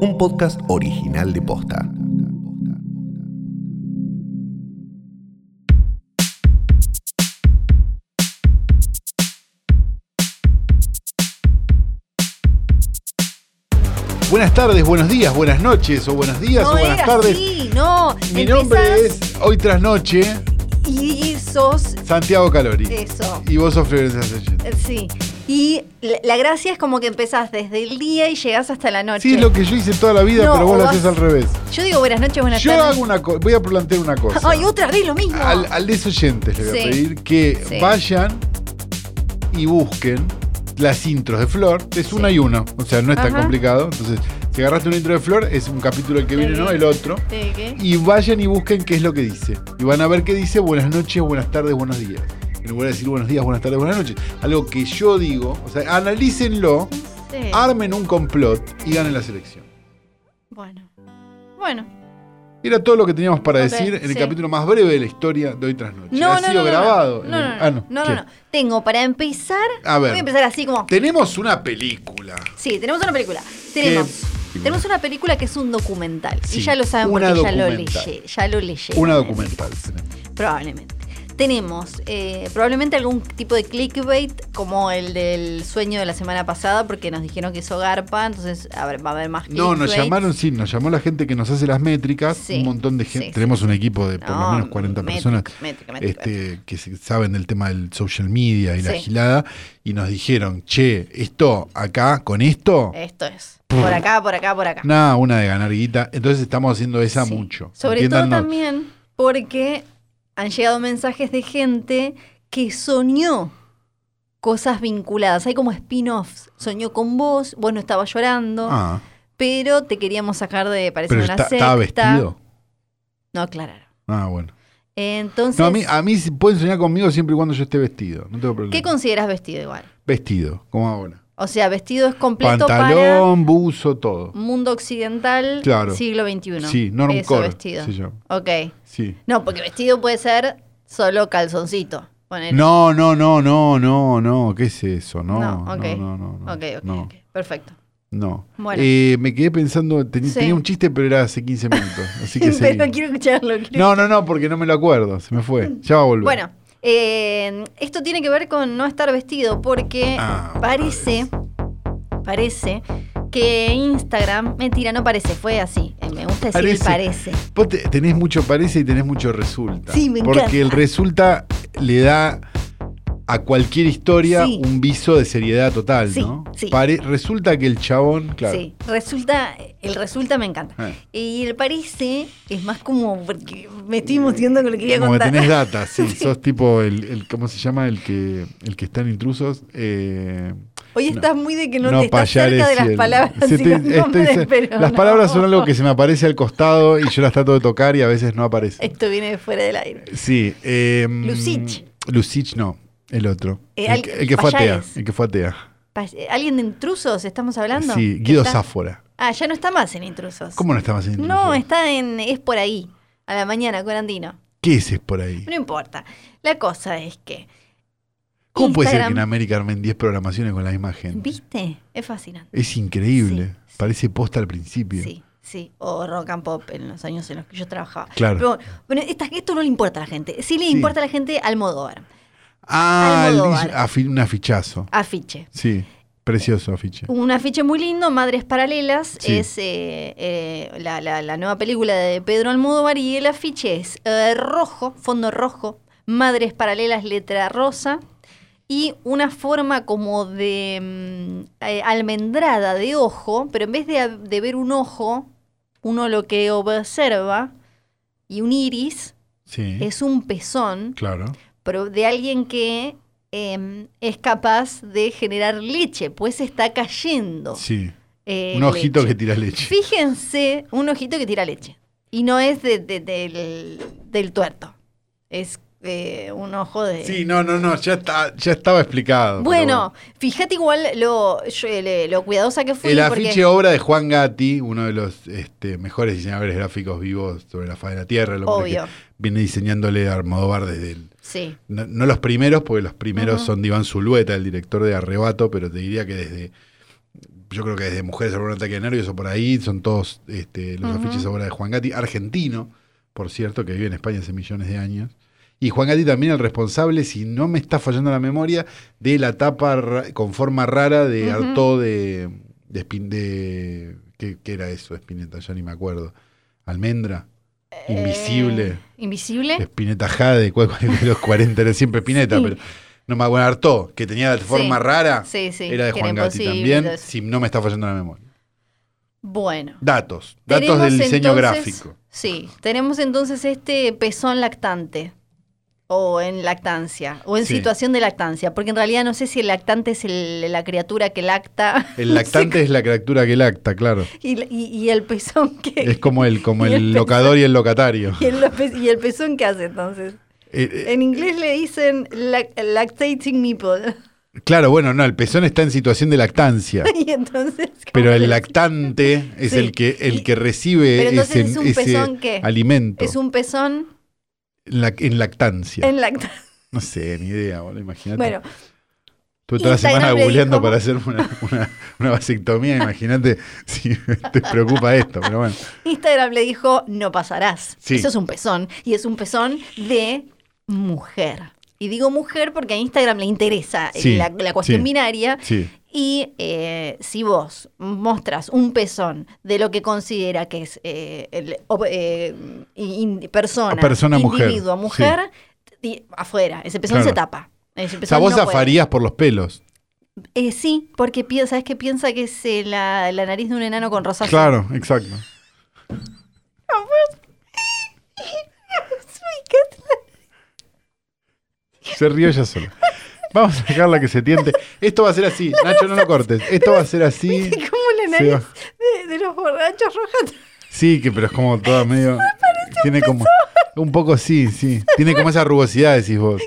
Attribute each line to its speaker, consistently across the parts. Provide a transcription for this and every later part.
Speaker 1: Un podcast original de Posta.
Speaker 2: Buenas tardes, buenos días, buenas noches, o buenos días, o
Speaker 3: No
Speaker 2: buenas
Speaker 3: era
Speaker 2: tardes.
Speaker 3: así, no.
Speaker 2: Mi
Speaker 3: Empezás
Speaker 2: nombre es Hoy Tras Noche,
Speaker 3: Y sos
Speaker 2: Santiago Calori.
Speaker 3: eso.
Speaker 2: Y vos sos Florencia Seyet.
Speaker 3: Eh, Sí. Y la, la gracia es como que empezás desde el día y llegás hasta la noche.
Speaker 2: Sí, es lo que yo hice toda la vida,
Speaker 3: No,
Speaker 2: pero vos lo
Speaker 3: vos-
Speaker 2: haces al revés.
Speaker 3: Yo digo buenas noches, buenas
Speaker 2: Yo
Speaker 3: tardes.
Speaker 2: hago una cosa, voy a plantear una cosa.
Speaker 3: Ay, otra vez lo mismo.
Speaker 2: Al, al de esos oyentes les voy a
Speaker 3: Sí.
Speaker 2: pedir que
Speaker 3: Sí.
Speaker 2: vayan y busquen las intros de Flor. Es
Speaker 3: Sí.
Speaker 2: una y uno, o sea, no es tan
Speaker 3: Ajá.
Speaker 2: complicado. Entonces, si agarraste una intro de Flor, es un capítulo el que
Speaker 3: Muy
Speaker 2: viene, ¿no?
Speaker 3: bien.
Speaker 2: El otro.
Speaker 3: Sí, ¿qué?
Speaker 2: Y vayan y busquen qué es lo que dice. Y van a ver qué dice buenas noches, buenas tardes, buenos días. En lugar de decir buenos días, buenas tardes, buenas noches. Algo que yo digo, o sea, analícenlo,
Speaker 3: No sé.
Speaker 2: armen un complot y ganen la selección.
Speaker 3: Bueno. Bueno.
Speaker 2: Era todo lo que teníamos para
Speaker 3: Ok,
Speaker 2: decir en el
Speaker 3: sí.
Speaker 2: capítulo más breve de la historia de hoy tras noche.
Speaker 3: No,
Speaker 2: ha
Speaker 3: no,
Speaker 2: sido
Speaker 3: no, no,
Speaker 2: grabado.
Speaker 3: No,
Speaker 2: en
Speaker 3: no,
Speaker 2: el-
Speaker 3: no.
Speaker 2: Ah,
Speaker 3: no, no,
Speaker 2: ¿Qué?
Speaker 3: no. Tengo para empezar.
Speaker 2: A
Speaker 3: Voy a
Speaker 2: ver,
Speaker 3: empezar así como.
Speaker 2: tenemos una película.
Speaker 3: Sí, tenemos una película. Tenemos.
Speaker 2: película?
Speaker 3: Tenemos una película que es un documental.
Speaker 2: Sí,
Speaker 3: y ya lo saben
Speaker 2: una
Speaker 3: porque ya lo
Speaker 2: documental.
Speaker 3: leí. Ya lo leí.
Speaker 2: Una documental. tenemos.
Speaker 3: Probablemente. Tenemos eh, probablemente algún tipo de clickbait como el del sueño de la semana pasada porque nos dijeron que hizo garpa, entonces a ver, va a haber más clickbait.
Speaker 2: No, nos llamaron, sí, nos llamó la gente que nos hace las métricas.
Speaker 3: Sí,
Speaker 2: Un montón de gente.
Speaker 3: sí, sí.
Speaker 2: tenemos un equipo de por lo
Speaker 3: No,
Speaker 2: menos 40
Speaker 3: métrica,
Speaker 2: personas
Speaker 3: métrica, métrica, métrica.
Speaker 2: este, que se- saben del tema del social media y la
Speaker 3: Sí.
Speaker 2: gilada, y nos dijeron, che, esto acá, con esto,
Speaker 3: Esto es. Por acá, por acá, por acá.
Speaker 2: nada, una de ganar guita. Entonces estamos haciendo esa
Speaker 3: Sí.
Speaker 2: mucho.
Speaker 3: Sobre todo
Speaker 2: Entiéndanos.
Speaker 3: también porque han llegado mensajes de gente que soñó cosas vinculadas. Hay como spin-offs. Soñó con vos, vos no estabas llorando,
Speaker 2: Ah,
Speaker 3: pero te queríamos sacar de parecer
Speaker 2: pero
Speaker 3: una
Speaker 2: está-
Speaker 3: secta.
Speaker 2: estaba vestido.
Speaker 3: No aclararon.
Speaker 2: Ah, bueno.
Speaker 3: Entonces,
Speaker 2: No, a mí, a mí sí pueden soñar conmigo siempre y cuando yo esté vestido. No tengo problema.
Speaker 3: ¿qué consideras vestido igual?
Speaker 2: Vestido, como ahora.
Speaker 3: O sea, vestido es completo
Speaker 2: Pantalón, buzo, todo.
Speaker 3: para mundo occidental,
Speaker 2: Claro.
Speaker 3: siglo XXI.
Speaker 2: Sí, no era un
Speaker 3: Eso,
Speaker 2: core.
Speaker 3: vestido.
Speaker 2: se llama.
Speaker 3: Ok.
Speaker 2: Sí.
Speaker 3: No, porque vestido puede ser solo calzoncito. Ponele.
Speaker 2: No, no, no, no, no, no. ¿Qué es eso? No,
Speaker 3: No,
Speaker 2: no,
Speaker 3: ok.
Speaker 2: no, no, no.
Speaker 3: Ok, ok,
Speaker 2: no.
Speaker 3: ok. Perfecto.
Speaker 2: No.
Speaker 3: Bueno.
Speaker 2: Eh, me quedé pensando, teni-
Speaker 3: Sí.
Speaker 2: tenía un chiste, pero era hace 15 minutos. Así que seguí.
Speaker 3: Pero quiero escucharlo. quiero-
Speaker 2: No, no, no, porque no me lo acuerdo. Se me fue. Ya va a volver.
Speaker 3: Bueno, eh, esto tiene que ver con no estar vestido porque
Speaker 2: Ah, otra
Speaker 3: parece, parece que Instagram, mentira, no parece, fue así. Eh, Me gusta decir el
Speaker 2: Parece.
Speaker 3: parece.
Speaker 2: Vos te- tenés mucho parece y tenés mucho resulta.
Speaker 3: Sí, me
Speaker 2: Porque
Speaker 3: encanta.
Speaker 2: el resulta le da a cualquier historia
Speaker 3: Sí.
Speaker 2: un viso de seriedad total,
Speaker 3: Sí,
Speaker 2: ¿no?
Speaker 3: sí.
Speaker 2: Pare- resulta que el chabón, claro.
Speaker 3: Sí, resulta, el resulta me encanta.
Speaker 2: Eh.
Speaker 3: Y el parece es más como porque me estoy emocionando con lo que quería
Speaker 2: Como que
Speaker 3: contar.
Speaker 2: tenés data, sí. Sos tipo el, el- ¿cómo se llama? El que, el que está en intrusos. Eh, no.
Speaker 3: Hoy estás muy de que no,
Speaker 2: No,
Speaker 3: te estás cerca de
Speaker 2: Pallares
Speaker 3: las
Speaker 2: y el-
Speaker 3: palabras.
Speaker 2: Sí,
Speaker 3: y
Speaker 2: estoy-
Speaker 3: los
Speaker 2: estoy-
Speaker 3: nombres, pero
Speaker 2: las
Speaker 3: no.
Speaker 2: palabras son algo que se me aparece al costado y yo las trato de tocar y a veces no aparece.
Speaker 3: Esto viene de fuera del aire.
Speaker 2: Sí. Eh,
Speaker 3: Lucich.
Speaker 2: Lucich no, el otro.
Speaker 3: Eh,
Speaker 2: el,
Speaker 3: al-
Speaker 2: que- el que fue atea.
Speaker 3: Pallares.
Speaker 2: El que fue atea.
Speaker 3: Pa- eh, ¿Alguien de intrusos estamos hablando?
Speaker 2: Sí,
Speaker 3: ¿Que
Speaker 2: Guido
Speaker 3: está?
Speaker 2: Sáfora.
Speaker 3: Ah, ya no está más en intrusos.
Speaker 2: ¿Cómo no está más en intrusos?
Speaker 3: No, está en. Es por ahí, a la mañana con Andino.
Speaker 2: ¿Qué es, es por ahí?
Speaker 3: No importa. La cosa es que.
Speaker 2: ¿Cómo puede ser que
Speaker 3: Instagram-
Speaker 2: en América armen 10 programaciones con la misma gente?
Speaker 3: ¿Viste? Es fascinante.
Speaker 2: Es increíble.
Speaker 3: Sí, sí.
Speaker 2: Parece posta al principio.
Speaker 3: Sí, sí. O rock and pop en los años en los que yo trabajaba.
Speaker 2: Claro.
Speaker 3: Pero bueno, esta- esto no le importa a la gente. Sí le
Speaker 2: Sí.
Speaker 3: importa a la gente Almodóvar.
Speaker 2: Ah, el
Speaker 3: Almodóvar.
Speaker 2: dis- afi- un afichazo.
Speaker 3: Afiche.
Speaker 2: Sí, precioso afiche.
Speaker 3: Un afiche muy lindo, Madres Paralelas,
Speaker 2: Sí.
Speaker 3: es eh, eh, la, la- la nueva película de Pedro Almodóvar y el afiche es eh, rojo, fondo rojo, Madres Paralelas, letra rosa y una forma como de mm, eh, almendrada de ojo, pero en vez de, de ver un ojo, uno lo que observa y un iris
Speaker 2: Sí.
Speaker 3: es un pezón
Speaker 2: Claro.
Speaker 3: pero de alguien que eh, es capaz de generar leche, pues está cayendo.
Speaker 2: Sí.
Speaker 3: eh,
Speaker 2: Un ojito
Speaker 3: leche.
Speaker 2: que tira leche.
Speaker 3: Fíjense, un ojito que tira leche. Y no es de- de- del, del tuerto. Es eh, un ojo de.
Speaker 2: Sí, no, no, no, ya, está, ya estaba explicado. pero
Speaker 3: bueno, fíjate igual lo, yo- eh, le- lo cuidadosa que fui.
Speaker 2: El
Speaker 3: porque-
Speaker 2: afiche obra de Juan Gatti, uno de los este, mejores diseñadores gráficos vivos sobre la faz de la Tierra, el hombre
Speaker 3: Obvio.
Speaker 2: que viene diseñándole a Armodóvar desde el
Speaker 3: Sí.
Speaker 2: No, no los primeros, porque los primeros
Speaker 3: Ajá.
Speaker 2: son de Iván Zulueta, el director de Arrebato, pero te diría que desde yo creo que desde Mujeres sobre un ataque de nervios o por ahí, son todos este, los
Speaker 3: Ujú.
Speaker 2: afiches ahora de Juan Gatti, argentino, por cierto, que vive en España hace millones de años. Y Juan Gatti también el responsable, si no me está fallando la memoria, de la tapa ra- con forma rara de
Speaker 3: Ujú.
Speaker 2: Artaud de, de, Spin- de- ¿qué, qué era eso, Spinetta? Ya ni me acuerdo. Almendra, Invisible.
Speaker 3: Eh, ¿Invisible?
Speaker 2: Spinetta Jade, cuál, cuál de los 40 era siempre Spinetta,
Speaker 3: Sí.
Speaker 2: pero no me acuerdo, Artaud, que tenía la forma rara,
Speaker 3: Sí, sí.
Speaker 2: era de
Speaker 3: que
Speaker 2: Juan Gatti
Speaker 3: imposible,
Speaker 2: también,
Speaker 3: entonces.
Speaker 2: si no me está fallando la memoria.
Speaker 3: Bueno.
Speaker 2: Datos, datos
Speaker 3: Tenemos
Speaker 2: del diseño
Speaker 3: entonces-
Speaker 2: gráfico.
Speaker 3: Sí, tenemos entonces este pezón lactante o en lactancia o en
Speaker 2: Sí.
Speaker 3: situación de lactancia, porque en realidad no sé si el lactante es el- la criatura que lacta
Speaker 2: El lactante es la criatura que lacta, claro.
Speaker 3: y, y- y el pezón
Speaker 2: Es
Speaker 3: que
Speaker 2: como el, como
Speaker 3: Y el
Speaker 2: el locador y el locatario.
Speaker 3: y el, pe- y el pezón que hace entonces.
Speaker 2: Eh,
Speaker 3: En inglés le dicen lac- lactating nipple
Speaker 2: eh, claro, bueno, no, el pezón está en situación de lactancia.
Speaker 3: y entonces ¿cómo
Speaker 2: Pero el
Speaker 3: le-
Speaker 2: lactante es
Speaker 3: Sí.
Speaker 2: el que el que
Speaker 3: Pero
Speaker 2: recibe
Speaker 3: entonces
Speaker 2: ese,
Speaker 3: es un
Speaker 2: ese
Speaker 3: pezón que-
Speaker 2: alimento
Speaker 3: es un pezón
Speaker 2: la- en lactancia.
Speaker 3: en lactancia.
Speaker 2: No sé, ni idea, boludo, imagínate.
Speaker 3: Bueno,
Speaker 2: Estuve toda la
Speaker 3: Instagram
Speaker 2: semana
Speaker 3: le
Speaker 2: googleando
Speaker 3: dijo-
Speaker 2: para hacer una, una- una vasectomía, imagínate si te preocupa esto, pero bueno.
Speaker 3: Instagram le dijo, no pasarás.
Speaker 2: Sí.
Speaker 3: Eso es un pezón. Y es un pezón de mujer. Y digo mujer porque a Instagram le interesa eh,
Speaker 2: Sí,
Speaker 3: la, la cuestión
Speaker 2: sí.
Speaker 3: binaria.
Speaker 2: Sí.
Speaker 3: Y eh, si vos mostras un pezón de lo que considera que es eh, el- ob- eh, in- persona,
Speaker 2: Persona, mujer,
Speaker 3: individuo, mujer, y afuera. Ese pezón
Speaker 2: Claro.
Speaker 3: se tapa. Ese
Speaker 2: O sea,
Speaker 3: pezón
Speaker 2: vos
Speaker 3: no puede.
Speaker 2: zafarías por los pelos.
Speaker 3: Eh, sí, porque pi- ¿sabes qué piensa que es eh, la, la nariz de un enano con rosas?
Speaker 2: Claro, exacto. Se rió ella sola. Vamos a dejarla que se tiente. Esto va a ser así, Nacho, no lo cortes. Esto va a ser así.
Speaker 3: Como la
Speaker 2: Se
Speaker 3: nariz
Speaker 2: va-
Speaker 3: de, de los borrachos rojas.
Speaker 2: Sí, que pero es como toda medio. Tiene como. Un poco sí, sí. Tiene como esa rugosidad, decís vos.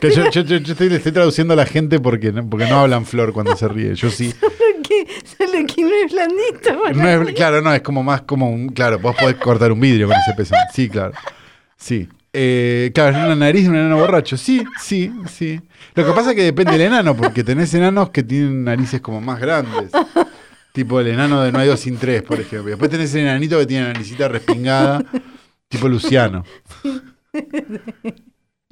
Speaker 2: Que yo, yo- yo- yo estoy, le estoy traduciendo a la gente porque no, porque no hablan flor cuando se ríe. Yo sí.
Speaker 3: Solo que, solo que uno es blandito.
Speaker 2: No es- claro, no, es como más como un. Claro, vos podés cortar un vidrio con ese pezón. Sí, claro. Sí. Eh, claro, es una nariz de un enano borracho. Sí, sí, sí. Lo que pasa es que depende del enano, porque tenés enanos que tienen narices como más grandes. Tipo el enano de No hay dos sin tres, por ejemplo. Después tenés el enanito que tiene la naricita respingada, tipo Luciano.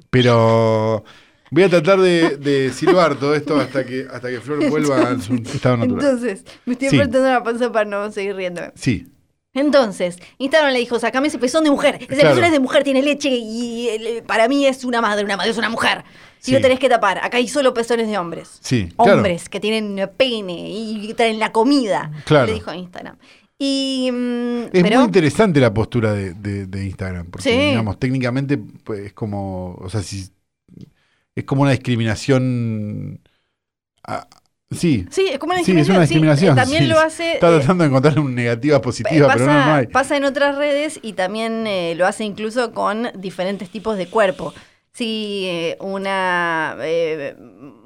Speaker 2: Pero voy a tratar de, de silbar todo esto hasta que, hasta que Flor vuelva a su estado natural.
Speaker 3: Entonces, me estoy
Speaker 2: Sí.
Speaker 3: apretando la panza para no seguir riéndome.
Speaker 2: Sí,
Speaker 3: Entonces, Instagram le dijo, sacame ese pezón de mujer. Ese
Speaker 2: Claro.
Speaker 3: pezón es de mujer, tiene leche y eh, para mí es una madre, una madre es una mujer. Si
Speaker 2: Sí.
Speaker 3: lo tenés que tapar, acá hay solo pezones de hombres.
Speaker 2: sí. claro.
Speaker 3: Hombres que tienen eh, pene y que traen la comida.
Speaker 2: Claro.
Speaker 3: Le dijo Instagram. Y, mm,
Speaker 2: Es
Speaker 3: pero,
Speaker 2: muy interesante la postura de, de- de Instagram, porque
Speaker 3: Sí.
Speaker 2: digamos, técnicamente pues, es como, o sea, si, es como una discriminación. ah, sí,
Speaker 3: Sí, es como una
Speaker 2: sí, es
Speaker 3: discriminación.
Speaker 2: una
Speaker 3: sí. Eh,
Speaker 2: discriminación.
Speaker 3: también
Speaker 2: sí.
Speaker 3: lo hace...
Speaker 2: Está
Speaker 3: eh,
Speaker 2: tratando de encontrar un negativa positiva,
Speaker 3: pasa,
Speaker 2: pero no, no hay.
Speaker 3: pasa en otras redes y también eh, lo hace incluso con diferentes tipos de cuerpo. Si eh, una eh,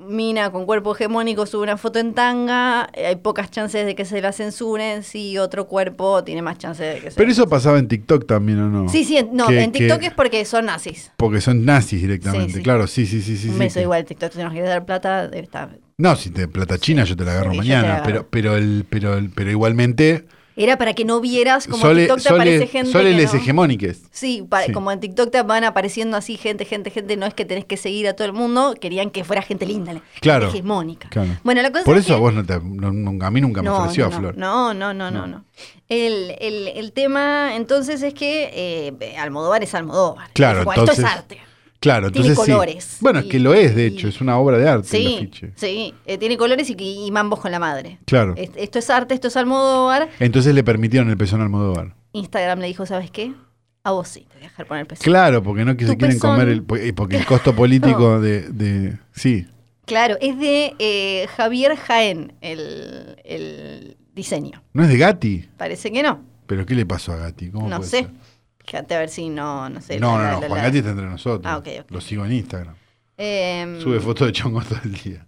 Speaker 3: mina con cuerpo hegemónico sube una foto en tanga, eh, hay pocas chances de que se la censuren. Si otro cuerpo tiene más chances de que se
Speaker 2: Pero eso pasaba en TikTok también, ¿o no?
Speaker 3: Sí, sí, en- no,
Speaker 2: Que-
Speaker 3: en TikTok
Speaker 2: que-
Speaker 3: es porque son nazis.
Speaker 2: Porque son nazis directamente,
Speaker 3: Sí, sí.
Speaker 2: claro, sí, sí, sí, sí.
Speaker 3: Un
Speaker 2: sí,
Speaker 3: beso
Speaker 2: que-
Speaker 3: igual, TikTok, si nos quieres dar plata, eh, está.
Speaker 2: No, si te plata china yo te la agarro
Speaker 3: Sí, yo te la
Speaker 2: mañana,
Speaker 3: agarro.
Speaker 2: pero pero el pero el, pero igualmente
Speaker 3: Era para que no vieras como en
Speaker 2: sole
Speaker 3: TikTok te aparece
Speaker 2: sole,
Speaker 3: gente.
Speaker 2: sole
Speaker 3: que
Speaker 2: les
Speaker 3: no.
Speaker 2: hegemónicas.
Speaker 3: Sí, pa-
Speaker 2: Sí.
Speaker 3: como en TikTok te van apareciendo así gente, gente, gente, no es que tenés que seguir a todo el mundo, querían que fuera gente linda, gente
Speaker 2: Claro.
Speaker 3: hegemónica.
Speaker 2: Claro.
Speaker 3: Bueno, la cosa
Speaker 2: Por
Speaker 3: es
Speaker 2: eso a
Speaker 3: que-
Speaker 2: vos no te, no- nunca- a mí nunca me
Speaker 3: no,
Speaker 2: ofreció
Speaker 3: no,
Speaker 2: a Flor.
Speaker 3: No, no, no,
Speaker 2: No.
Speaker 3: no, no. El, el- el tema entonces es que eh, Almodóvar es Almodóvar.
Speaker 2: Claro,
Speaker 3: Es como,
Speaker 2: entonces-
Speaker 3: esto es arte.
Speaker 2: Claro,
Speaker 3: Tiene
Speaker 2: entonces sí.
Speaker 3: colores,
Speaker 2: Bueno, es
Speaker 3: y-
Speaker 2: que lo es, de
Speaker 3: y-
Speaker 2: hecho, es una obra de arte el
Speaker 3: Sí,
Speaker 2: afiche.
Speaker 3: sí, eh, tiene colores y, y mambos con la madre.
Speaker 2: Claro.
Speaker 3: Es- esto es arte, esto es Almodóvar.
Speaker 2: Entonces le permitieron el pezón al Almodóvar.
Speaker 3: Instagram le dijo, ¿sabes qué? A vos sí, te voy a dejar poner el pezón.
Speaker 2: Claro, porque no que se
Speaker 3: Tu
Speaker 2: quieren
Speaker 3: pezón.
Speaker 2: comer el porque porque el costo político de, de- sí,
Speaker 3: Claro, es de eh, Javier Jaén el, el diseño.
Speaker 2: no es de Gatti,
Speaker 3: Parece que no.
Speaker 2: pero ¿qué le pasó a Gatti? ¿Cómo
Speaker 3: No
Speaker 2: puede
Speaker 3: sé.
Speaker 2: ser?
Speaker 3: Fíjate a ver si no, no sé.
Speaker 2: No,
Speaker 3: la-
Speaker 2: no,
Speaker 3: la-
Speaker 2: no,
Speaker 3: la-
Speaker 2: Juan
Speaker 3: la-
Speaker 2: Gatti está entre nosotros.
Speaker 3: Ah, ok, ok.
Speaker 2: Lo sigo en Instagram.
Speaker 3: Em,
Speaker 2: Sube fotos de chongos todo el día.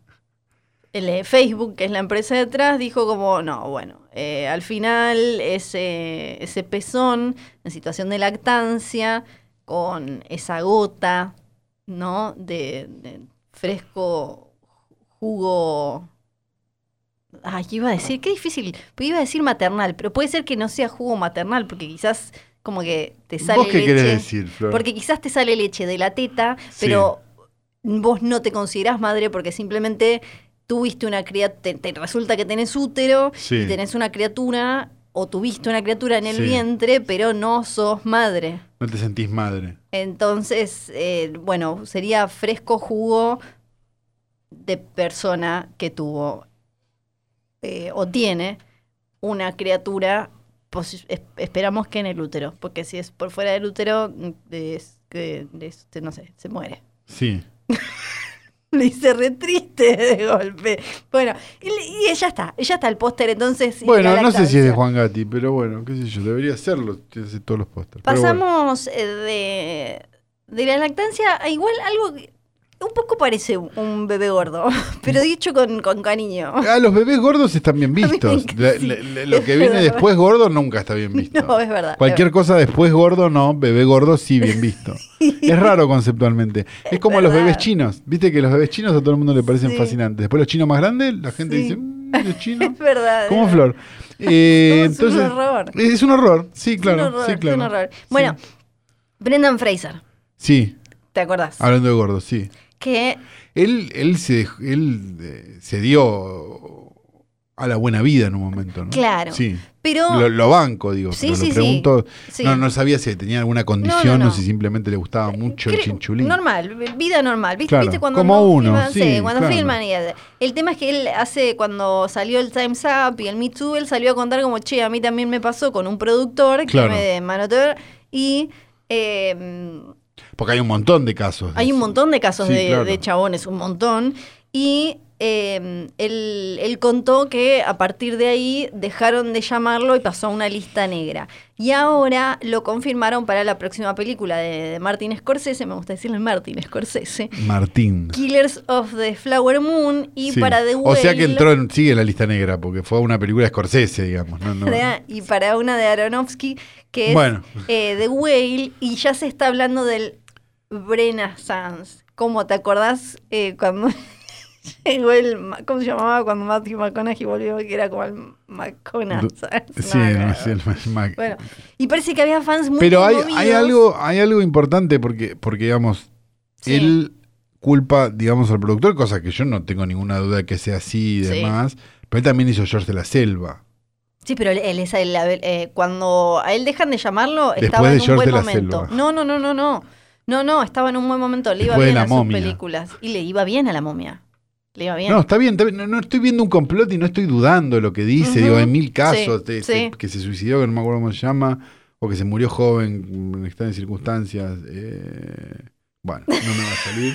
Speaker 3: el eh, Facebook, que es la empresa detrás, dijo como, no, bueno, eh, al final ese, ese pezón en situación de lactancia, con esa gota, ¿no? De, de fresco jugo Ay, iba a decir, qué difícil. Pues iba a decir maternal, pero puede ser que no sea jugo maternal, porque quizás como que te sale
Speaker 2: ¿Vos qué
Speaker 3: leche.
Speaker 2: querés decir, Flor?
Speaker 3: Porque quizás te sale leche de la teta, pero vos no te considerás madre porque simplemente tuviste una criatura, te, te resulta que tenés útero
Speaker 2: Sí.
Speaker 3: y tenés una criatura o tuviste una criatura en el
Speaker 2: Sí.
Speaker 3: vientre, pero no sos madre.
Speaker 2: No te sentís madre.
Speaker 3: Entonces, eh, bueno, sería fresco jugo de persona que tuvo eh, o tiene una criatura, pues, es- esperamos que en el útero, porque si es por fuera del útero, mm, es que, es- este, no sé, se muere.
Speaker 2: Sí.
Speaker 3: Le hice re triste de golpe. Bueno, y, le- y ya está, ya está el póster entonces. y la
Speaker 2: Bueno, no sé si es de
Speaker 3: lactancia.
Speaker 2: Juan Gatti, pero bueno, qué sé yo, debería serlo, tiene que ser todos los pósters. pero bueno.
Speaker 3: Pasamos eh, de, de la lactancia a igual algo que un poco parece un- un bebé gordo, pero dicho con, con cariño.
Speaker 2: Ah, los bebés gordos están bien
Speaker 3: me
Speaker 2: vistos.
Speaker 3: encanta,
Speaker 2: La- la-
Speaker 3: sí.
Speaker 2: la- lo que
Speaker 3: Es
Speaker 2: viene
Speaker 3: verdad.
Speaker 2: después gordo nunca está bien visto.
Speaker 3: No, es verdad.
Speaker 2: Cualquier cosa después gordo, no. Bebé gordo, sí, bien visto. Es raro conceptualmente. Es como los
Speaker 3: verdad.
Speaker 2: bebés chinos. Viste que los bebés chinos a todo el mundo le parecen
Speaker 3: Sí.
Speaker 2: fascinantes. Después los chinos más grandes, la gente
Speaker 3: Sí.
Speaker 2: dice, "Mm, los chinos.
Speaker 3: Es verdad.
Speaker 2: Como
Speaker 3: es
Speaker 2: Flor. Eh,
Speaker 3: No, es un
Speaker 2: entonces,
Speaker 3: horror.
Speaker 2: Es un horror, sí,
Speaker 3: un
Speaker 2: claro.
Speaker 3: horror,
Speaker 2: sí,
Speaker 3: es
Speaker 2: claro.
Speaker 3: un horror. Bueno, Brendan Fraser,
Speaker 2: Sí,
Speaker 3: ¿te acordás?
Speaker 2: hablando de gordos, sí.
Speaker 3: Que
Speaker 2: Él, él, se, dej- él eh, se dio a la buena vida en un momento, ¿no?
Speaker 3: Claro.
Speaker 2: Sí.
Speaker 3: pero
Speaker 2: Lo, lo banco, digo.
Speaker 3: Sí,
Speaker 2: pero lo
Speaker 3: sí, sí.
Speaker 2: pregunto.
Speaker 3: Sí.
Speaker 2: No, no sabía si tenía alguna condición
Speaker 3: No, no, no.
Speaker 2: o si simplemente le gustaba mucho el
Speaker 3: Creo-
Speaker 2: chinchulín.
Speaker 3: Normal, vida normal. ¿Viste,
Speaker 2: Claro,
Speaker 3: viste cuando
Speaker 2: como
Speaker 3: no
Speaker 2: uno,
Speaker 3: filman?
Speaker 2: sí,
Speaker 3: cuando
Speaker 2: claro.
Speaker 3: filman. y el, el tema es que él hace, cuando salió el Time's Up y el Me Too, él salió a contar como, che, a mí también me pasó con un productor que
Speaker 2: Claro.
Speaker 3: me manoteó y... eh,
Speaker 2: Porque hay un montón de casos. de
Speaker 3: hay un
Speaker 2: eso.
Speaker 3: montón de casos
Speaker 2: Sí,
Speaker 3: de,
Speaker 2: claro.
Speaker 3: de chabones, un montón. Y eh, él, él contó que a partir de ahí dejaron de llamarlo y pasó a una lista negra. Y ahora lo confirmaron para la próxima película de, de Martin Scorsese, me gusta decirle Martin Scorsese,
Speaker 2: Martín.
Speaker 3: Killers of the Flower Moon y
Speaker 2: Sí.
Speaker 3: para The Whale.
Speaker 2: O sea que entró en, sigue en la lista negra, porque fue una película de Scorsese, digamos. No, no.
Speaker 3: de- y para una de Aronofsky, que es
Speaker 2: Bueno.
Speaker 3: eh, The Whale, y ya se está hablando del Renaissance. ¿Cómo te acordás eh, cuando llegó el. ma- ¿Cómo se llamaba cuando Matthew McConaughey volvió? Que era como el McConaughey.
Speaker 2: Sí, no sé, el Mac- Mac.
Speaker 3: Bueno, y parece que había fans muy
Speaker 2: Pero hay, hay,
Speaker 3: conmovidos.
Speaker 2: algo, hay algo importante porque, porque digamos,
Speaker 3: Sí.
Speaker 2: él culpa, digamos, al productor, cosa que yo no tengo ninguna duda que sea así y
Speaker 3: Sí.
Speaker 2: demás. Pero él también hizo George de la Selva.
Speaker 3: Sí, pero él, él es el- la- eh, cuando a él dejan de llamarlo,
Speaker 2: Después
Speaker 3: estaba
Speaker 2: de
Speaker 3: en un
Speaker 2: George
Speaker 3: buen
Speaker 2: de la
Speaker 3: momento.
Speaker 2: Selva.
Speaker 3: No, no, no, no, no. No, no, estaba en un buen momento. Le iba
Speaker 2: Después de
Speaker 3: bien
Speaker 2: La
Speaker 3: a sus
Speaker 2: Momia.
Speaker 3: películas. Y le iba bien a la momia. Le iba bien.
Speaker 2: No, está bien, está bien. No, no estoy viendo un complot y no estoy dudando de lo que dice.
Speaker 3: Ujú.
Speaker 2: Digo, hay mil casos
Speaker 3: Sí,
Speaker 2: de-
Speaker 3: sí.
Speaker 2: de- que se suicidó, que no me acuerdo cómo se llama, o que se murió joven en extrañas circunstancias. Eh, bueno, no me va a salir.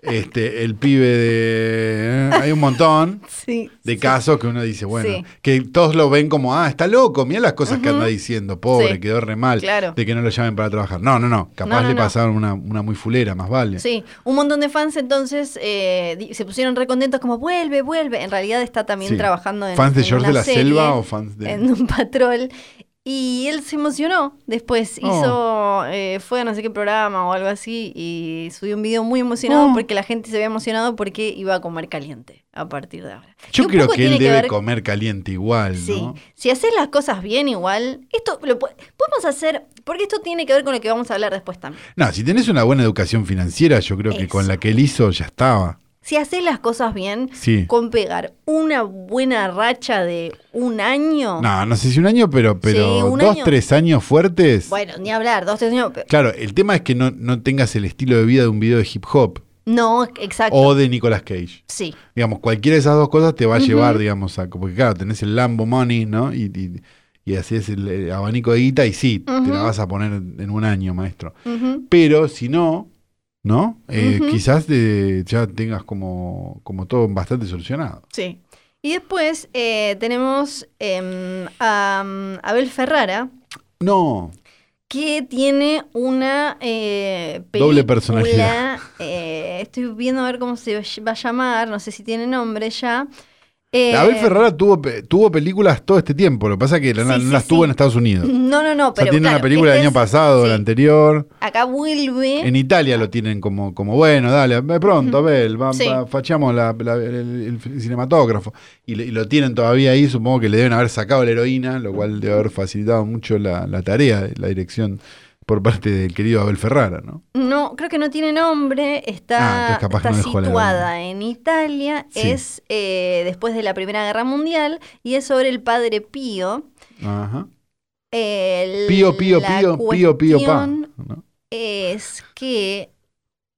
Speaker 2: Este, el pibe de. eh, hay un montón
Speaker 3: Sí.
Speaker 2: de
Speaker 3: sí.
Speaker 2: casos que uno dice, bueno,
Speaker 3: Sí.
Speaker 2: que todos lo ven como, ah, está loco, mira las cosas que
Speaker 3: Ujú.
Speaker 2: anda diciendo, pobre,
Speaker 3: Sí.
Speaker 2: quedó re mal,
Speaker 3: Claro.
Speaker 2: de que no lo llamen para trabajar. No, no, no, capaz
Speaker 3: no,
Speaker 2: le
Speaker 3: no.
Speaker 2: pasaron una, una muy fulera, más vale.
Speaker 3: Sí, un montón de fans entonces eh, di- se pusieron recontentos como vuelve, vuelve. En realidad está también
Speaker 2: Sí.
Speaker 3: trabajando en
Speaker 2: ¿Fans de
Speaker 3: en
Speaker 2: George de
Speaker 3: una
Speaker 2: la
Speaker 3: serie,
Speaker 2: Selva o fans de.?
Speaker 3: en un patrol. Y él se emocionó. Después
Speaker 2: Oh.
Speaker 3: hizo, eh, fue a no sé qué programa o algo así y subió un video muy emocionado
Speaker 2: Oh.
Speaker 3: porque la gente se había emocionado porque iba a comer caliente a partir de ahora.
Speaker 2: Yo
Speaker 3: un
Speaker 2: creo
Speaker 3: poco
Speaker 2: que él
Speaker 3: tiene
Speaker 2: debe
Speaker 3: ver-
Speaker 2: comer caliente igual,
Speaker 3: Sí,
Speaker 2: ¿no?
Speaker 3: si haces las cosas bien igual, esto lo po- podemos hacer, porque esto tiene que ver con lo que vamos a hablar después también.
Speaker 2: No, si tenés una buena educación financiera, yo creo que con
Speaker 3: Eso.
Speaker 2: la que él hizo ya estaba.
Speaker 3: Si haces las cosas bien,
Speaker 2: Sí.
Speaker 3: con pegar una buena racha de un año.
Speaker 2: No, no sé si un año, pero, pero
Speaker 3: Sí, un
Speaker 2: dos,
Speaker 3: año.
Speaker 2: tres años fuertes.
Speaker 3: Bueno, ni hablar, dos, tres años. pero-
Speaker 2: Claro, el tema es que no, no tengas el estilo de vida de un video de hip hop
Speaker 3: No, exacto.
Speaker 2: o de Nicolas Cage.
Speaker 3: Sí,
Speaker 2: Digamos, cualquiera de esas dos cosas te va a llevar, digamos, a, porque claro, tenés el Lambo Money, ¿no? Y, y, y así es el, eh, abanico de guita y sí, te la
Speaker 3: Ujú.
Speaker 2: vas a poner en un año, maestro.
Speaker 3: ujú,
Speaker 2: Pero si no, ¿no? Eh,
Speaker 3: Ujú.
Speaker 2: Quizás eh, ya tengas como, como todo bastante solucionado.
Speaker 3: sí. Y después eh, tenemos em, a mm, Abel Ferrara,
Speaker 2: No,
Speaker 3: que tiene una eh,
Speaker 2: Doble
Speaker 3: película,
Speaker 2: personalidad.
Speaker 3: eh, estoy viendo a ver cómo se va a llamar, no sé si tiene nombre ya. Eh,
Speaker 2: Abel Ferrara tuvo, pe- tuvo películas todo este tiempo, lo que pasa es que la-
Speaker 3: Sí,
Speaker 2: no
Speaker 3: sí,
Speaker 2: las
Speaker 3: sí.
Speaker 2: tuvo en Estados Unidos.
Speaker 3: No, no,
Speaker 2: o
Speaker 3: no,
Speaker 2: sea,
Speaker 3: pero.
Speaker 2: tiene
Speaker 3: claro,
Speaker 2: una película del
Speaker 3: este
Speaker 2: año
Speaker 3: es-
Speaker 2: pasado,
Speaker 3: sí,
Speaker 2: la anterior.
Speaker 3: Acá vuelve.
Speaker 2: En Italia lo tienen como, como bueno, dale, ve pronto, Abel, va-
Speaker 3: Sí.
Speaker 2: va- fachamos la- la- el, el cinematógrafo. Y, le- y lo tienen todavía ahí, supongo que le deben haber sacado la heroína, lo cual debe haber facilitado mucho la, la tarea, la dirección por parte del querido Abel Ferrara, ¿no?
Speaker 3: No, creo que no tiene nombre.
Speaker 2: Ah,
Speaker 3: Está,
Speaker 2: entonces capaz
Speaker 3: está
Speaker 2: no dejó la-
Speaker 3: situada en Italia.
Speaker 2: Sí.
Speaker 3: Es eh, después de la Primera Guerra Mundial y es sobre el padre Pío.
Speaker 2: Ajá.
Speaker 3: El-
Speaker 2: Pío, pío,
Speaker 3: la
Speaker 2: pío, pío, pío, pa.
Speaker 3: cuestión
Speaker 2: ¿no?
Speaker 3: Es que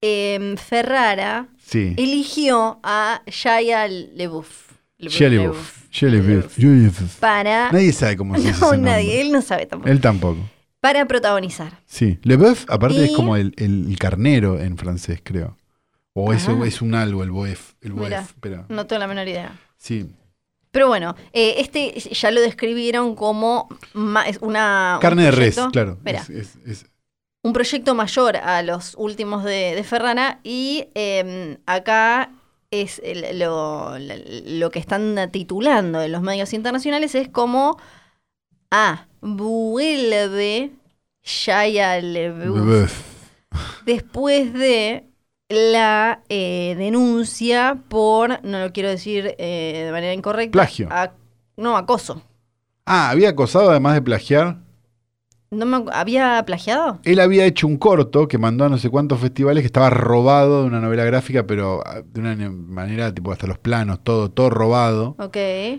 Speaker 3: em, Ferrara
Speaker 2: Sí.
Speaker 3: eligió a Shia LeBouf. LeBouf-
Speaker 2: Shelley
Speaker 3: LeBouf-
Speaker 2: Buff. Shelley Buff.
Speaker 3: LeBouf.
Speaker 2: Shelley Buff.
Speaker 3: Para.
Speaker 2: Nadie sabe cómo se dice
Speaker 3: no,
Speaker 2: ese nombre.
Speaker 3: nadie, él no sabe tampoco.
Speaker 2: Él tampoco.
Speaker 3: Para protagonizar.
Speaker 2: Sí. Leboeuf, aparte, es
Speaker 3: Y-
Speaker 2: como el, el- el carnero en francés, creo. O es,
Speaker 3: Ah.
Speaker 2: es un algo, el boef. El boef.
Speaker 3: Mirá.
Speaker 2: espera.
Speaker 3: No tengo la menor idea.
Speaker 2: Sí.
Speaker 3: Pero bueno, eh, este ya lo describieron como ma- es una. un
Speaker 2: Carne de res,
Speaker 3: proyecto-
Speaker 2: claro.
Speaker 3: Mirá,
Speaker 2: Es- es- es-
Speaker 3: un proyecto mayor a los últimos de, de Ferrara y eh, acá es el- lo, lo que están titulando en los medios internacionales es como ah, vuelve Shia LaBeouf
Speaker 2: Leboeuf.
Speaker 3: después de la eh, denuncia por, no lo quiero decir eh, de manera incorrecta,
Speaker 2: Plagio.
Speaker 3: ac- no, acoso.
Speaker 2: Ah, había acosado además de plagiar.
Speaker 3: No me, acu- ¿Había plagiado?
Speaker 2: Él había hecho un corto que mandó a no sé cuántos festivales que estaba robado de una novela gráfica, pero ah, de una ne- manera, tipo, hasta los planos, todo, todo robado.
Speaker 3: Ok.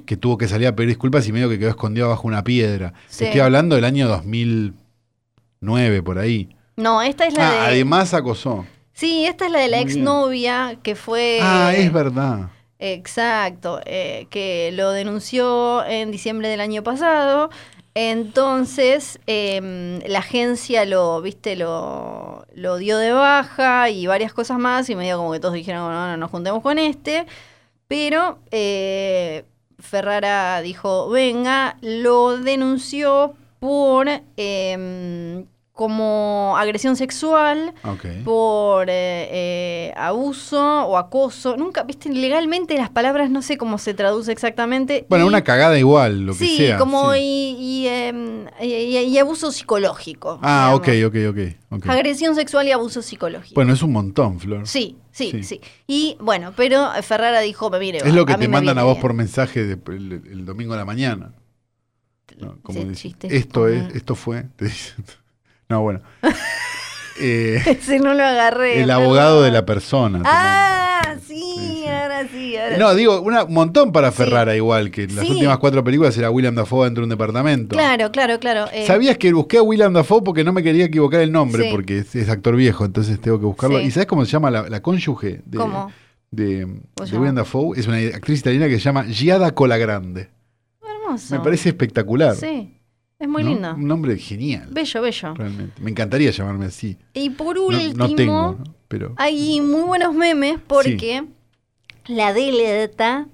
Speaker 2: Que tuvo que salir a pedir disculpas y medio que quedó escondido bajo una piedra.
Speaker 3: Sí.
Speaker 2: Estoy hablando del año 2009, por ahí.
Speaker 3: No, esta es la
Speaker 2: Ah,
Speaker 3: de...
Speaker 2: además acosó.
Speaker 3: Sí, esta es la de la
Speaker 2: Muy bien.
Speaker 3: exnovia que fue.
Speaker 2: ah, es verdad.
Speaker 3: Exacto, eh, que lo denunció en diciembre del año pasado. Entonces, em, la agencia lo, viste, lo, lo dio de baja y varias cosas más, y medio como que todos dijeron, no, no nos juntemos con este. Pero eh, Ferrara dijo, venga, lo denunció por em, como agresión sexual
Speaker 2: Ok.
Speaker 3: por eh, eh, abuso o acoso. Nunca, viste, legalmente las palabras no sé cómo se traduce exactamente.
Speaker 2: Bueno,
Speaker 3: Y-
Speaker 2: una cagada igual, lo que
Speaker 3: sí,
Speaker 2: sea.
Speaker 3: como
Speaker 2: sí.
Speaker 3: Y, y, em, y- y- y abuso psicológico.
Speaker 2: Ah, ok,
Speaker 3: digamos.
Speaker 2: ok, ok. ok.
Speaker 3: Agresión sexual y abuso psicológico.
Speaker 2: Bueno, es un montón, Flor.
Speaker 3: sí, sí,
Speaker 2: sí.
Speaker 3: sí, Y bueno, pero eh, Ferrara dijo, me mire,
Speaker 2: es lo que
Speaker 3: a mí
Speaker 2: te
Speaker 3: me
Speaker 2: mandan
Speaker 3: viene
Speaker 2: a vos
Speaker 3: bien.
Speaker 2: por mensaje de- el, el domingo a la mañana. ¿no? Como
Speaker 3: Sí,
Speaker 2: dice,
Speaker 3: chistes
Speaker 2: esto es,
Speaker 3: con-
Speaker 2: esto fue, te dicen. No, bueno. Eh,
Speaker 3: Ese no lo agarré.
Speaker 2: el abogado de la
Speaker 3: perdón.
Speaker 2: persona. te
Speaker 3: Ah,
Speaker 2: Sí,
Speaker 3: sí,
Speaker 2: sí.
Speaker 3: ahora sí, ahora
Speaker 2: No, digo, una- un montón para
Speaker 3: Sí.
Speaker 2: Ferrara igual, que en las
Speaker 3: Sí.
Speaker 2: últimas cuatro películas era William Dafoe dentro de un departamento.
Speaker 3: Claro, claro, claro. eh,
Speaker 2: ¿Sabías que busqué a William Dafoe porque no me quería equivocar el nombre?
Speaker 3: Sí.
Speaker 2: Porque es, es actor viejo, entonces tengo que buscarlo.
Speaker 3: Sí.
Speaker 2: ¿Y sabes cómo se llama la, la cónyuge de,
Speaker 3: ¿Cómo?
Speaker 2: de,
Speaker 3: ¿Cómo se
Speaker 2: de William
Speaker 3: llama?
Speaker 2: Dafoe? Es una actriz italiana que se llama Giada Colagrande.
Speaker 3: Hermoso.
Speaker 2: Me parece espectacular.
Speaker 3: Sí, es muy
Speaker 2: ¿no?
Speaker 3: lindo.
Speaker 2: Un nombre genial,
Speaker 3: Bello, bello.
Speaker 2: realmente. Me encantaría llamarme así.
Speaker 3: Y por
Speaker 2: No,
Speaker 3: último,
Speaker 2: no tengo, ¿no? pero
Speaker 3: hay muy buenos memes porque la Delta,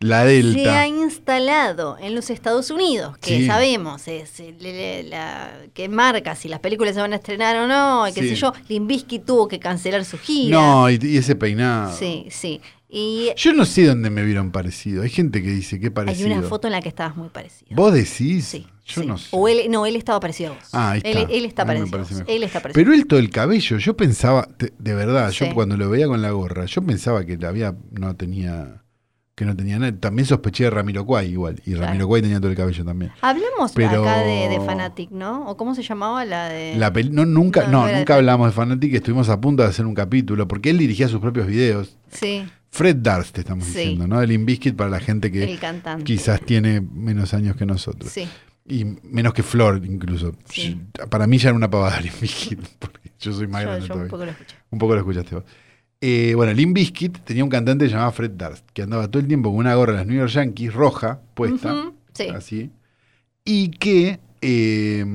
Speaker 2: la
Speaker 3: se
Speaker 2: Delta.
Speaker 3: ha instalado en los Estados Unidos, que
Speaker 2: Sí.
Speaker 3: sabemos es el- el- la, que marca si las películas se van a estrenar o no, y qué
Speaker 2: Sí.
Speaker 3: sé yo. Limbisky tuvo que cancelar su gira.
Speaker 2: No, y, y ese peinado.
Speaker 3: Sí, sí. Y
Speaker 2: Yo no sé dónde me vieron parecido. Hay gente que dice qué parecido.
Speaker 3: hay una foto en la que estabas muy parecido.
Speaker 2: ¿Vos decís?
Speaker 3: Sí,
Speaker 2: Yo
Speaker 3: sí.
Speaker 2: no sé.
Speaker 3: O él, no, él estaba parecido a vos.
Speaker 2: Ah, ahí
Speaker 3: Él, e,
Speaker 2: está.
Speaker 3: él está
Speaker 2: A mí me
Speaker 3: parecido. a
Speaker 2: parece
Speaker 3: vos.
Speaker 2: mejor.
Speaker 3: Él está parecido.
Speaker 2: Pero él todo el cabello, yo pensaba, te- de verdad, yo
Speaker 3: Sí.
Speaker 2: cuando lo veía con la gorra, yo pensaba que la había, no tenía, que no tenía nada. También sospeché de Ramiro Cuay igual, y
Speaker 3: Claro.
Speaker 2: Ramiro Cuay tenía todo el cabello también.
Speaker 3: Hablamos
Speaker 2: Pero-
Speaker 3: acá de, de Fanatic, ¿no? ¿O cómo se llamaba la de...?
Speaker 2: La peli- no, nunca,
Speaker 3: No,
Speaker 2: no,
Speaker 3: no era de
Speaker 2: nunca hablamos de Fanatic, estuvimos a punto de hacer un capítulo, porque él dirigía sus propios videos.
Speaker 3: Sí,
Speaker 2: Fred Darst, te estamos
Speaker 3: Sí.
Speaker 2: diciendo, ¿no? El Inviskit para la gente que
Speaker 3: el cantante.
Speaker 2: quizás tiene menos años que nosotros.
Speaker 3: Sí.
Speaker 2: Y menos que Flor, incluso.
Speaker 3: Sí.
Speaker 2: Yo- Para mí ya era una pavada el Inviskit, porque yo soy más
Speaker 3: Yo,
Speaker 2: grande
Speaker 3: yo
Speaker 2: todavía.
Speaker 3: un poco lo escuché.
Speaker 2: Un poco lo escuchaste vos. Eh, bueno, Lim Biscuit tenía un cantante llamado Fred Darst, que andaba todo el tiempo con una gorra de las New York Yankees roja, puesta,
Speaker 3: Ujú, Sí.
Speaker 2: así, y que eh,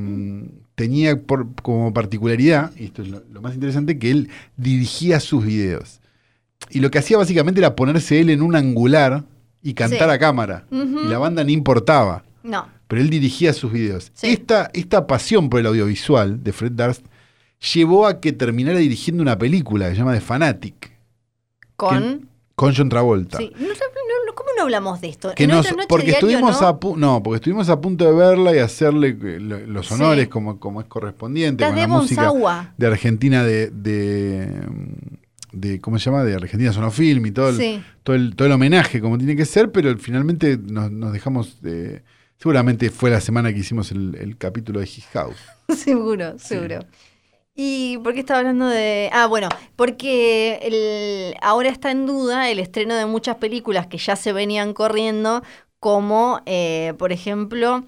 Speaker 2: tenía por- como particularidad, y esto es lo, lo más interesante, que él dirigía sus videos. Y lo que hacía básicamente era ponerse él en un angular y cantar
Speaker 3: Sí.
Speaker 2: a cámara.
Speaker 3: Ujú.
Speaker 2: Y la banda no importaba
Speaker 3: No,
Speaker 2: pero él dirigía sus videos.
Speaker 3: Sí.
Speaker 2: Esta, esta pasión por el audiovisual de Fred Darst llevó a que terminara dirigiendo una película que se llama The Fanatic,
Speaker 3: con...
Speaker 2: con John Travolta.
Speaker 3: Sí. No, no, no, no, ¿cómo no hablamos de esto?
Speaker 2: Que
Speaker 3: En
Speaker 2: nos-
Speaker 3: otra noche
Speaker 2: porque
Speaker 3: diario,
Speaker 2: estuvimos
Speaker 3: ¿no?
Speaker 2: a pu- no, porque estuvimos a punto de verla y hacerle eh, lo- los
Speaker 3: Sí.
Speaker 2: honores como, como es correspondiente
Speaker 3: Las
Speaker 2: con
Speaker 3: de
Speaker 2: la música
Speaker 3: Bonsawa.
Speaker 2: de Argentina de, de, de- ¿cómo se llama? de Argentina Sonofilm y todo el,
Speaker 3: Sí.
Speaker 2: todo el todo el homenaje como tiene que ser, pero finalmente nos, nos dejamos eh, seguramente fue la semana que hicimos el, el capítulo de His House.
Speaker 3: seguro, seguro. ¿Y por qué estaba hablando de.? Ah, bueno, porque el- ahora está en duda el estreno de muchas películas que ya se venían corriendo, como, eh, por ejemplo,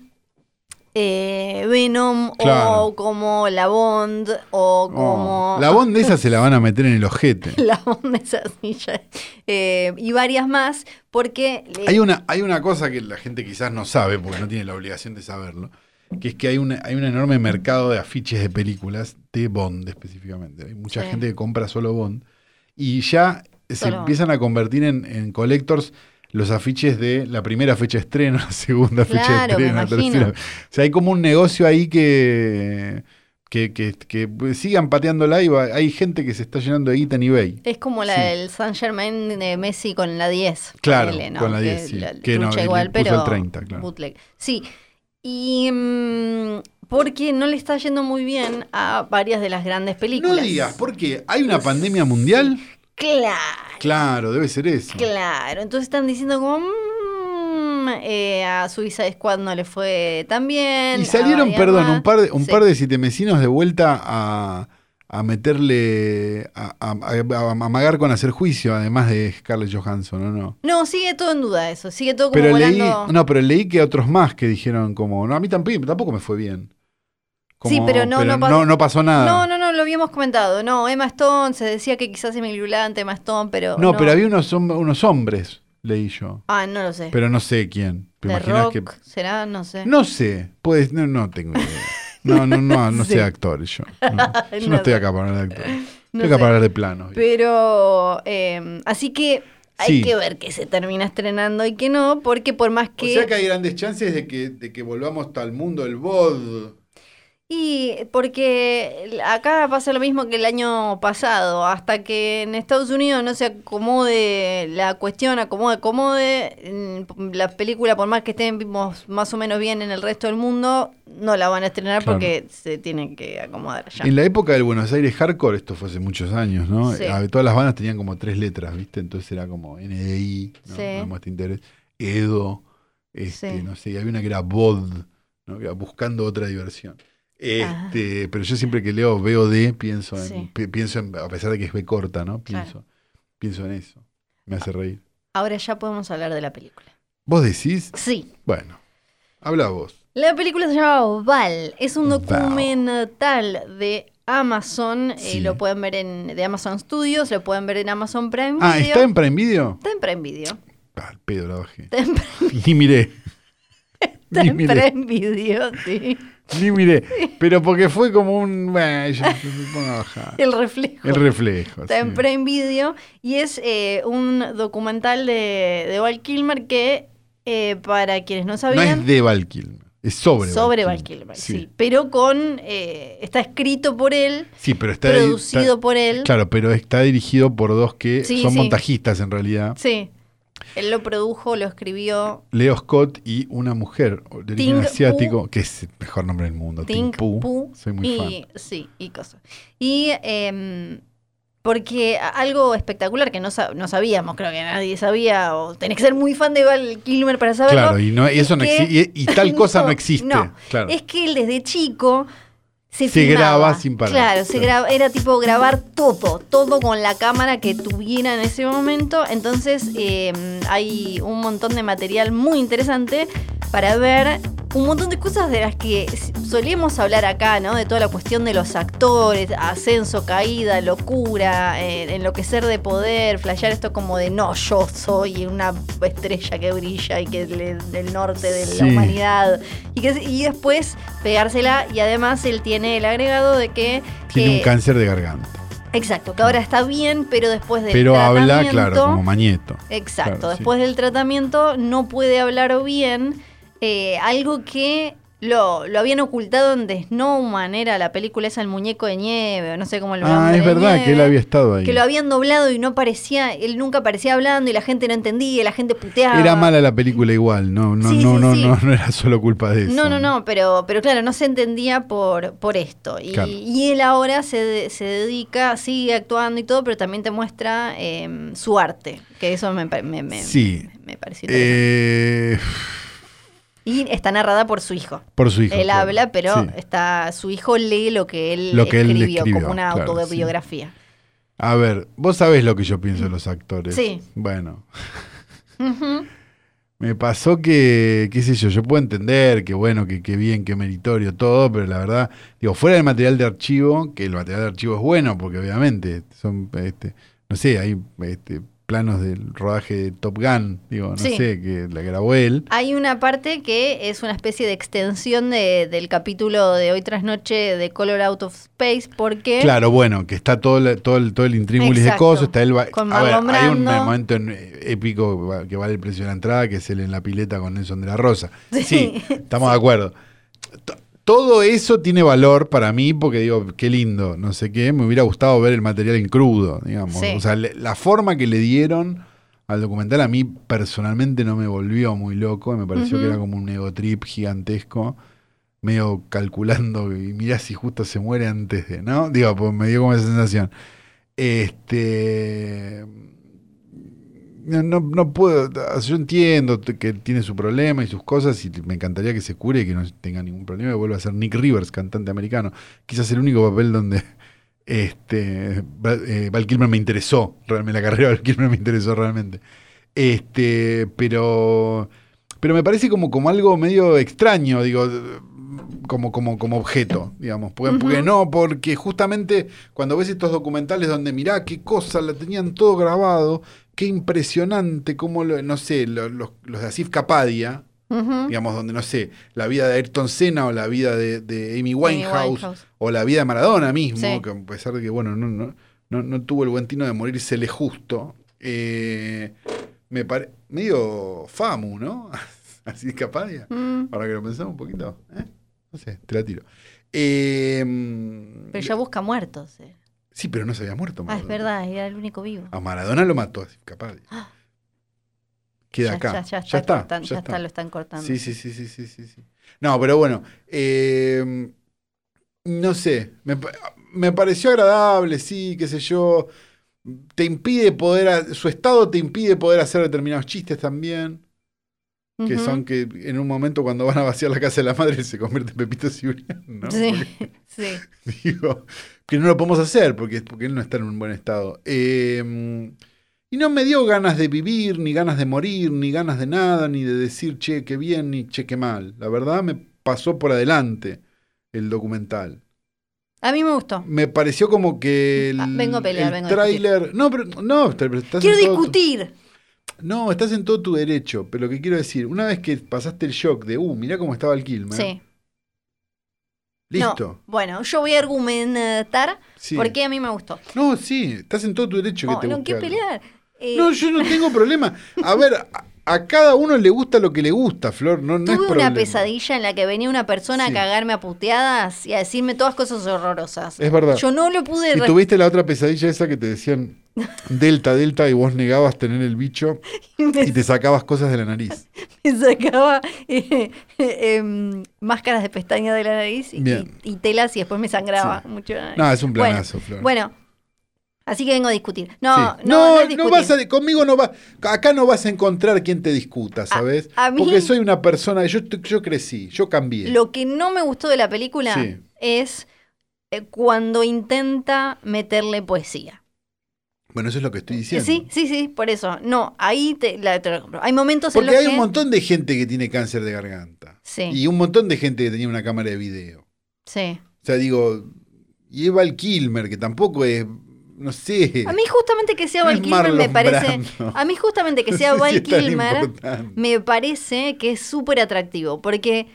Speaker 3: eh, Venom,
Speaker 2: Claro.
Speaker 3: o como La Bond, o como.
Speaker 2: Oh, La Bond esa se la van a meter en el ojete.
Speaker 3: La Bond es así, ya. Eh, y varias más, porque. eh,
Speaker 2: Hay una, hay una cosa que la gente quizás no sabe, porque no tiene la obligación de saberlo, que es que hay, una, hay un enorme mercado de afiches de películas de Bond específicamente. Hay mucha
Speaker 3: Sí.
Speaker 2: gente que compra solo Bond. Y ya se
Speaker 3: Solo Bond.
Speaker 2: empiezan a convertir en, en collectors los afiches de la primera fecha de estreno, la segunda fecha de
Speaker 3: Claro, me
Speaker 2: estreno, la
Speaker 3: imagino.
Speaker 2: tercera. O sea, hay como un negocio ahí que... Que, que, que pues, sigan pateándola y va- hay gente que se está llenando de guita en eBay.
Speaker 3: Es como la
Speaker 2: Sí.
Speaker 3: del Saint Germain de Messi con la 10.
Speaker 2: Claro,
Speaker 3: ponele, ¿no?
Speaker 2: con la
Speaker 3: Que
Speaker 2: 10, sí.
Speaker 3: la
Speaker 2: Que no, y
Speaker 3: lucha
Speaker 2: le
Speaker 3: igual,
Speaker 2: puso
Speaker 3: pero
Speaker 2: el 30, claro.
Speaker 3: bootleg. Sí. Y mm, porque no le está yendo muy bien a varias de las grandes películas.
Speaker 2: No digas, ¿por qué? ¿Hay una pandemia mundial?
Speaker 3: Claro,
Speaker 2: Claro, debe ser eso.
Speaker 3: claro. Entonces están diciendo como mm, eh, a Suiza Squad no le fue tan bien.
Speaker 2: Y
Speaker 3: a
Speaker 2: salieron,
Speaker 3: varias
Speaker 2: perdón,
Speaker 3: más.
Speaker 2: un par de, un
Speaker 3: Sí.
Speaker 2: par de sitemecinos de vuelta a, a meterle, a, a- a- a amagar con hacer juicio, además de Scarlett Johansson, ¿o no?
Speaker 3: No, sigue todo en duda eso. Sigue todo como
Speaker 2: Pero leí,
Speaker 3: volando.
Speaker 2: no, pero leí que otros más que dijeron como, no, a mí tampoco, tampoco me fue bien.
Speaker 3: Sí, pero no- no pas-
Speaker 2: no, no pasó nada.
Speaker 3: No, no, no, lo habíamos comentado. No, Emma Stone, se decía que quizás Emily Blunt, Emma Stone, pero.
Speaker 2: No, pero había unos, hom- unos hombres, leí yo.
Speaker 3: Ah, no lo sé.
Speaker 2: Pero no sé quién. ¿Te
Speaker 3: ¿De
Speaker 2: imaginas
Speaker 3: rock?
Speaker 2: que
Speaker 3: ¿Será? No sé.
Speaker 2: No sé, pues no, no tengo idea. No, no, no, no
Speaker 3: Sí.
Speaker 2: soy actor yo. No, yo no,
Speaker 3: No
Speaker 2: estoy
Speaker 3: sé.
Speaker 2: acá para hablar de actor. Estoy
Speaker 3: No
Speaker 2: acá
Speaker 3: sé.
Speaker 2: para hablar de planos.
Speaker 3: Pero. eh, así que hay
Speaker 2: Sí.
Speaker 3: que ver que se termina estrenando y que no, porque por más que.
Speaker 2: O sea que hay grandes chances de que, de que volvamos al mundo del bod.
Speaker 3: Y porque acá pasa lo mismo que el año pasado. Hasta que en Estados Unidos no se acomode la cuestión, acomode, acomode, mm, la película, por más que estemos más o menos bien en el resto del mundo, no la van a estrenar
Speaker 2: Claro.
Speaker 3: porque se tienen que acomodar allá.
Speaker 2: En la época del Buenos Aires hardcore, esto fue hace muchos años, ¿no?
Speaker 3: Sí.
Speaker 2: Eh, Todas las bandas tenían como tres letras, ¿viste? Entonces era como NDI, ¿no?
Speaker 3: Sí.
Speaker 2: Nada más te interés. Edo, este,
Speaker 3: Sí.
Speaker 2: no sé, y había una que era bod, ¿no? Que era buscando otra diversión.
Speaker 3: Ah.
Speaker 2: Este, pero yo siempre que leo BOD pienso en,
Speaker 3: Sí.
Speaker 2: pi- pienso en- a pesar de que es B corta, ¿no?
Speaker 3: Claro.
Speaker 2: Pienso, pienso en eso. Me hace reír.
Speaker 3: Ahora ya podemos hablar de la película.
Speaker 2: ¿Vos decís?
Speaker 3: Sí.
Speaker 2: Bueno, habla vos.
Speaker 3: La película se llama Oval. Es un
Speaker 2: Oval.
Speaker 3: documental de Amazon. eh,
Speaker 2: Sí.
Speaker 3: lo pueden ver en de Amazon Studios, lo pueden ver en Amazon Prime
Speaker 2: Ah,
Speaker 3: Video.
Speaker 2: ¿está en Prime Video?
Speaker 3: Está en Prime Video.
Speaker 2: Ah, el pedo la bajé.
Speaker 3: Está en,
Speaker 2: Ni miré.
Speaker 3: está
Speaker 2: Ni
Speaker 3: en
Speaker 2: miré.
Speaker 3: Prime Video, sí.
Speaker 2: Ni miré. Pero porque fue como un. bueno, yo- yo me pongo a bajar.
Speaker 3: El reflejo.
Speaker 2: El reflejo.
Speaker 3: Está en
Speaker 2: sí.
Speaker 3: Prime Video y es eh, un documental de, de Val Kilmer que, eh, para quienes no
Speaker 2: No
Speaker 3: sabían,
Speaker 2: es de Val Kilmer, es sobre.
Speaker 3: sobre Val Kilmer, sí. Pero con eh, está escrito por él,
Speaker 2: Sí, pero está.
Speaker 3: producido
Speaker 2: está-
Speaker 3: por él.
Speaker 2: Claro, pero está dirigido por dos que
Speaker 3: Sí,
Speaker 2: son
Speaker 3: sí.
Speaker 2: montajistas en realidad.
Speaker 3: Sí. Él lo produjo, lo escribió
Speaker 2: Leo Scott y una mujer de origen
Speaker 3: Ting
Speaker 2: asiático, que es el mejor nombre del mundo. Ting
Speaker 3: Think
Speaker 2: Pu.
Speaker 3: Pu
Speaker 2: Soy muy
Speaker 3: y,
Speaker 2: fan.
Speaker 3: Sí, y cosas. Y em, porque a- algo espectacular que no, sa- no sabíamos, creo que nadie sabía, o tenés que ser muy fan de Val Kilmer para saberlo.
Speaker 2: Claro, y, no, y eso no
Speaker 3: que-
Speaker 2: exi- y, y tal cosa no,
Speaker 3: No,
Speaker 2: existe.
Speaker 3: no.
Speaker 2: Claro.
Speaker 3: Es que él desde chico se,
Speaker 2: Se
Speaker 3: filmaba.
Speaker 2: graba sin parar.
Speaker 3: Claro, se
Speaker 2: Claro.
Speaker 3: graba, era tipo grabar todo, todo con la cámara que tuviera en ese momento. Entonces eh, hay un montón de material muy interesante para ver un montón de cosas de las que solemos hablar acá, ¿no? De toda la cuestión de los actores, ascenso, caída, locura, eh, enloquecer de poder, flashear esto como de no, yo soy una estrella que brilla y que le- del norte de
Speaker 2: Sí.
Speaker 3: la humanidad. Y, que, y después pegársela y además él tiene el agregado de que...
Speaker 2: Tiene
Speaker 3: eh,
Speaker 2: un cáncer de garganta.
Speaker 3: Exacto, que ahora está bien, pero después del
Speaker 2: Pero
Speaker 3: tratamiento...
Speaker 2: habla, claro, como mañeto.
Speaker 3: Exacto,
Speaker 2: Claro, sí.
Speaker 3: después del tratamiento no puede hablar bien, eh, algo que Lo, lo habían ocultado en The Snowman, era la película esa, El Muñeco de Nieve, o no sé cómo lo
Speaker 2: Ah,
Speaker 3: nombre
Speaker 2: es
Speaker 3: de
Speaker 2: verdad que él
Speaker 3: nieve,
Speaker 2: había estado ahí.
Speaker 3: Que lo habían doblado y no aparecía, él nunca aparecía hablando y la gente no entendía, y la gente puteaba.
Speaker 2: Era mala la película igual, no, no,
Speaker 3: Sí,
Speaker 2: no,
Speaker 3: sí,
Speaker 2: no,
Speaker 3: sí.
Speaker 2: no, no era solo culpa de eso.
Speaker 3: No, no, no, pero, pero claro, no se entendía por, por esto. Y,
Speaker 2: Claro.
Speaker 3: y él ahora se, de- se dedica, sigue actuando y todo, pero también te muestra eh, su arte, que eso me, pa- me, me-
Speaker 2: Sí.
Speaker 3: me pareció interesante.
Speaker 2: Eh,
Speaker 3: Y está narrada por su hijo.
Speaker 2: por su hijo.
Speaker 3: él
Speaker 2: claro.
Speaker 3: habla, pero
Speaker 2: Sí.
Speaker 3: está su hijo lee lo que él,
Speaker 2: Lo que él
Speaker 3: escribió,
Speaker 2: escribió,
Speaker 3: como una
Speaker 2: claro,
Speaker 3: autobiografía.
Speaker 2: A ver, vos sabés lo que yo pienso de los actores.
Speaker 3: Sí.
Speaker 2: Bueno,
Speaker 3: Ujú.
Speaker 2: me pasó que, qué sé yo, yo puedo entender que bueno, que, que bien, que meritorio todo, pero la verdad, digo, fuera del material de archivo, que el material de archivo es bueno, porque obviamente son, este, no sé, hay este, planos del rodaje de Top Gun, digo, no
Speaker 3: Sí.
Speaker 2: sé, que la grabó él.
Speaker 3: Hay una parte que es una especie de extensión de- del capítulo de hoy tras noche de Color Out of Space, porque
Speaker 2: Claro, bueno, que está todo, la- todo el, todo el intríngulis de
Speaker 3: Exacto.
Speaker 2: cosas, está el ba-
Speaker 3: Con
Speaker 2: a ver,
Speaker 3: Marlon
Speaker 2: hay un
Speaker 3: Brando.
Speaker 2: momento en- épico que va- que vale el precio de la entrada, que es el en la pileta con Nelson de la Rosa. Sí, estamos de acuerdo. T- Todo eso tiene valor para mí porque digo, qué lindo, no sé qué, me hubiera gustado ver el material en crudo, digamos.
Speaker 3: Sí.
Speaker 2: O sea, le- la forma que le dieron al documental a mí personalmente no me volvió muy loco, me pareció que
Speaker 3: Ujú.
Speaker 2: era como un egotrip gigantesco medio calculando y mirá si justo se muere antes de, ¿no? Digo, pues me dio como esa sensación. Este. No, no, no puedo. o sea, Yo entiendo t- que tiene su problema y sus cosas, y me encantaría que se cure y que no tenga ningún problema y vuelva a ser Nick Rivers, cantante americano. Quizás el único papel donde. Este, Bra- eh, Val Kilmer me interesó, realmente, la carrera de Val Kilmer me interesó realmente. Este, pero pero me parece como, como algo medio extraño, digo, como, como, como objeto, digamos. Porque, porque no, porque justamente cuando ves estos documentales donde mirá qué cosa, la tenían todo grabado, qué impresionante, como, no sé, lo- los, los de Asif Kapadia,
Speaker 3: Ujú.
Speaker 2: digamos, donde, no sé, la vida de Ayrton Senna o la vida de, de Amy, Winehouse,
Speaker 3: Winehouse.
Speaker 2: o la vida de Maradona mismo,
Speaker 3: Sí.
Speaker 2: que a pesar de que, bueno, no, no, no, no tuvo el buen tino de morírsele justo, eh, me parece medio famu, ¿no? Así es capaz, ya.
Speaker 3: Mm,
Speaker 2: ahora que lo pensamos un poquito, ¿eh? no sé, te la tiro. Eh,
Speaker 3: Pero ya busca muertos. eh.
Speaker 2: Sí, pero no se había muerto
Speaker 3: Ah, es
Speaker 2: Maradona.
Speaker 3: verdad, era el único vivo.
Speaker 2: A Maradona lo mató, así capaz.
Speaker 3: Ah.
Speaker 2: Queda acá.
Speaker 3: Ya, ya, ya,
Speaker 2: Ya está,
Speaker 3: cortan-
Speaker 2: ya está.
Speaker 3: ya está, lo están cortando.
Speaker 2: Sí, sí, sí, sí, sí, sí, sí. No, pero bueno, eh, no sé, me, pa- me pareció agradable, sí, qué sé yo. Te impide poder, ha- su estado te impide poder hacer determinados chistes también, que
Speaker 3: Ujú.
Speaker 2: son que en un momento cuando van a vaciar la casa de la madre se convierte en Pepito Cibrián, ¿no?
Speaker 3: Sí, sí.
Speaker 2: Porque, digo, que no lo podemos hacer porque, porque él no está en un buen estado. Eh, y no me dio ganas de vivir, ni ganas de morir, ni ganas de nada, ni de decir che, qué bien, ni che, qué mal. La verdad me pasó por adelante el documental.
Speaker 3: A mí me gustó.
Speaker 2: Me pareció como que el,
Speaker 3: Ah, vengo a pelear,
Speaker 2: el
Speaker 3: vengo a
Speaker 2: tráiler... No, pero no, está- pero estás
Speaker 3: Quiero
Speaker 2: en todo tu-
Speaker 3: discutir.
Speaker 2: No, estás en todo tu derecho, pero lo que quiero decir, una vez que pasaste el shock de, uh, mirá cómo estaba el Kilmer,
Speaker 3: Sí. No,
Speaker 2: listo.
Speaker 3: Bueno, yo voy a argumentar
Speaker 2: sí.
Speaker 3: por qué a mí me gustó.
Speaker 2: No, sí, estás en todo tu derecho que
Speaker 3: Oh,
Speaker 2: te
Speaker 3: no,
Speaker 2: guste
Speaker 3: ¿qué
Speaker 2: algo.
Speaker 3: pelear? Eh,
Speaker 2: No, yo no tengo problema. A ver, a, a cada uno le gusta lo que le gusta, Flor. No, no es
Speaker 3: Tuve
Speaker 2: problema.
Speaker 3: una pesadilla en la que venía una persona
Speaker 2: Sí.
Speaker 3: a cagarme a puteadas y a decirme todas cosas horrorosas.
Speaker 2: Es verdad.
Speaker 3: Yo no lo pude...
Speaker 2: Y
Speaker 3: re-
Speaker 2: tuviste la otra pesadilla esa que te decían Delta, Delta, y vos negabas tener el bicho
Speaker 3: me,
Speaker 2: y te sacabas cosas de la nariz.
Speaker 3: me sacaba eh, eh, em, máscaras de pestañas de la nariz y,
Speaker 2: Bien.
Speaker 3: y- y telas y después me sangraba
Speaker 2: Sí.
Speaker 3: mucho.
Speaker 2: No, es un
Speaker 3: Bueno,
Speaker 2: planazo, Flor.
Speaker 3: Bueno, así que vengo a discutir.
Speaker 2: Sí.
Speaker 3: No, no, no, es discutir.
Speaker 2: vas a, conmigo no vas, acá no vas a encontrar quien te discuta, ¿sabes?
Speaker 3: a mí-
Speaker 2: Porque soy una persona, yo, yo crecí, yo cambié.
Speaker 3: Lo que no me gustó de la película
Speaker 2: Sí.
Speaker 3: es eh, cuando intenta meterle poesía.
Speaker 2: Bueno, eso es lo que estoy diciendo.
Speaker 3: Sí, sí, sí, por eso. No, ahí te, la, te lo compro. Hay momentos en
Speaker 2: Porque
Speaker 3: los
Speaker 2: hay
Speaker 3: que...
Speaker 2: un montón de gente que tiene cáncer de garganta.
Speaker 3: Sí.
Speaker 2: Y un montón de gente que tenía una cámara de video.
Speaker 3: Sí.
Speaker 2: O sea, digo, y es Val Kilmer, que tampoco es, no sé.
Speaker 3: A mí justamente que sea
Speaker 2: No
Speaker 3: Val
Speaker 2: es
Speaker 3: Kilmer me
Speaker 2: Marlon
Speaker 3: parece...
Speaker 2: Brando.
Speaker 3: A mí justamente que
Speaker 2: No
Speaker 3: sea
Speaker 2: sé si
Speaker 3: Val
Speaker 2: es tan
Speaker 3: Kilmer
Speaker 2: importante.
Speaker 3: me parece que es súper atractivo porque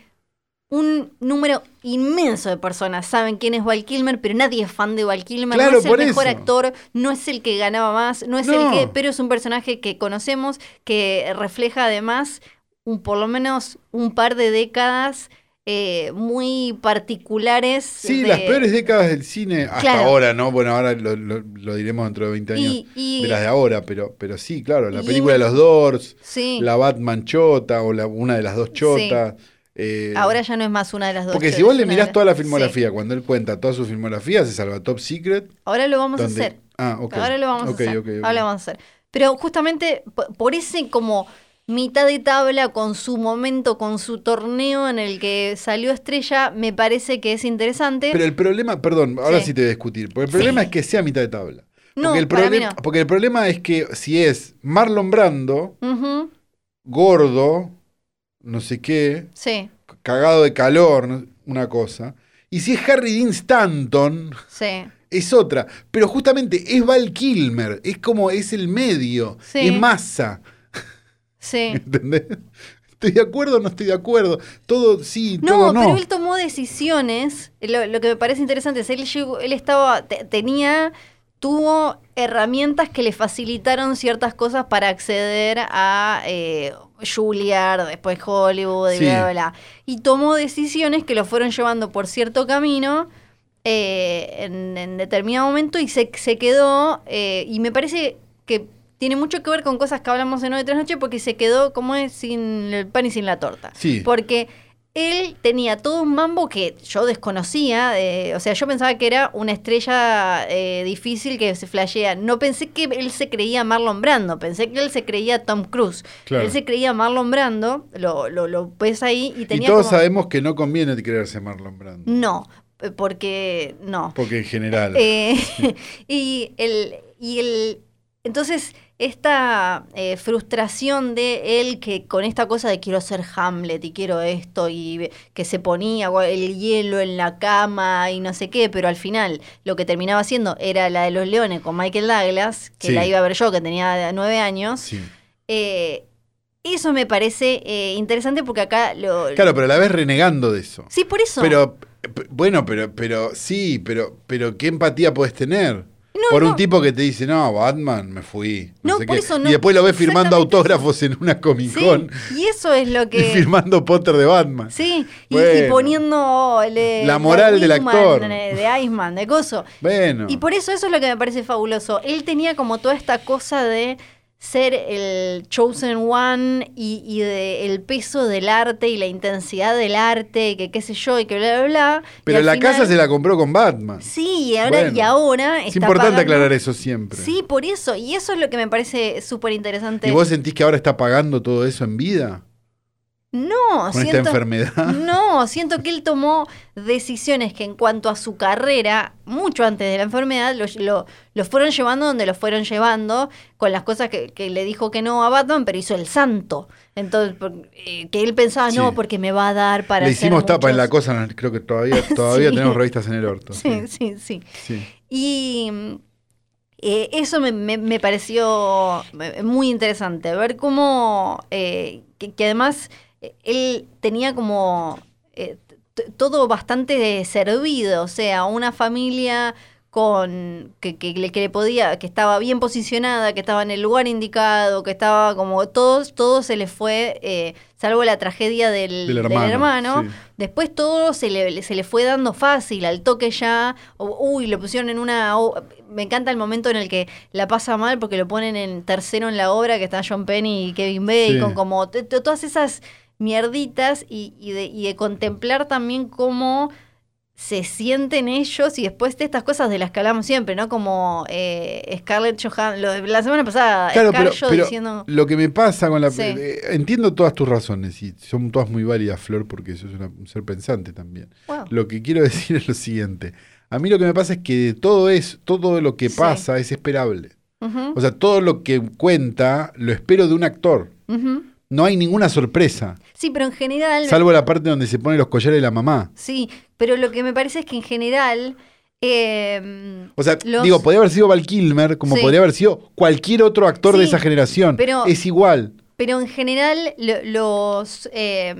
Speaker 3: un número inmenso de personas saben quién es Val Kilmer, pero nadie es fan de Val Kilmer,
Speaker 2: Claro,
Speaker 3: no es el
Speaker 2: por
Speaker 3: mejor
Speaker 2: eso.
Speaker 3: actor, no es el que ganaba más, no es
Speaker 2: No.
Speaker 3: el que, pero es un personaje que conocemos que refleja además un por lo menos un par de décadas eh, muy particulares.
Speaker 2: Sí,
Speaker 3: de-
Speaker 2: las peores décadas del cine, hasta
Speaker 3: Claro.
Speaker 2: ahora, ¿no? Bueno, ahora lo, lo- lo diremos dentro de 20 años,
Speaker 3: Y- y-
Speaker 2: de las de ahora, pero, pero sí, claro, la
Speaker 3: y-
Speaker 2: película de los Doors,
Speaker 3: Sí,
Speaker 2: la Batman chota o la, una de las dos chotas. eh,
Speaker 3: ahora ya no es más una de las dos.
Speaker 2: porque si
Speaker 3: choras,
Speaker 2: vos le
Speaker 3: una de
Speaker 2: mirás
Speaker 3: las-
Speaker 2: toda la
Speaker 3: Sí.
Speaker 2: filmografía, cuando él cuenta toda su filmografía, se salva Top Secret.
Speaker 3: Ahora lo vamos
Speaker 2: donde-
Speaker 3: a hacer.
Speaker 2: Ah, ok.
Speaker 3: Ahora lo vamos
Speaker 2: Ok,
Speaker 3: a hacer.
Speaker 2: ok, ok.
Speaker 3: Ahora lo vamos a hacer. Pero justamente po- por ese como mitad de tabla con su momento, con su torneo en el que salió estrella, me parece que es interesante.
Speaker 2: Pero el problema, perdón, ahora sí,
Speaker 3: Sí.
Speaker 2: te voy a discutir, porque el problema
Speaker 3: Sí.
Speaker 2: es que sea mitad de tabla.
Speaker 3: No,
Speaker 2: porque, el
Speaker 3: para mí
Speaker 2: problema-
Speaker 3: no.
Speaker 2: porque el problema es que si es Marlon Brando,
Speaker 3: Ujú,
Speaker 2: gordo, no sé qué,
Speaker 3: Sí,
Speaker 2: cagado de calor, no- una cosa. Y si es Harry Dean Stanton,
Speaker 3: sí.
Speaker 2: es otra. Pero justamente es Val Kilmer, es como es el medio,
Speaker 3: Sí.
Speaker 2: es masa.
Speaker 3: Sí.
Speaker 2: ¿Entendés? ¿Estoy de acuerdo o no estoy de acuerdo? Todo sí,
Speaker 3: No,
Speaker 2: todo no.
Speaker 3: pero él tomó decisiones. Lo, lo que me parece interesante es él llegó- él estaba, te- tenía, tuvo herramientas que le facilitaron ciertas cosas para acceder a eh, Juilliard, después Hollywood, y
Speaker 2: Sí.
Speaker 3: bla, bla, bla. Y tomó decisiones que lo fueron llevando por cierto camino. eh, en, en determinado momento y se, se quedó eh, y me parece que tiene mucho que ver con cosas que hablamos en hoy tras noche porque se quedó como es sin el pan y sin la torta
Speaker 2: Sí.
Speaker 3: porque él tenía todo un mambo que yo desconocía. eh, o sea, yo pensaba que era una estrella eh, difícil que se flashea. No pensé que él se creía Marlon Brando. Pensé que él se creía Tom Cruise.
Speaker 2: Claro.
Speaker 3: Él se creía Marlon Brando. Lo, lo, lo ves ahí y
Speaker 2: y
Speaker 3: tenía.
Speaker 2: todos
Speaker 3: como-
Speaker 2: sabemos que no conviene creerse Marlon Brando.
Speaker 3: No, eh, porque no.
Speaker 2: Porque en general.
Speaker 3: Eh, y el, y el, entonces, esta eh, frustración de él que con esta cosa de quiero ser Hamlet y quiero esto y que se ponía gua- el hielo en la cama y no sé qué, pero al final lo que terminaba haciendo era la de los leones con Michael Douglas, que
Speaker 2: Sí.
Speaker 3: la iba a ver yo que tenía nueve años.
Speaker 2: sí.
Speaker 3: Eh, eso me parece eh, interesante porque acá lo...
Speaker 2: Claro, pero a la vez renegando de eso.
Speaker 3: sí, por eso.
Speaker 2: Pero, p- bueno, pero, pero sí, pero, pero ¿qué empatía podés tener? por un
Speaker 3: no.
Speaker 2: tipo que te dice, no, Batman, me fui. No,
Speaker 3: No,
Speaker 2: sé
Speaker 3: por
Speaker 2: qué.
Speaker 3: eso no.
Speaker 2: Y después lo ves firmando
Speaker 3: Exactamente.
Speaker 2: autógrafos en una Comic
Speaker 3: Sí,
Speaker 2: Con
Speaker 3: y eso es lo
Speaker 2: y
Speaker 3: que...
Speaker 2: firmando Potter de Batman.
Speaker 3: Sí, y- y,
Speaker 2: Bueno.
Speaker 3: poniendo el, eh,
Speaker 2: La moral del
Speaker 3: Wingman,
Speaker 2: actor.
Speaker 3: eh, De Iceman, de Gozo.
Speaker 2: Bueno,
Speaker 3: Y por eso eso es lo que me parece fabuloso. Él tenía como toda esta cosa de ser el chosen one y, y de el peso del arte y la intensidad del arte y que qué sé yo y que bla bla bla. Y
Speaker 2: pero
Speaker 3: al
Speaker 2: la
Speaker 3: final-
Speaker 2: casa se la compró con Batman.
Speaker 3: Sí, y ahora,
Speaker 2: Bueno.
Speaker 3: y ahora
Speaker 2: es
Speaker 3: está
Speaker 2: importante
Speaker 3: pagando-
Speaker 2: aclarar eso siempre.
Speaker 3: Sí, por eso. Y eso es lo que me parece súper interesante.
Speaker 2: ¿Y vos sentís que ahora está pagando todo eso en vida?
Speaker 3: No,
Speaker 2: Con este esta
Speaker 3: siento,
Speaker 2: enfermedad.
Speaker 3: No, siento que él tomó decisiones que en cuanto a su carrera, mucho antes de la enfermedad, lo, lo- lo fueron llevando donde lo fueron llevando, con las cosas que, que le dijo que no a Batman, pero hizo el santo. Entonces, por- eh, que él pensaba,
Speaker 2: Sí.
Speaker 3: no, porque me va a dar para...
Speaker 2: Le
Speaker 3: hacer
Speaker 2: hicimos tapa en la
Speaker 3: muchos".
Speaker 2: cosa, creo que todavía, todavía
Speaker 3: Sí.
Speaker 2: tenemos revistas en el orto.
Speaker 3: Sí, sí, sí.
Speaker 2: sí.
Speaker 3: Y mm, eh, eso me, me- me pareció eh, muy interesante, ver cómo, eh, que, que además eh, él tenía como eh, t- todo bastante servido, o sea, una familia con que, que le- que le podía, que estaba bien posicionada, que estaba en el lugar indicado, que estaba como todos, todo se le fue, eh, salvo la tragedia del,
Speaker 2: Del
Speaker 3: del
Speaker 2: hermano,
Speaker 3: hermano,
Speaker 2: sí.
Speaker 3: Después todo se le, se le fue dando fácil, al toque ya. o- Uy, lo pusieron en una. o- me encanta el momento en el que la pasa mal porque lo ponen en tercero en la obra, que está John Penn y Kevin Bacon,
Speaker 2: Sí.
Speaker 3: como t- t- todas esas mierditas y, y de, y de contemplar también cómo se sienten ellos y después de estas cosas de las que hablamos siempre, ¿no? Como eh, Scarlett Johansson, lo de- la semana pasada,
Speaker 2: Claro, pero,
Speaker 3: Scarlett
Speaker 2: pero
Speaker 3: diciendo...
Speaker 2: lo que me pasa con la...
Speaker 3: Sí.
Speaker 2: eh, entiendo todas tus razones y son todas muy válidas, Flor, porque sos una- un ser pensante también.
Speaker 3: "Wow".
Speaker 2: Lo que quiero decir es lo siguiente. A mí lo que me pasa es que de todo, es, todo lo que
Speaker 3: Sí.
Speaker 2: pasa es esperable.
Speaker 3: Ujú,
Speaker 2: O sea, todo lo que cuenta lo espero de un actor.
Speaker 3: ujú.
Speaker 2: No hay ninguna sorpresa,
Speaker 3: Sí, pero en general...
Speaker 2: salvo la parte donde se pone los collares de la mamá.
Speaker 3: Sí, pero lo que me parece es que en general. eh,
Speaker 2: O sea,
Speaker 3: Los-
Speaker 2: digo, podría haber sido Val Kilmer, como
Speaker 3: Sí.
Speaker 2: podría haber sido cualquier otro actor de
Speaker 3: Sí,
Speaker 2: esa generación.
Speaker 3: pero-
Speaker 2: es igual.
Speaker 3: pero en em, general, lo- los, eh,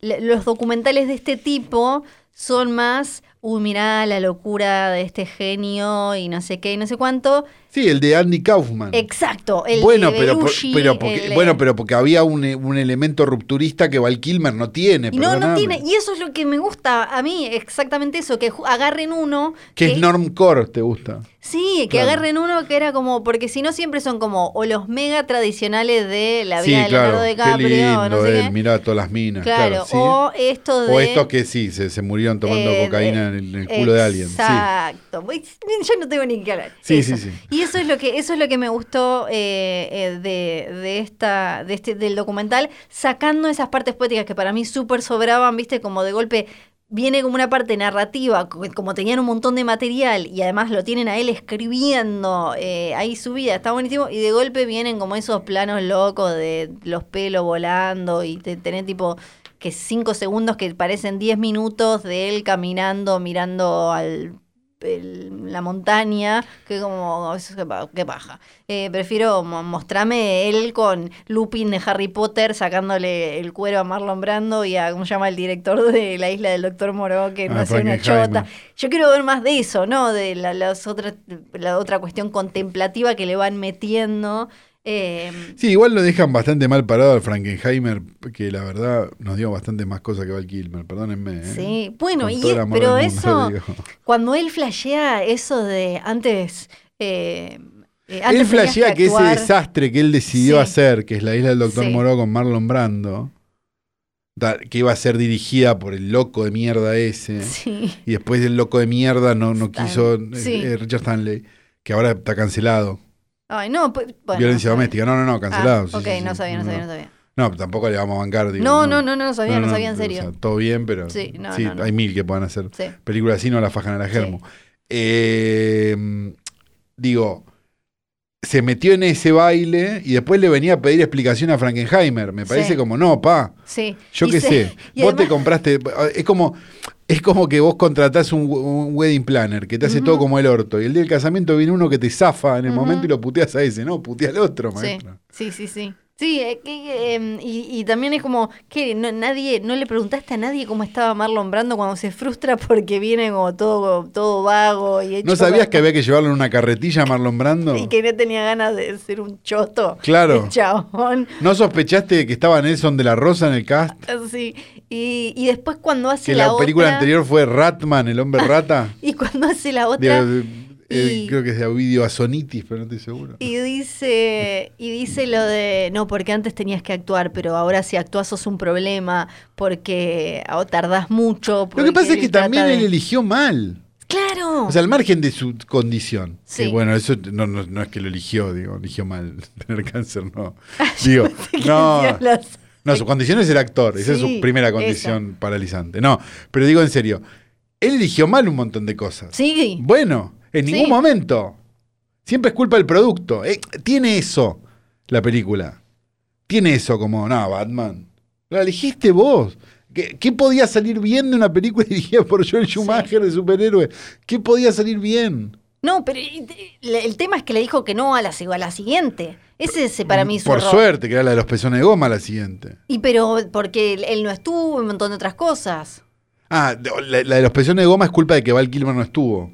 Speaker 3: le- los documentales de este tipo son más, uy, mirá la locura de este genio y no sé qué y no sé cuánto.
Speaker 2: Sí, el de Andy Kaufman.
Speaker 3: Exacto, el
Speaker 2: bueno,
Speaker 3: de
Speaker 2: pero, por-
Speaker 3: Belushi,
Speaker 2: pero porque,
Speaker 3: el de-
Speaker 2: bueno, pero porque había un, eh, un elemento rupturista que Val Kilmer no tiene.
Speaker 3: Y no, no
Speaker 2: perdóname.
Speaker 3: tiene. Y eso es lo que me gusta a mí, exactamente eso, que ju- agarren uno.
Speaker 2: Que es normcore, te gusta.
Speaker 3: Sí, que
Speaker 2: Claro.
Speaker 3: agarren uno que era como, porque si no siempre son como o los mega tradicionales de la vida de Leonardo DiCaprio,
Speaker 2: Qué lindo,
Speaker 3: o no sé
Speaker 2: él,
Speaker 3: qué.
Speaker 2: mirá todas las minas. Claro,
Speaker 3: claro,
Speaker 2: sí.
Speaker 3: o esto de...
Speaker 2: O estos que sí, se, se murieron tomando
Speaker 3: eh,
Speaker 2: cocaína
Speaker 3: de-
Speaker 2: en el, en el culo de alguien. Sí.
Speaker 3: Exacto. Voy- Yo no tengo ni que hablar.
Speaker 2: Sí,
Speaker 3: Eso.
Speaker 2: sí, sí.
Speaker 3: Y eso es lo que, eso es lo que me gustó eh, eh, de, de esta, de este, del documental, sacando esas partes poéticas que para mí súper sobraban, viste, como de golpe. Viene como una parte narrativa, co- como tenían un montón de material y además lo tienen a él escribiendo eh, ahí su vida, está buenísimo. Y de golpe vienen como esos planos locos de los pelos volando y te, tener tipo que cinco segundos que parecen 10 minutos de él caminando, mirando al el- la montaña, que como, es- qué pa- qué paja. Eh, prefiero mo- mostrarme él con Lupin de Harry Potter sacándole el cuero a Marlon Brando y a, ¿cómo se llama? El director de La Isla del Doctor Moró, que no
Speaker 2: Ah,
Speaker 3: sé, una
Speaker 2: Frankenheimer.
Speaker 3: chota. Yo quiero ver más de eso, ¿no? De la, las otras- la otra cuestión contemplativa que le van metiendo. Eh,
Speaker 2: Sí, igual lo dejan bastante mal parado al Frankenheimer, que la verdad nos dio bastante más cosas que Val Kilmer, perdónenme. ¿eh?
Speaker 3: Sí, bueno,
Speaker 2: Con
Speaker 3: y
Speaker 2: todo el
Speaker 3: es-
Speaker 2: amor
Speaker 3: pero
Speaker 2: del mundo,
Speaker 3: eso,
Speaker 2: digo.
Speaker 3: cuando él flashea eso de antes... Eh, eh,
Speaker 2: Él
Speaker 3: antes tenías
Speaker 2: flashea que, ese
Speaker 3: actuar.
Speaker 2: desastre que él decidió
Speaker 3: Sí.
Speaker 2: hacer, que es la isla del Doctor
Speaker 3: Sí.
Speaker 2: Moró con Marlon Brando, da- que iba a ser dirigida por el loco de mierda ese,
Speaker 3: Sí.
Speaker 2: y después el loco de mierda no, no
Speaker 3: Stan-
Speaker 2: quiso eh,
Speaker 3: sí.
Speaker 2: eh, Richard Stanley, que ahora está cancelado.
Speaker 3: Ay, no, pues, bueno,
Speaker 2: Violencia
Speaker 3: no sabía.
Speaker 2: doméstica, no, no, no, cancelado.
Speaker 3: Ah,
Speaker 2: sí,
Speaker 3: ok,
Speaker 2: sí, sí.
Speaker 3: no sabía, no sabía, no sabía.
Speaker 2: No, tampoco le vamos a bancar. digo,
Speaker 3: No, no, no, no, no sabía, no sabía en
Speaker 2: pero, o sea,
Speaker 3: serio.
Speaker 2: todo bien, pero sí,
Speaker 3: Sí, no, no, no.
Speaker 2: hay mil que puedan hacer
Speaker 3: Sí.
Speaker 2: películas así no la fajan a la
Speaker 3: Sí.
Speaker 2: germo. Eh, digo, se metió en ese baile y después le venía a pedir explicación a Frankenheimer. Me parece
Speaker 3: Sí.
Speaker 2: como, no, pa,
Speaker 3: Sí.
Speaker 2: yo
Speaker 3: Y
Speaker 2: qué
Speaker 3: se-
Speaker 2: sé.
Speaker 3: y
Speaker 2: Vos te
Speaker 3: además-
Speaker 2: compraste. Es como, es como que vos contratás un, un wedding planner que te hace
Speaker 3: Ujú.
Speaker 2: todo como el orto. Y el día del casamiento viene uno que te zafa en el
Speaker 3: Ujú.
Speaker 2: momento y lo puteas a ese. No, putea al otro,
Speaker 3: Sí,
Speaker 2: maestro.
Speaker 3: sí, sí, sí. Sí, eh, que, eh, y, y también es como que no, nadie, no le preguntaste a nadie cómo estaba Marlon Brando cuando se frustra porque viene como todo, todo vago y hecho
Speaker 2: ¿No sabías que
Speaker 3: como-
Speaker 2: había que llevarlo en una carretilla a Marlon Brando?
Speaker 3: y que no tenía ganas de ser un choto.
Speaker 2: Claro.
Speaker 3: El chabón.
Speaker 2: ¿No sospechaste que estaba Nelson de la Rosa en el cast?
Speaker 3: Así. Y, y después cuando hace
Speaker 2: Que la, película
Speaker 3: otra-
Speaker 2: anterior fue Ratman, el hombre rata.
Speaker 3: Y cuando hace la
Speaker 2: De-
Speaker 3: otra.
Speaker 2: eh,
Speaker 3: y-
Speaker 2: creo que es de Ovidio Azonitis, pero no estoy seguro.
Speaker 3: Y dice, y dice lo de, no, porque antes tenías que actuar, pero ahora si actúas sos un problema, porque ah, tardás mucho.
Speaker 2: Lo
Speaker 3: porque
Speaker 2: que pasa es que
Speaker 3: él trata
Speaker 2: también
Speaker 3: de-
Speaker 2: él eligió mal.
Speaker 3: Claro.
Speaker 2: O sea, al margen de su condición.
Speaker 3: Sí.
Speaker 2: Que, bueno, eso no, no- no es que lo eligió, digo, eligió mal tener cáncer, no. Digo, no.
Speaker 3: Dios las-
Speaker 2: No, su condición es ser actor. Esa es
Speaker 3: Sí,
Speaker 2: su primera
Speaker 3: esa.
Speaker 2: condición paralizante. No, pero digo en serio, él eligió mal un montón de cosas.
Speaker 3: Sí,
Speaker 2: Bueno, en ningún
Speaker 3: Sí.
Speaker 2: momento. Siempre es culpa del producto. Eh, tiene eso la película. Tiene eso como, no, Batman. La elegiste vos. ¿Qué, qué podía salir bien de una película dirigida por Joel Schumacher de superhéroes? ¿Qué podía salir bien?
Speaker 3: no, pero y- y- le- el tema es que le dijo que no a la, sig- a la siguiente. Ese es para mí su
Speaker 2: Por
Speaker 3: error.
Speaker 2: suerte, que era la de los pezones de goma la siguiente.
Speaker 3: Y pero porque él- él no estuvo, un montón de otras cosas.
Speaker 2: Ah, de- la, la de los pezones de goma es culpa de que Val Kilmer no estuvo.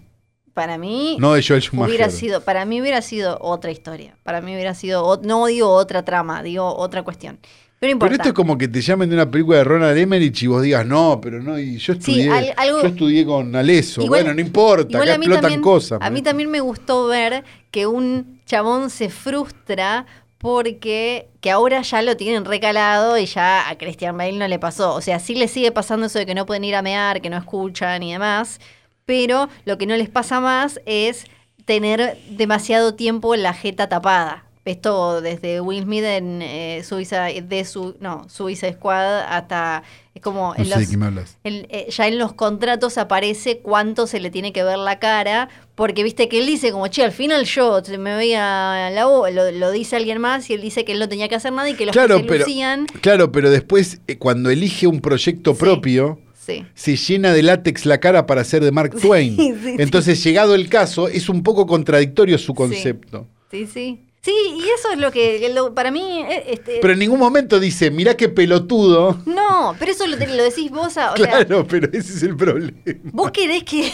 Speaker 3: Para mí
Speaker 2: No de Joel Schumacher.
Speaker 3: hubiera sido, para mí hubiera sido otra historia. Para mí hubiera sido, ot- no digo otra trama, digo otra cuestión. Pero no importa.
Speaker 2: Pero esto es como que te llamen de una película de Ronald Emmerich y vos digas, no, pero no, y yo estudié,
Speaker 3: al- algo-
Speaker 2: yo estudié con Aleso.
Speaker 3: Igual-
Speaker 2: bueno, no importa,
Speaker 3: Igual
Speaker 2: acá
Speaker 3: a mí,
Speaker 2: explotan
Speaker 3: también,
Speaker 2: cosas.
Speaker 3: a mí
Speaker 2: maestro.
Speaker 3: también me gustó ver que un chabón se frustra porque que ahora ya lo tienen recalado y ya a Christian Bale no le pasó. O sea, sí le sigue pasando eso de que no pueden ir a mear, que no escuchan y demás, pero lo que no les pasa más es tener demasiado tiempo la jeta tapada. Esto desde Will Smith en eh, Suicide, de su, no, Suicide Squad hasta es como
Speaker 2: No
Speaker 3: en
Speaker 2: sé de
Speaker 3: los-
Speaker 2: qué me hablas.
Speaker 3: el- eh, ya en los contratos aparece cuánto se le tiene que ver la cara, porque viste que él dice como, che, al final yo te- me voy a la U", lo, lo dice alguien más y él dice que él no tenía que hacer nada y que los
Speaker 2: Claro,
Speaker 3: que se
Speaker 2: pero-
Speaker 3: lucían,
Speaker 2: Claro, pero después, eh, cuando elige un proyecto
Speaker 3: Sí.
Speaker 2: propio,
Speaker 3: sí.
Speaker 2: se llena de látex la cara para ser de Mark
Speaker 3: Sí,
Speaker 2: Twain.
Speaker 3: sí, sí.
Speaker 2: Entonces, llegado el caso, es un poco contradictorio su concepto.
Speaker 3: Sí, sí. Sí, y eso es lo que lo- para mí... eh, Este,
Speaker 2: Pero en ningún momento dice, mirá qué pelotudo.
Speaker 3: no, pero eso lo, te- lo decís vos. a- o sea,
Speaker 2: Claro, pero ese es el problema.
Speaker 3: vos querés que...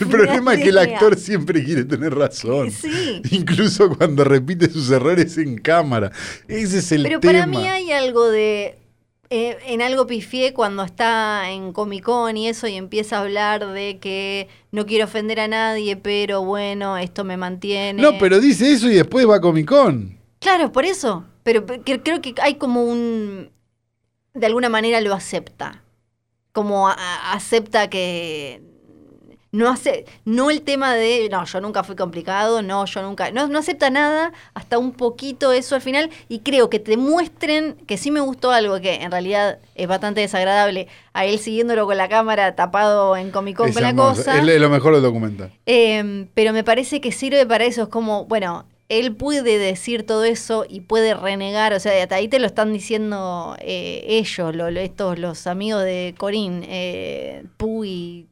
Speaker 2: El problema es que el actor siempre quiere tener razón.
Speaker 3: Sí.
Speaker 2: Incluso cuando repite sus errores en cámara. Ese es el
Speaker 3: Pero
Speaker 2: tema.
Speaker 3: para mí hay algo de. eh, en algo pifié cuando está en Comic Con y eso y empieza a hablar de que no quiero ofender a nadie, pero bueno, esto me mantiene.
Speaker 2: No, pero dice eso y después va a Comic Con.
Speaker 3: Claro, por eso. Pero pe- que- creo que hay como un. De alguna manera lo acepta. Como a- a- acepta que. No, hace, no el tema de, no, yo nunca fui complicado, no, yo nunca, no, no acepta nada, hasta un poquito eso al final, y creo que te muestren que sí me gustó algo que en realidad es bastante desagradable, a él siguiéndolo con la cámara tapado en Comic Con
Speaker 2: Es
Speaker 3: con la
Speaker 2: hermoso.
Speaker 3: cosa.
Speaker 2: Es lo- lo mejor del documental.
Speaker 3: Eh, pero me parece que sirve para eso. Es como, bueno, él puede decir todo eso y puede renegar. O sea, hasta ahí te lo están diciendo eh, ellos, lo- lo- estos, los amigos de Corín, eh, Puy,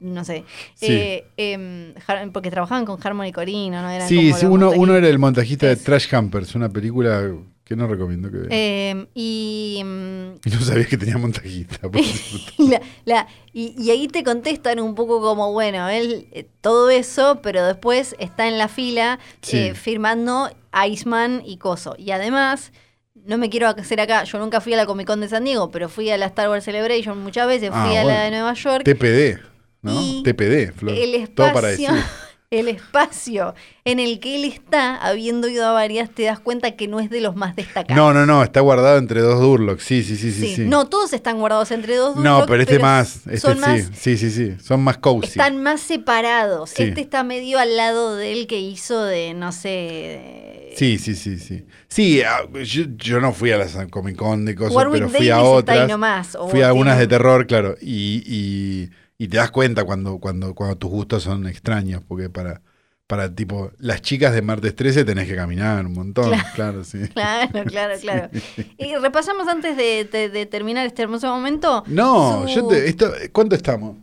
Speaker 3: no sé.
Speaker 2: Sí.
Speaker 3: Eh, em, Har- porque trabajaban con Harmony Corino, ¿no? Eran
Speaker 2: Sí,
Speaker 3: como
Speaker 2: sí
Speaker 3: los
Speaker 2: uno,
Speaker 3: montaji-
Speaker 2: uno era el montajista de
Speaker 3: Es.
Speaker 2: Trash Hampers, una película que no recomiendo que veas.
Speaker 3: Em, y. mm,
Speaker 2: Y no sabías que tenía montajista. por supuesto.
Speaker 3: Y, la- la- y- y ahí te contestan un poco como, bueno, él eh, todo eso, pero después está en la fila
Speaker 2: Sí.
Speaker 3: eh, firmando Iceman y Coso. Y además, no me quiero hacer acá, yo nunca fui a la Comic Con de San Diego, pero fui a la Star Wars Celebration muchas veces, fui
Speaker 2: Ah,
Speaker 3: a
Speaker 2: bueno.
Speaker 3: la de Nueva York.
Speaker 2: TPD, ¿no?
Speaker 3: Y
Speaker 2: TPD, Flor.
Speaker 3: el
Speaker 2: Todo para
Speaker 3: espacio,
Speaker 2: decir.
Speaker 3: el espacio en el que él está, habiendo ido a varias, te das cuenta que no es de los más destacados.
Speaker 2: No, no, no, está guardado entre dos Durlocks. Sí, sí, sí, sí.
Speaker 3: Sí.
Speaker 2: sí.
Speaker 3: No, todos están guardados entre dos.
Speaker 2: No,
Speaker 3: Durlock,
Speaker 2: pero este más. Este
Speaker 3: son
Speaker 2: sí.
Speaker 3: más
Speaker 2: Sí, sí, sí. Son más cozy.
Speaker 3: Están más separados.
Speaker 2: Sí.
Speaker 3: Este está medio al lado del que hizo de, no sé. de-
Speaker 2: Sí, sí, sí, sí. Sí, ah, yo, yo no fui a las Comic Con de cosas,
Speaker 3: Warwick
Speaker 2: pero fui a
Speaker 3: Davis está ahí
Speaker 2: otras.
Speaker 3: nomás, o
Speaker 2: fui a algunas de
Speaker 3: tiene-
Speaker 2: terror, claro. Y, y- y te das cuenta cuando, cuando, cuando tus gustos son extraños, porque para, para tipo, las chicas de martes 13 tenés que caminar un montón, claro, sí.
Speaker 3: Claro, claro, claro. Y repasamos antes de, de- de terminar este hermoso momento.
Speaker 2: No,
Speaker 3: su-
Speaker 2: yo te, esto, ¿cuánto estamos?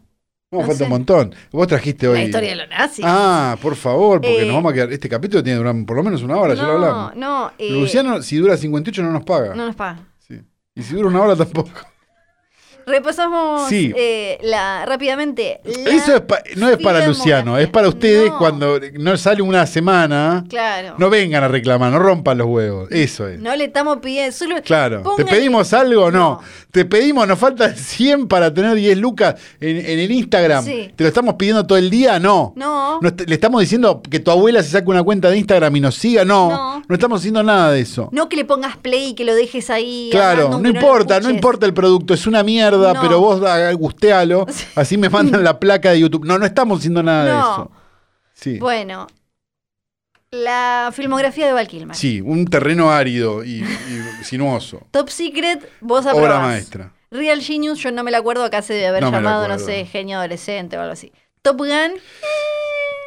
Speaker 2: No,
Speaker 3: No
Speaker 2: falta
Speaker 3: sé.
Speaker 2: un montón. Vos trajiste hoy.
Speaker 3: la historia de los nazis.
Speaker 2: Ah, por favor, porque
Speaker 3: Eh,
Speaker 2: nos vamos a quedar. Este capítulo tiene que durar por lo menos una hora, ya lo
Speaker 3: no,
Speaker 2: hablamos.
Speaker 3: no. eh,
Speaker 2: Luciano, si dura 58, no nos paga.
Speaker 3: No nos paga.
Speaker 2: Sí. Y si dura una hora, tampoco.
Speaker 3: Repasamos
Speaker 2: Sí.
Speaker 3: eh, la, rápidamente. la-
Speaker 2: Eso es pa- no es para
Speaker 3: filmografía.
Speaker 2: Luciano, es para ustedes
Speaker 3: No.
Speaker 2: cuando no sale una semana.
Speaker 3: Claro.
Speaker 2: No vengan a reclamar, no rompan los huevos. Eso es.
Speaker 3: No le estamos pidiendo. Solo
Speaker 2: Claro.
Speaker 3: Pónganle-
Speaker 2: ¿Te pedimos algo? No.
Speaker 3: No.
Speaker 2: Te pedimos, nos faltan 100 para tener 10 lucas en, en el Instagram.
Speaker 3: Sí.
Speaker 2: ¿Te lo estamos pidiendo todo el día? No.
Speaker 3: No.
Speaker 2: No est- ¿Le estamos diciendo que tu abuela se saque una cuenta de Instagram y nos siga? No. No,
Speaker 3: No.
Speaker 2: estamos haciendo nada de eso.
Speaker 3: No que le pongas play y que lo dejes ahí.
Speaker 2: Claro,
Speaker 3: armando un
Speaker 2: no
Speaker 3: que lo
Speaker 2: importa, no
Speaker 3: escuches.
Speaker 2: importa el producto, es una mierda,
Speaker 3: No.
Speaker 2: pero vos da- gustealo, así me mandan la placa de YouTube. No, no estamos haciendo nada de
Speaker 3: No.
Speaker 2: eso. Sí.
Speaker 3: Bueno, la filmografía de Val Kilmer.
Speaker 2: Sí, un terreno árido y, y sinuoso.
Speaker 3: Top Secret, vos
Speaker 2: Obra
Speaker 3: aprobás.
Speaker 2: maestra.
Speaker 3: Real Genius, yo no me la acuerdo, acá se debe haber
Speaker 2: No me la
Speaker 3: llamado, no
Speaker 2: acuerdo.
Speaker 3: sé, genio adolescente o algo así. Top Gun,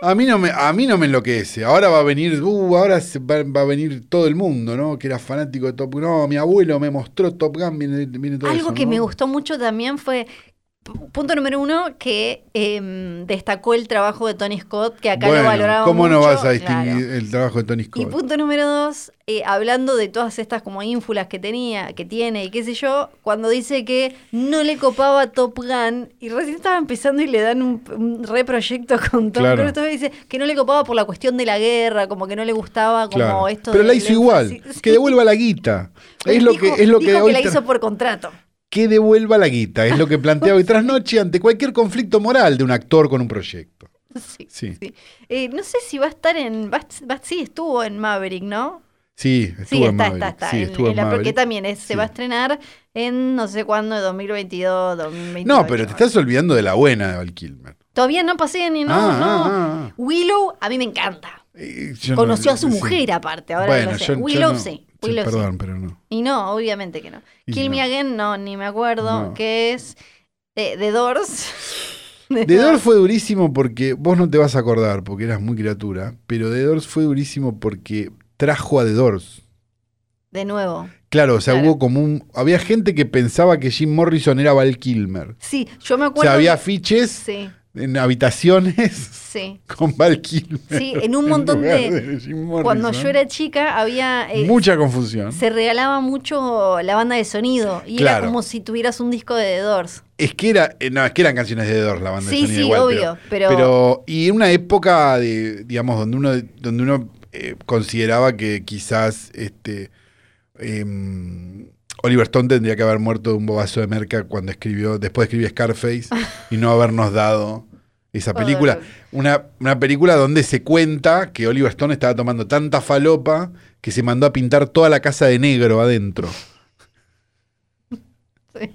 Speaker 2: A mí no me, a mí no me enloquece. Ahora va a venir, uh, ahora se va, va a venir todo el mundo, ¿no? Que era fanático de Top Gun. No, mi abuelo me mostró Top Gun, viene, viene todo
Speaker 3: algo
Speaker 2: eso,
Speaker 3: que
Speaker 2: ¿no?
Speaker 3: me gustó mucho también fue, pu- punto número uno, que em, destacó el trabajo de Tony Scott, que acá
Speaker 2: Bueno,
Speaker 3: lo valoraba
Speaker 2: ¿Cómo no
Speaker 3: mucho,
Speaker 2: vas a
Speaker 3: claro.
Speaker 2: distinguir el trabajo de Tony
Speaker 3: Y
Speaker 2: Scott?
Speaker 3: punto número dos, eh, hablando de todas estas como ínfulas que tenía, que tiene y qué sé yo, cuando dice que no le copaba Top Gun y recién estaba empezando y le dan un, un reproyecto con Tom
Speaker 2: Claro.
Speaker 3: Cruise, entonces dice que no le copaba por la cuestión de la guerra, como que no le gustaba como
Speaker 2: Claro.
Speaker 3: esto.
Speaker 2: Pero la
Speaker 3: del
Speaker 2: hizo igual,
Speaker 3: énfasis.
Speaker 2: que devuelva la guita. Es lo que
Speaker 3: Dijo-
Speaker 2: es lo que
Speaker 3: dijo
Speaker 2: hoy
Speaker 3: la
Speaker 2: tra-
Speaker 3: hizo por contrato.
Speaker 2: que devuelva la guita, es lo que plantea hoy trasnoche ante cualquier conflicto moral de un actor con un proyecto.
Speaker 3: Sí.
Speaker 2: Sí.
Speaker 3: sí. Eh, no sé si va a estar en. Va, va- sí, estuvo en Maverick, ¿no?
Speaker 2: Sí, estuvo
Speaker 3: Sí,
Speaker 2: en
Speaker 3: está,
Speaker 2: Maverick.
Speaker 3: está, está.
Speaker 2: Sí,
Speaker 3: en-
Speaker 2: estuvo
Speaker 3: en
Speaker 2: en
Speaker 3: la-
Speaker 2: Maverick.
Speaker 3: porque también es-
Speaker 2: Sí.
Speaker 3: se va a estrenar en no sé cuándo, 2022, 2028.
Speaker 2: No, pero te estás olvidando de la buena de Val Kilmer.
Speaker 3: Todavía no pasé ni no,
Speaker 2: Ah,
Speaker 3: no.
Speaker 2: ah, ah, ah.
Speaker 3: Willow, a mí me encanta.
Speaker 2: Eh, yo
Speaker 3: Conoció
Speaker 2: no-
Speaker 3: a su
Speaker 2: sí.
Speaker 3: mujer aparte, ahora lo sé.
Speaker 2: yo- yo
Speaker 3: Willow
Speaker 2: no.
Speaker 3: sí. Willow sí.
Speaker 2: Perdón, pero no.
Speaker 3: Y no, obviamente que no.
Speaker 2: Y
Speaker 3: Kill Me
Speaker 2: no.
Speaker 3: Again, no, ni me acuerdo.
Speaker 2: No.
Speaker 3: Que es de, de Doors. De
Speaker 2: The Doors fue durísimo porque vos no te vas a acordar porque eras muy criatura, pero The Doors fue durísimo porque trajo a The Doors.
Speaker 3: De nuevo.
Speaker 2: Claro, o sea,
Speaker 3: Claro.
Speaker 2: hubo como un. Había gente que pensaba que Jim Morrison era Val Kilmer.
Speaker 3: Sí, yo me
Speaker 2: O sea,
Speaker 3: acuerdo.
Speaker 2: había
Speaker 3: que-
Speaker 2: fiches
Speaker 3: Sí.
Speaker 2: en habitaciones
Speaker 3: Sí.
Speaker 2: con Val Kilmer
Speaker 3: Sí, en un
Speaker 2: en
Speaker 3: montón
Speaker 2: lugar
Speaker 3: de.
Speaker 2: Jim
Speaker 3: Cuando
Speaker 2: Morrison.
Speaker 3: yo era chica había. eh,
Speaker 2: Mucha confusión.
Speaker 3: se regalaba mucho la banda de sonido y
Speaker 2: Claro.
Speaker 3: era como si tuvieras un disco de The Doors.
Speaker 2: Es que era, eh, no, es que eran canciones de Doors la banda de
Speaker 3: Sí,
Speaker 2: sonido
Speaker 3: sí,
Speaker 2: igual,
Speaker 3: obvio,
Speaker 2: pero,
Speaker 3: pero-
Speaker 2: y en una época de, digamos, donde uno, donde uno eh, consideraba que quizás este em, Oliver Stone tendría que haber muerto de un bobazo de merca cuando escribió, después escribió Scarface y no habernos dado esa
Speaker 3: Pobre.
Speaker 2: película. Una, una película donde se cuenta que Oliver Stone estaba tomando tanta falopa que se mandó a pintar toda la casa de negro adentro.
Speaker 3: Sí.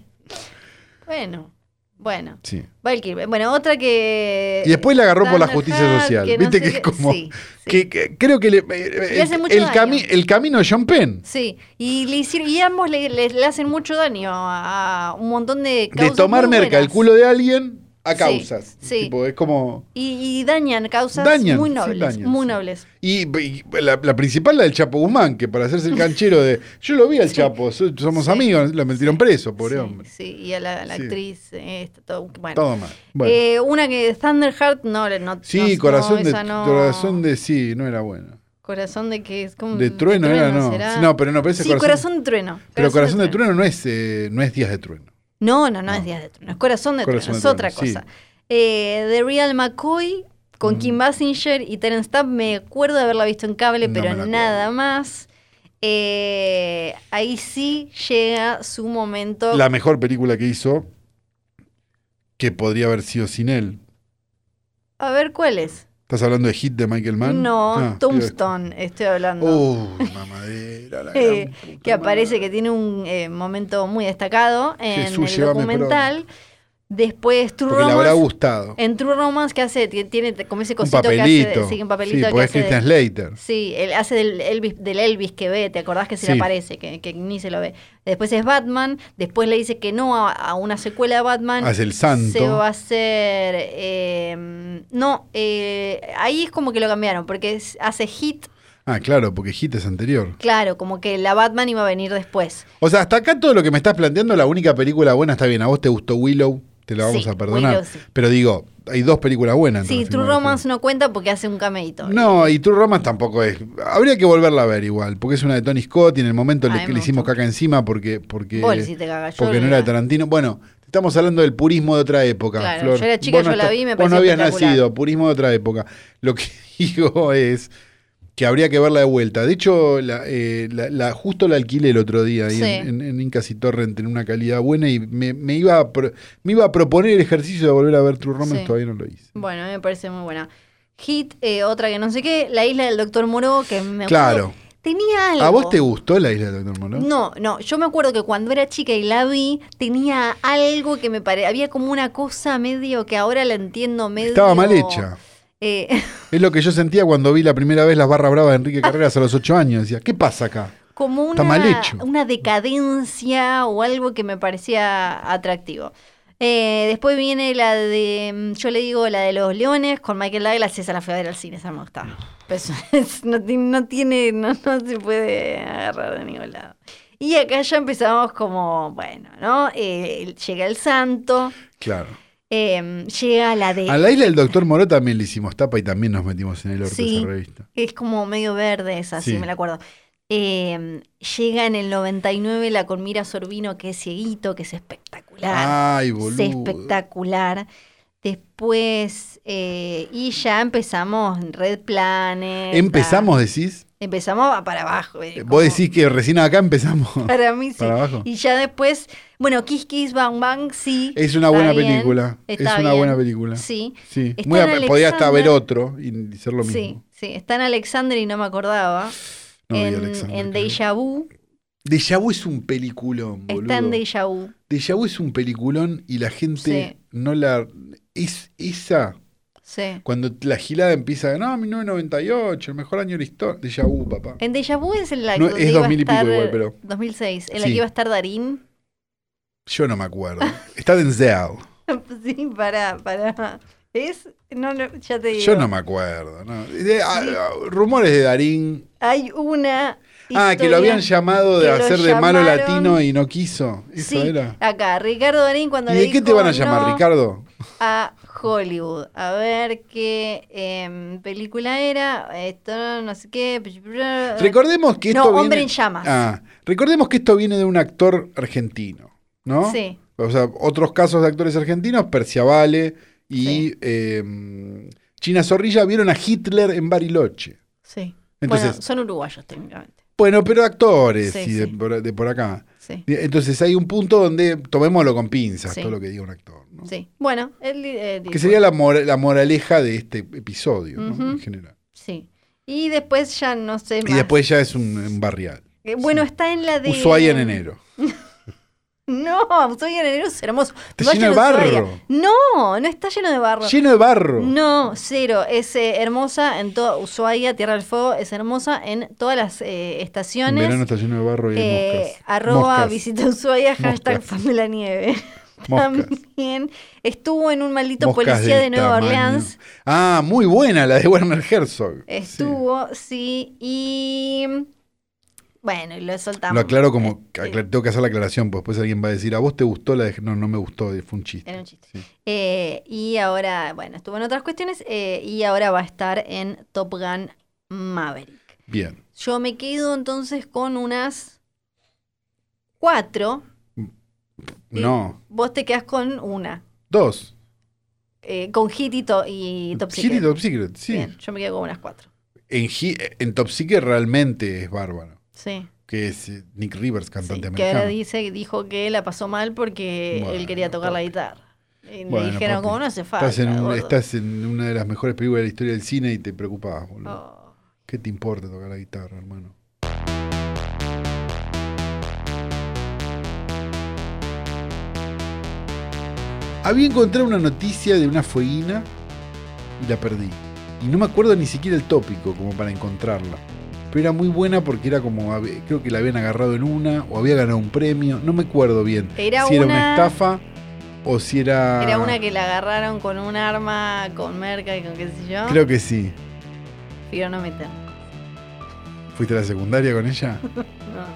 Speaker 3: Bueno, bueno.
Speaker 2: Sí.
Speaker 3: Valkyrie. Bueno, otra que.
Speaker 2: Y después la agarró por la
Speaker 3: Donna
Speaker 2: justicia
Speaker 3: Hart,
Speaker 2: social.
Speaker 3: no
Speaker 2: Viste
Speaker 3: sé
Speaker 2: que es
Speaker 3: qué-
Speaker 2: como-
Speaker 3: Sí, sí.
Speaker 2: Que, que- creo que le, eh,
Speaker 3: Le hace
Speaker 2: el,
Speaker 3: mucho
Speaker 2: el
Speaker 3: daño.
Speaker 2: cami- el camino de John Penn.
Speaker 3: Sí, y, le hicieron, y ambos le, le- le hacen mucho daño a, a un montón de
Speaker 2: De
Speaker 3: causas
Speaker 2: tomar
Speaker 3: muy
Speaker 2: merca el
Speaker 3: buenas.
Speaker 2: culo de alguien a
Speaker 3: Sí,
Speaker 2: causas.
Speaker 3: sí.
Speaker 2: Tipo, es como.
Speaker 3: Y, y dañan causas
Speaker 2: Dañan,
Speaker 3: muy
Speaker 2: sí,
Speaker 3: nobles,
Speaker 2: dañan,
Speaker 3: muy
Speaker 2: sí.
Speaker 3: nobles.
Speaker 2: Y, y la, la principal, la del Chapo Guzmán, que para hacerse el canchero de. Yo lo vi al Chapo, so- somos
Speaker 3: Sí.
Speaker 2: amigos, lo metieron preso, pobre
Speaker 3: sí,
Speaker 2: hombre.
Speaker 3: sí, y a la, a la
Speaker 2: Sí.
Speaker 3: actriz, eh, está todo, bueno.
Speaker 2: Todo mal. Bueno.
Speaker 3: Eh, una que Thunderheart, no, le- no
Speaker 2: sí,
Speaker 3: no,
Speaker 2: corazón,
Speaker 3: no,
Speaker 2: de,
Speaker 3: esa no.
Speaker 2: corazón de. Sí, no era bueno.
Speaker 3: Corazón Mm, de que es como.
Speaker 2: De trueno era, no.
Speaker 3: será.
Speaker 2: Sí, No, pero no, pero ese
Speaker 3: sí, corazón,
Speaker 2: corazón.
Speaker 3: de trueno.
Speaker 2: pero corazón de trueno no es, eh, no es Días de Trueno.
Speaker 3: No, no, no,
Speaker 2: No.
Speaker 3: es Días de Trueno, es Corazón de
Speaker 2: Corazón
Speaker 3: Trueno, es
Speaker 2: de
Speaker 3: otra
Speaker 2: Trueno,
Speaker 3: cosa. Eh, The Real McCoy con
Speaker 2: Mm.
Speaker 3: Kim Basinger y Terence Tapp, me acuerdo de haberla visto en cable,
Speaker 2: No me la
Speaker 3: pero
Speaker 2: acuerdo.
Speaker 3: nada más. Eh, ahí sí llega su momento.
Speaker 2: La mejor película que hizo, que podría haber sido sin él.
Speaker 3: A ver, ¿cuál es?
Speaker 2: ¿Estás hablando de Hit de Michael Mann?
Speaker 3: No,
Speaker 2: Ah,
Speaker 3: Tombstone, estoy hablando.
Speaker 2: Uy, mamadera, la gran
Speaker 3: Eh,
Speaker 2: puta
Speaker 3: que aparece,
Speaker 2: madre.
Speaker 3: que tiene un eh, momento muy destacado en
Speaker 2: Jesús,
Speaker 3: el
Speaker 2: llévame
Speaker 3: documental. Después True
Speaker 2: Porque le habrá
Speaker 3: Romance.
Speaker 2: gustado.
Speaker 3: En True Romance que hace, Tie- tiene como ese
Speaker 2: Un
Speaker 3: cosito que hace,
Speaker 2: papelito.
Speaker 3: de- sí, un papelito
Speaker 2: sí,
Speaker 3: que
Speaker 2: porque es
Speaker 3: hace de-
Speaker 2: Christian Slater.
Speaker 3: Sí, él hace del Elvis, del Elvis que ve, ¿te acordás que se
Speaker 2: Sí.
Speaker 3: le aparece? Que, que ni se lo ve. Después es Batman, después le dice que no a, a una secuela de Batman.
Speaker 2: Hace Ah, el santo.
Speaker 3: Se va a hacer. eh, no, eh, ahí es como que lo cambiaron, porque es- hace hit,
Speaker 2: Ah, claro, porque Hit es anterior.
Speaker 3: claro, como que la Batman iba a venir después.
Speaker 2: O sea, hasta acá todo lo que me estás planteando, la única película buena está bien. A vos te gustó Willow, te la vamos
Speaker 3: Sí,
Speaker 2: a perdonar.
Speaker 3: Willow, sí.
Speaker 2: Pero digo, hay dos películas buenas. entre
Speaker 3: sí,
Speaker 2: la
Speaker 3: True
Speaker 2: filmografía.
Speaker 3: Romance no cuenta porque hace un cameíto.
Speaker 2: No, y True Romance tampoco es. Habría que volverla a ver igual, porque es una de Tony Scott y en el momento
Speaker 3: Ay,
Speaker 2: le,
Speaker 3: me
Speaker 2: le hicimos
Speaker 3: gustó.
Speaker 2: caca encima porque. porque
Speaker 3: Vos le hiciste caca, Ah, yo
Speaker 2: eh, Porque no
Speaker 3: era-
Speaker 2: era de Tarantino. Bueno, estamos hablando del purismo de otra época,
Speaker 3: Claro,
Speaker 2: Flor.
Speaker 3: yo era chica,
Speaker 2: Vos
Speaker 3: yo la
Speaker 2: estás-
Speaker 3: vi,
Speaker 2: Vos
Speaker 3: me
Speaker 2: no
Speaker 3: pareció
Speaker 2: habías
Speaker 3: espectacular.
Speaker 2: nacido, purismo de otra época. Lo que digo es que habría que verla de vuelta. De hecho, la, eh, la- la- justo la alquilé el otro día ahí
Speaker 3: Sí.
Speaker 2: en, en- en Incas y Torrent en una calidad buena y me, me iba a pro- me iba a proponer el ejercicio de volver a ver True Romance,
Speaker 3: Sí.
Speaker 2: todavía no lo hice.
Speaker 3: Bueno, me parece muy buena. Hit, eh, otra que no sé qué, La isla del doctor Moró, que me
Speaker 2: Claro.
Speaker 3: acuerdo- Tenía algo.
Speaker 2: ¿A vos te gustó la isla de Doctor Monroe?
Speaker 3: No, no, yo me acuerdo que cuando era chica y la vi, tenía algo que me parecía, había como una cosa medio que ahora la entiendo medio...
Speaker 2: Estaba mal hecha.
Speaker 3: Eh,
Speaker 2: Es lo que yo sentía cuando vi la primera vez las barras bravas de Enrique
Speaker 3: Ah.
Speaker 2: Carreras a los ocho años. Decía, ¿qué pasa acá?
Speaker 3: como una,
Speaker 2: Está mal hecho.
Speaker 3: una decadencia o algo que me parecía atractivo. Eh, después viene la de, mm, yo le digo la de los leones con Michael Douglas, esa la fui a ver al cine, esa me gustaba. Pero eso es- no, ti- no tiene, no, no se puede agarrar de ningún lado. Y acá ya empezamos como, bueno, ¿no? Eh, llega el santo.
Speaker 2: Claro.
Speaker 3: Eh, llega la de.
Speaker 2: A la isla del Doctor Moró también le hicimos tapa y también nos metimos en el orto
Speaker 3: Sí.
Speaker 2: esa revista.
Speaker 3: Es como medio verde esa, sí,
Speaker 2: Sí.
Speaker 3: me la acuerdo. Eh, llega en el 99 la con Mira Sorbino, que es cieguito, que es espectacular.
Speaker 2: Ay,
Speaker 3: es
Speaker 2: Ah, boludo.
Speaker 3: espectacular. Después, eh, y ya empezamos Red Planet.
Speaker 2: ¿Empezamos, decís?
Speaker 3: Empezamos a- para abajo. eh, como-
Speaker 2: Vos decís que recién acá empezamos.
Speaker 3: Para mí sí.
Speaker 2: para abajo.
Speaker 3: Y ya después, bueno, Kiss Kiss Bang Bang, sí.
Speaker 2: Es una
Speaker 3: está
Speaker 2: buena
Speaker 3: bien,
Speaker 2: película. Es
Speaker 3: está
Speaker 2: una
Speaker 3: bien,
Speaker 2: buena película.
Speaker 3: Sí.
Speaker 2: Sí.
Speaker 3: Está
Speaker 2: Muy
Speaker 3: en
Speaker 2: ap- podía hasta
Speaker 3: Alexander.
Speaker 2: ver otro y ser lo mismo.
Speaker 3: Sí, sí, está en Alexander y no me acordaba.
Speaker 2: No vi
Speaker 3: en,
Speaker 2: Alexander,
Speaker 3: en
Speaker 2: creo.
Speaker 3: Deja Vu,
Speaker 2: Deja Vu es un peliculón, boludo.
Speaker 3: está en Deja Vu.
Speaker 2: Deja Vu es un peliculón y la gente no la... Es esa...
Speaker 3: Sí.
Speaker 2: Cuando la gilada empieza, no, 1998, el mejor año de la historia. Deja vu, papá.
Speaker 3: En Deja Vu es en la
Speaker 2: No,
Speaker 3: donde
Speaker 2: es
Speaker 3: iba
Speaker 2: 2000 y
Speaker 3: a
Speaker 2: pico
Speaker 3: estar,
Speaker 2: igual, pero-
Speaker 3: 2006, en la
Speaker 2: Sí.
Speaker 3: que iba a estar Darín.
Speaker 2: Yo no me acuerdo. Está Denzel.
Speaker 3: sí, pará, pará. Es, no, no, ya te digo.
Speaker 2: ah, Yo no me acuerdo. no. De- a- a- rumores de Darín.
Speaker 3: Hay una
Speaker 2: Ah, que lo habían
Speaker 3: historia.
Speaker 2: llamado de
Speaker 3: que lo
Speaker 2: hacer de malo
Speaker 3: llamaron.
Speaker 2: latino y no quiso. Eso
Speaker 3: sí,
Speaker 2: era.
Speaker 3: acá, Ricardo Darín cuando
Speaker 2: ¿Y
Speaker 3: le
Speaker 2: de qué te
Speaker 3: dijo
Speaker 2: van a llamar,
Speaker 3: no
Speaker 2: Ricardo?
Speaker 3: A Hollywood. A ver qué em, película era. Esto no sé qué.
Speaker 2: Recordemos que esto
Speaker 3: No, Hombre
Speaker 2: viene-
Speaker 3: en Llamas.
Speaker 2: Ah, recordemos que esto viene de un actor argentino, ¿no?
Speaker 3: Sí.
Speaker 2: O sea, otros casos de actores argentinos, Perciavale y
Speaker 3: Sí.
Speaker 2: eh, China Zorrilla vieron a Hitler en Bariloche.
Speaker 3: Sí.
Speaker 2: Entonces-
Speaker 3: bueno, son uruguayos técnicamente.
Speaker 2: Bueno, pero actores
Speaker 3: Sí,
Speaker 2: y de,
Speaker 3: sí.
Speaker 2: por, de por acá.
Speaker 3: Sí.
Speaker 2: Entonces hay un punto donde tomémoslo con pinzas
Speaker 3: Sí.
Speaker 2: todo lo que diga un actor, ¿no?
Speaker 3: Sí. Bueno, él, di- eh, dijo-
Speaker 2: Que sería la, mora- la moraleja de este episodio, ¿no?
Speaker 3: Ujú.
Speaker 2: En general.
Speaker 3: Sí. Y después ya no sé
Speaker 2: Y
Speaker 3: más.
Speaker 2: después ya es un, un barrial.
Speaker 3: Eh, Bueno, está en la de.
Speaker 2: Ushuaia en enero.
Speaker 3: No, Ushuaia en enero es hermoso.
Speaker 2: Está lleno de
Speaker 3: Vayan a
Speaker 2: barro.
Speaker 3: Ushuaia. No, no está lleno de barro.
Speaker 2: Lleno de barro.
Speaker 3: No, cero. Es eh, hermosa en toda Ushuaia, Tierra del Fuego, es hermosa en todas las eh,
Speaker 2: En
Speaker 3: estaciones.
Speaker 2: verano está lleno de barro y hay
Speaker 3: Eh,
Speaker 2: moscas.
Speaker 3: arroba
Speaker 2: Moscas.
Speaker 3: visita Ushuaia, hashtag
Speaker 2: Moscas.
Speaker 3: Pamela Nieve.
Speaker 2: Moscas.
Speaker 3: También estuvo en un maldito
Speaker 2: Moscas
Speaker 3: policía de
Speaker 2: del
Speaker 3: Nueva
Speaker 2: tamaño.
Speaker 3: Orleans.
Speaker 2: Ah, muy buena la de Werner Herzog.
Speaker 3: Estuvo, sí. y. Bueno, y lo
Speaker 2: Sí.
Speaker 3: soltamos.
Speaker 2: Lo aclaro como.
Speaker 3: Eh,
Speaker 2: acla- tengo que hacer la aclaración, porque después alguien va a decir, ¿a vos te gustó la de.? No, no me gustó, fue un chiste.
Speaker 3: Era un chiste.
Speaker 2: Sí.
Speaker 3: Eh, y ahora, bueno, estuvo en otras cuestiones eh, y ahora va a estar en Top Gun Maverick.
Speaker 2: Bien.
Speaker 3: Yo me quedo entonces con unas cuatro. Sí.
Speaker 2: No.
Speaker 3: Vos te quedás con una.
Speaker 2: Dos.
Speaker 3: Eh, con Hit y, to- y Top
Speaker 2: Shitty
Speaker 3: Secret.
Speaker 2: Top Secret, sí.
Speaker 3: Bien, yo me quedo con unas cuatro.
Speaker 2: En, Hi- en Top Secret realmente es bárbaro.
Speaker 3: Sí.
Speaker 2: Que es eh, Nick Rivers, cantante
Speaker 3: sí, que ahora
Speaker 2: americano.
Speaker 3: dice, dijo que la pasó mal porque él
Speaker 2: Bueno,
Speaker 3: quería tocar la
Speaker 2: papi.
Speaker 3: guitarra. Y
Speaker 2: Bueno,
Speaker 3: le dijeron,
Speaker 2: papi,
Speaker 3: como no hace falta.
Speaker 2: Estás en, un-
Speaker 3: gordo".
Speaker 2: estás en una de las mejores películas de la historia del cine y te preocupás, boludo.
Speaker 3: Oh.
Speaker 2: ¿Qué te importa tocar la guitarra, hermano? Había encontrado una noticia de una fueguina y la perdí. Y no me acuerdo ni siquiera el tópico como para encontrarla. Pero era muy buena porque era como, hab- creo que la habían agarrado en una o había ganado un premio, no me acuerdo bien.
Speaker 3: Era
Speaker 2: si era una
Speaker 3: una-
Speaker 2: estafa o si era...
Speaker 3: Era una que la agarraron con un arma, con merca y con qué sé yo.
Speaker 2: Creo que sí.
Speaker 3: Pero no meter.
Speaker 2: ¿Fuiste a la secundaria con ella?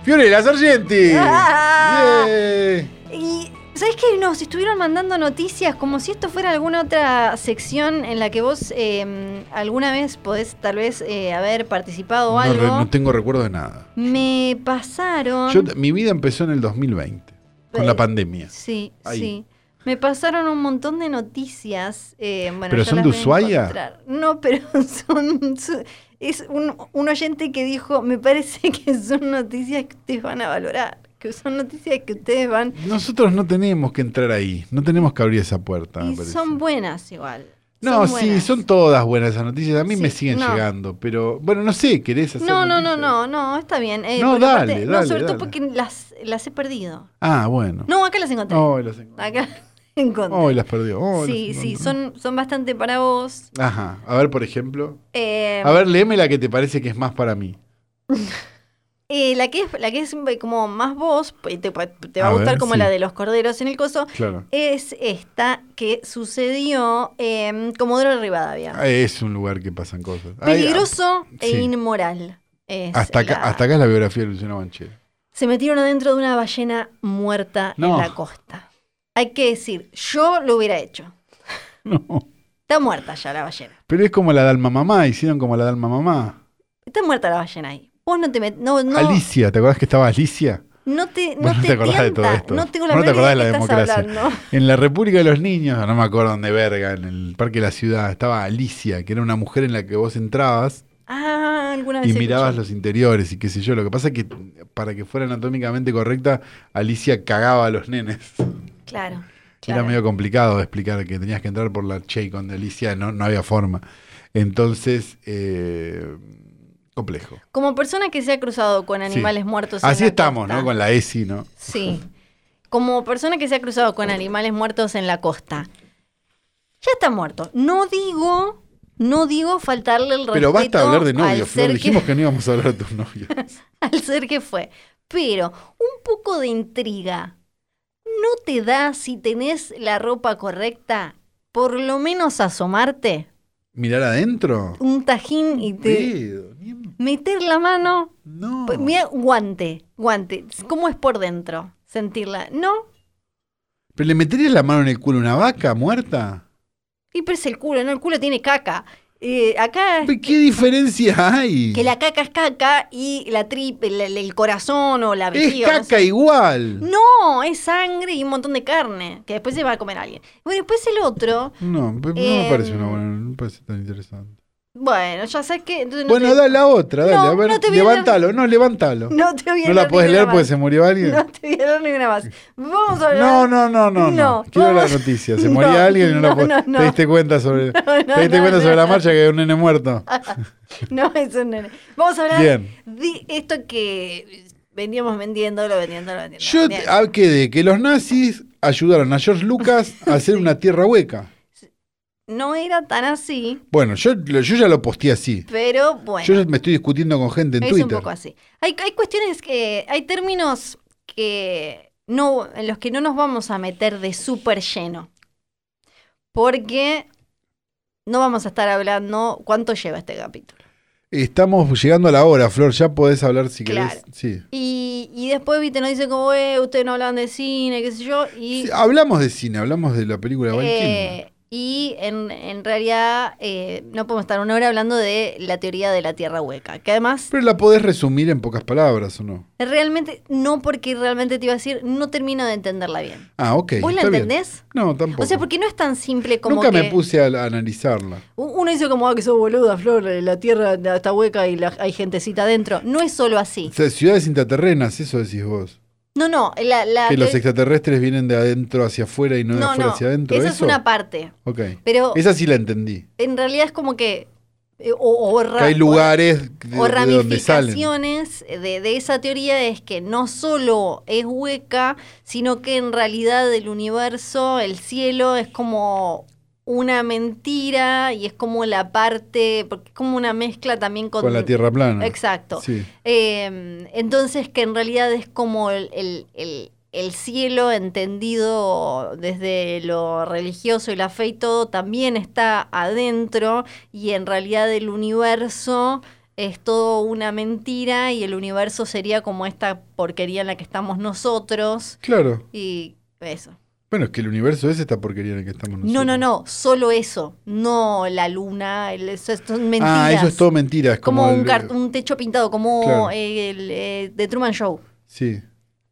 Speaker 2: Fiorella Sargenti.
Speaker 3: Ah.
Speaker 2: Yeah.
Speaker 3: Y, ¿sabes qué? Nos estuvieron mandando noticias como si esto fuera alguna otra sección en la que vos eh, alguna vez podés tal vez eh, haber participado o
Speaker 2: No, re-
Speaker 3: algo.
Speaker 2: no tengo recuerdo de nada.
Speaker 3: Me pasaron...
Speaker 2: Yo- mi vida empezó en el 2020, con la pandemia.
Speaker 3: Sí,
Speaker 2: Ahí.
Speaker 3: sí. Me pasaron un montón de noticias. eh, bueno,
Speaker 2: ¿Pero
Speaker 3: ya
Speaker 2: son
Speaker 3: las
Speaker 2: de
Speaker 3: voy a
Speaker 2: Ushuaia?
Speaker 3: encontrar. No, pero son... son- es un, un oyente que dijo, me parece que son noticias que ustedes van a valorar, que son noticias que ustedes van
Speaker 2: Nosotros no tenemos que entrar ahí, no tenemos que abrir esa puerta. me
Speaker 3: Y
Speaker 2: parece.
Speaker 3: son buenas igual.
Speaker 2: no, sí,
Speaker 3: buenas.
Speaker 2: son todas buenas esas noticias. A mí
Speaker 3: Sí,
Speaker 2: me siguen
Speaker 3: no.
Speaker 2: llegando, pero bueno, no sé, ¿querés hacer
Speaker 3: No, no, no,
Speaker 2: noticias?
Speaker 3: no, no, está bien. eh,
Speaker 2: No,
Speaker 3: porque
Speaker 2: dale, dale,
Speaker 3: No, sobre todo
Speaker 2: dale.
Speaker 3: porque las, las he perdido.
Speaker 2: Ah, bueno.
Speaker 3: No, acá las encontré.
Speaker 2: Hoy las encontré.
Speaker 3: Acá las encontré.
Speaker 2: Hoy las perdió. hoy
Speaker 3: sí,
Speaker 2: las
Speaker 3: sí,
Speaker 2: encontré.
Speaker 3: son, son bastante para vos.
Speaker 2: Ajá, a ver, por ejemplo.
Speaker 3: Eh,
Speaker 2: A ver, léeme la que te parece que es más para mí.
Speaker 3: eh, la, que es, la que es como más vos, eh, te, te va a,
Speaker 2: A
Speaker 3: gustar
Speaker 2: ver,
Speaker 3: como
Speaker 2: sí.
Speaker 3: la de los corderos en el coso,
Speaker 2: Claro.
Speaker 3: es esta que sucedió eh, en Comodoro Rivadavia.
Speaker 2: Es un lugar que pasan cosas. Ay,
Speaker 3: Peligroso e
Speaker 2: ah, sí.
Speaker 3: inmoral. es
Speaker 2: Hasta acá,
Speaker 3: la-
Speaker 2: hasta acá es la biografía de Luciano Banchero.
Speaker 3: Se metieron adentro de una ballena muerta
Speaker 2: No.
Speaker 3: en la costa. Hay que decir, yo lo hubiera hecho.
Speaker 2: No.
Speaker 3: Está muerta ya la ballena.
Speaker 2: Pero es como la de Alma Mamá, hicieron como la de Alma Mamá.
Speaker 3: Está muerta la ballena ahí. Vos no te met- no, no,
Speaker 2: Alicia, ¿te acordás que estaba Alicia?
Speaker 3: no te, no
Speaker 2: Vos no
Speaker 3: te
Speaker 2: te acordás de todo
Speaker 3: tienta.
Speaker 2: esto.
Speaker 3: No tengo la
Speaker 2: Vos no te
Speaker 3: menor idea
Speaker 2: acordás de
Speaker 3: qué
Speaker 2: la
Speaker 3: estás
Speaker 2: democracia.
Speaker 3: hablando.
Speaker 2: En la República de los Niños, no me acuerdo dónde verga, en el Parque de la Ciudad, estaba Alicia, que era una mujer en la que vos entrabas
Speaker 3: Ah, alguna vez
Speaker 2: y
Speaker 3: escuché.
Speaker 2: mirabas los interiores y qué sé yo. Lo que pasa es que para que fuera anatómicamente correcta, Alicia cagaba a los nenes.
Speaker 3: Claro.
Speaker 2: Era
Speaker 3: claro.
Speaker 2: medio complicado de explicar que tenías que entrar por la Che con de Alicia, no, no había forma. Entonces, eh, complejo.
Speaker 3: Como persona que se ha cruzado con animales muertos. en
Speaker 2: Así
Speaker 3: la
Speaker 2: estamos,
Speaker 3: costa.
Speaker 2: ¿no? Con la ESI, ¿no?
Speaker 3: Sí. Como persona que se ha cruzado con animales muertos en la costa. Ya está muerto. No digo, no digo faltarle el respeto
Speaker 2: Pero basta de hablar de
Speaker 3: al
Speaker 2: novios, Flor.
Speaker 3: ser,
Speaker 2: Dijimos
Speaker 3: que,
Speaker 2: que... no íbamos a hablar de tus novios.
Speaker 3: al ser que fue. Pero un poco de intriga. ¿No te da si tenés la ropa correcta? Por lo menos asomarte
Speaker 2: ¿Mirar adentro?
Speaker 3: un tajín y te...
Speaker 2: Pedo, ni en
Speaker 3: Meter la mano.
Speaker 2: No.
Speaker 3: Pues, mira, guante, guante. ¿Cómo es por dentro? Sentirla. No,
Speaker 2: ¿Pero le meterías la mano en el culo a una vaca muerta?
Speaker 3: y pero es el culo, no, el culo tiene caca. Eh, acá.
Speaker 2: ¿Pero ¿Qué diferencia hay?
Speaker 3: Que la caca es caca y la tripa, el, el- el corazón o la
Speaker 2: es
Speaker 3: vejiga, no
Speaker 2: caca igual.
Speaker 3: No, es sangre y un montón de carne, que después se va a comer alguien. Bueno, después el otro,
Speaker 2: No, pe- no
Speaker 3: Eh,
Speaker 2: me parece una buena, no me parece tan interesante.
Speaker 3: bueno, ya sabes que... entonces no
Speaker 2: bueno,
Speaker 3: te-
Speaker 2: dale la otra, dale,
Speaker 3: No,
Speaker 2: a ver,
Speaker 3: no te voy a leer-
Speaker 2: levántalo, no, levántalo. No,
Speaker 3: No te voy a
Speaker 2: la
Speaker 3: dar
Speaker 2: podés
Speaker 3: ninguna
Speaker 2: leer
Speaker 3: más.
Speaker 2: porque se murió alguien.
Speaker 3: No te voy a dar ninguna más. Vamos a hablar...
Speaker 2: No, no, no, no, no.
Speaker 3: No,
Speaker 2: Quiero
Speaker 3: vamos-
Speaker 2: la noticia. Se
Speaker 3: No,
Speaker 2: moría alguien y no,
Speaker 3: no,
Speaker 2: la podés.
Speaker 3: no, no.
Speaker 2: Te diste cuenta sobre,
Speaker 3: no,
Speaker 2: te diste cuenta
Speaker 3: no,
Speaker 2: sobre la
Speaker 3: no. Ah,
Speaker 2: marcha que hay un nene muerto.
Speaker 3: No, eso no. no. Vamos a hablar
Speaker 2: Bien.
Speaker 3: de esto que veníamos vendiendo, lo vendiendo, lo vendiendo.
Speaker 2: Yo
Speaker 3: Bien.
Speaker 2: ah, quedé que los nazis ayudaron a George Lucas a hacer una tierra hueca.
Speaker 3: No era tan así,
Speaker 2: Bueno, yo, lo- yo ya lo posteé así.
Speaker 3: pero bueno.
Speaker 2: Yo ya me estoy discutiendo con gente en
Speaker 3: es un
Speaker 2: Twitter.
Speaker 3: poco así. Hay, hay cuestiones que. Hay términos que no, en los que no nos vamos a meter de súper lleno. Porque no vamos a estar hablando cuánto lleva este capítulo.
Speaker 2: Estamos llegando a la hora, Flor. Ya podés hablar si
Speaker 3: Claro.
Speaker 2: querés. Sí.
Speaker 3: Y, y después, viste, nos dice como, eh, ustedes no hablan de cine, qué sé yo. Y,
Speaker 2: Sí, ah, Hablamos de cine, hablamos de la película Val Kilmer.
Speaker 3: eh, y en, en realidad eh, no podemos estar una hora hablando de la teoría de la tierra hueca. Que además
Speaker 2: Pero la podés resumir en pocas palabras, ¿o no?
Speaker 3: realmente, no porque realmente te iba a decir, no termino de entenderla bien.
Speaker 2: Ah, ok.
Speaker 3: ¿Vos la
Speaker 2: está bien.
Speaker 3: entendés?
Speaker 2: No, tampoco.
Speaker 3: O sea, porque no es tan simple como
Speaker 2: Nunca
Speaker 3: que
Speaker 2: me puse a, a analizarla.
Speaker 3: u- uno dice como, ah, que sos boluda, Flor, eh, la tierra está hueca y la- hay gentecita adentro. No es solo así.
Speaker 2: O sea, ciudades intraterrenas, eso decís vos.
Speaker 3: No, no, la... la-
Speaker 2: que los
Speaker 3: te-
Speaker 2: extraterrestres vienen de adentro hacia afuera y no de
Speaker 3: no,
Speaker 2: afuera
Speaker 3: no,
Speaker 2: hacia adentro.
Speaker 3: esa es
Speaker 2: ¿eso?
Speaker 3: una parte.
Speaker 2: Ok.
Speaker 3: Pero
Speaker 2: Esa sí la entendí.
Speaker 3: en realidad es como que... eh, o, o ra-
Speaker 2: Que hay lugares de,
Speaker 3: o
Speaker 2: de donde salen.
Speaker 3: ramificaciones de, de esa teoría es que no solo es hueca, sino que en realidad el universo, el cielo, es como una mentira y es como la parte, porque es como una mezcla también con,
Speaker 2: Con la Tierra plana.
Speaker 3: Exacto.
Speaker 2: Sí.
Speaker 3: Eh, entonces, que en realidad es como el, el- el- el cielo entendido desde lo religioso y la fe y todo, también está adentro y en realidad el universo es todo una mentira y el universo sería como esta porquería en la que estamos nosotros
Speaker 2: Claro.
Speaker 3: y eso.
Speaker 2: Bueno, es que el universo es esta porquería en la que estamos nosotros.
Speaker 3: No, no, no, solo eso, no la luna, el- eso, esto es mentiras.
Speaker 2: Ah, eso es todo mentira. Es como,
Speaker 3: como un,
Speaker 2: el-
Speaker 3: cart- un techo pintado, como
Speaker 2: Claro.
Speaker 3: eh, el eh, The Truman Show.
Speaker 2: Sí.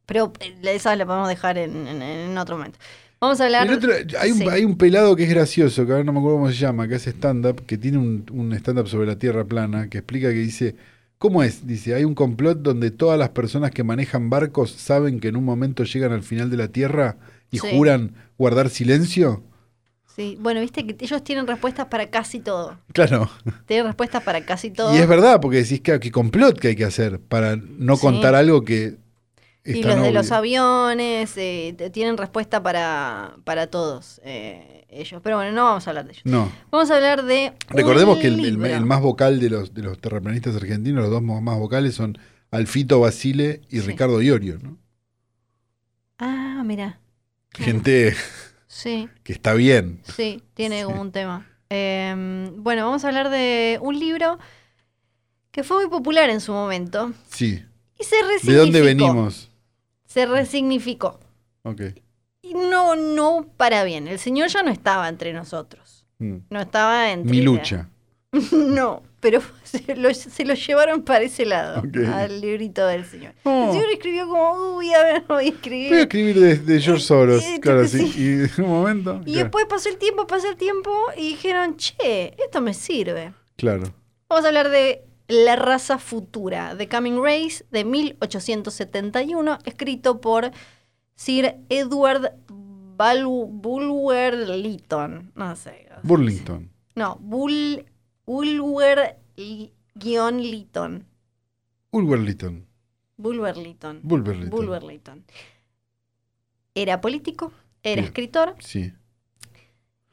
Speaker 3: Pero eh, esa la podemos dejar en, en- en otro momento. Vamos a hablar.
Speaker 2: El otro- hay, un,
Speaker 3: sí.
Speaker 2: hay un pelado que es gracioso, que ahora no me acuerdo cómo se llama, que hace stand-up, que tiene un, un stand-up sobre la Tierra plana, que explica que dice, ¿cómo es? Dice, hay un complot donde todas las personas que manejan barcos saben que en un momento llegan al final de la Tierra y
Speaker 3: Sí.
Speaker 2: juran guardar silencio.
Speaker 3: Sí, bueno, viste que ellos tienen respuestas para casi todo.
Speaker 2: Claro.
Speaker 3: Tienen respuestas para casi todo.
Speaker 2: Y es verdad, porque decís que, que complot que hay que hacer para no
Speaker 3: Sí.
Speaker 2: contar algo que... es
Speaker 3: Y
Speaker 2: tan
Speaker 3: los de los
Speaker 2: obvio.
Speaker 3: aviones eh, te- tienen respuesta para, para todos eh, ellos. Pero bueno, no vamos a hablar de ellos.
Speaker 2: No.
Speaker 3: Vamos a hablar de. un
Speaker 2: Recordemos que el, el-
Speaker 3: libro.
Speaker 2: el más vocal de los, de los terraplanistas argentinos, los dos mo- más vocales son Alfito Basile y
Speaker 3: Sí.
Speaker 2: Ricardo Iorio, ¿no?
Speaker 3: Ah, mira. Claro.
Speaker 2: Gente
Speaker 3: Sí,
Speaker 2: que está bien.
Speaker 3: sí, tiene
Speaker 2: Sí.
Speaker 3: como un tema. Eh, bueno, vamos a hablar de un libro que fue muy popular en su momento.
Speaker 2: Sí.
Speaker 3: Y se
Speaker 2: ¿De dónde
Speaker 3: resignificó.
Speaker 2: venimos?
Speaker 3: se resignificó.
Speaker 2: Ok.
Speaker 3: Y no, no para bien. El Señor ya no estaba entre nosotros.
Speaker 2: Mm.
Speaker 3: No estaba entre.
Speaker 2: Mi lucha.
Speaker 3: No, pero se lo, se lo llevaron para ese lado,
Speaker 2: Ok.
Speaker 3: al librito del Señor. El
Speaker 2: Oh,
Speaker 3: Señor escribió como, uy, a ver, voy a escribir.
Speaker 2: voy a escribir de, de George Soros.
Speaker 3: Eh, yo
Speaker 2: Claro,
Speaker 3: que
Speaker 2: sí. Y en un momento.
Speaker 3: y
Speaker 2: claro,
Speaker 3: después pasó el tiempo, pasó el tiempo y dijeron, che, esto me sirve.
Speaker 2: Claro.
Speaker 3: Vamos a hablar de La raza futura, The Coming Race, de 1871, escrito por Sir Edward Bal- Bulwer Lytton. No sé.
Speaker 2: Burlington.
Speaker 3: No, Bul- Bulwer Li- guión Lytton.
Speaker 2: Ulverlington.
Speaker 3: Bulwer Lytton.
Speaker 2: Bulverlington.
Speaker 3: Bulwer Lytton. Era político, era
Speaker 2: Bien.
Speaker 3: escritor.
Speaker 2: Sí.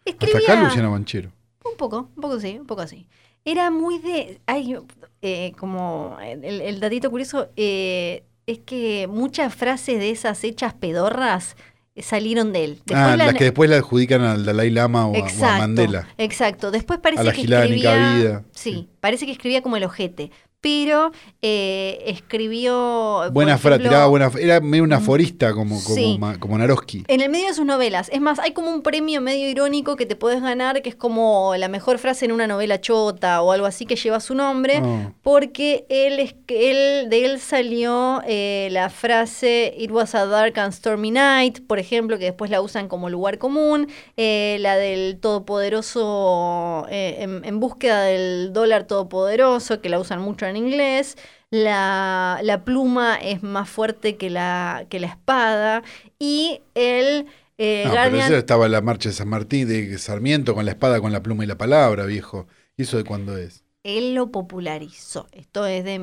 Speaker 2: Hasta acá
Speaker 3: Escribía
Speaker 2: Luciana Banchero.
Speaker 3: un poco, un poco sí, un poco así. Era muy de... Ay, eh, como el, el datito curioso eh, es que muchas frases de esas hechas pedorras eh, salieron de él.
Speaker 2: ah,
Speaker 3: la-
Speaker 2: las que después la adjudican al Dalai Lama o a- o a,
Speaker 3: Exacto,
Speaker 2: Mandela.
Speaker 3: Exacto. Después parece
Speaker 2: A la
Speaker 3: que
Speaker 2: Gilada
Speaker 3: escribía.
Speaker 2: Nica Vida.
Speaker 3: Sí, parece que escribía como el ojete. pero eh, escribió. por
Speaker 2: Buena fra,
Speaker 3: ejemplo, mm.
Speaker 2: tiraba buena. fra- Era medio un aforista como, como,
Speaker 3: Sí.
Speaker 2: ma- como Naroski.
Speaker 3: En el medio de sus novelas. Es más, hay como un premio medio irónico que te podés ganar, que es como la mejor frase en una novela chota o algo así que lleva su nombre,
Speaker 2: Oh.
Speaker 3: porque él, es, que él de él salió eh, la frase It was a dark and stormy night, por ejemplo, que después la usan como lugar común, eh, la del todopoderoso eh, en, en búsqueda del dólar todopoderoso, que la usan mucho en inglés. La, la pluma es más fuerte que la, que la espada. Y el eh,
Speaker 2: No, Ah, pero
Speaker 3: Guardian.
Speaker 2: eso estaba en la marcha de San Martín, de Sarmiento, con la espada, con la pluma y la palabra, viejo. ¿Y eso de cuándo es?
Speaker 3: Él lo popularizó. Esto es de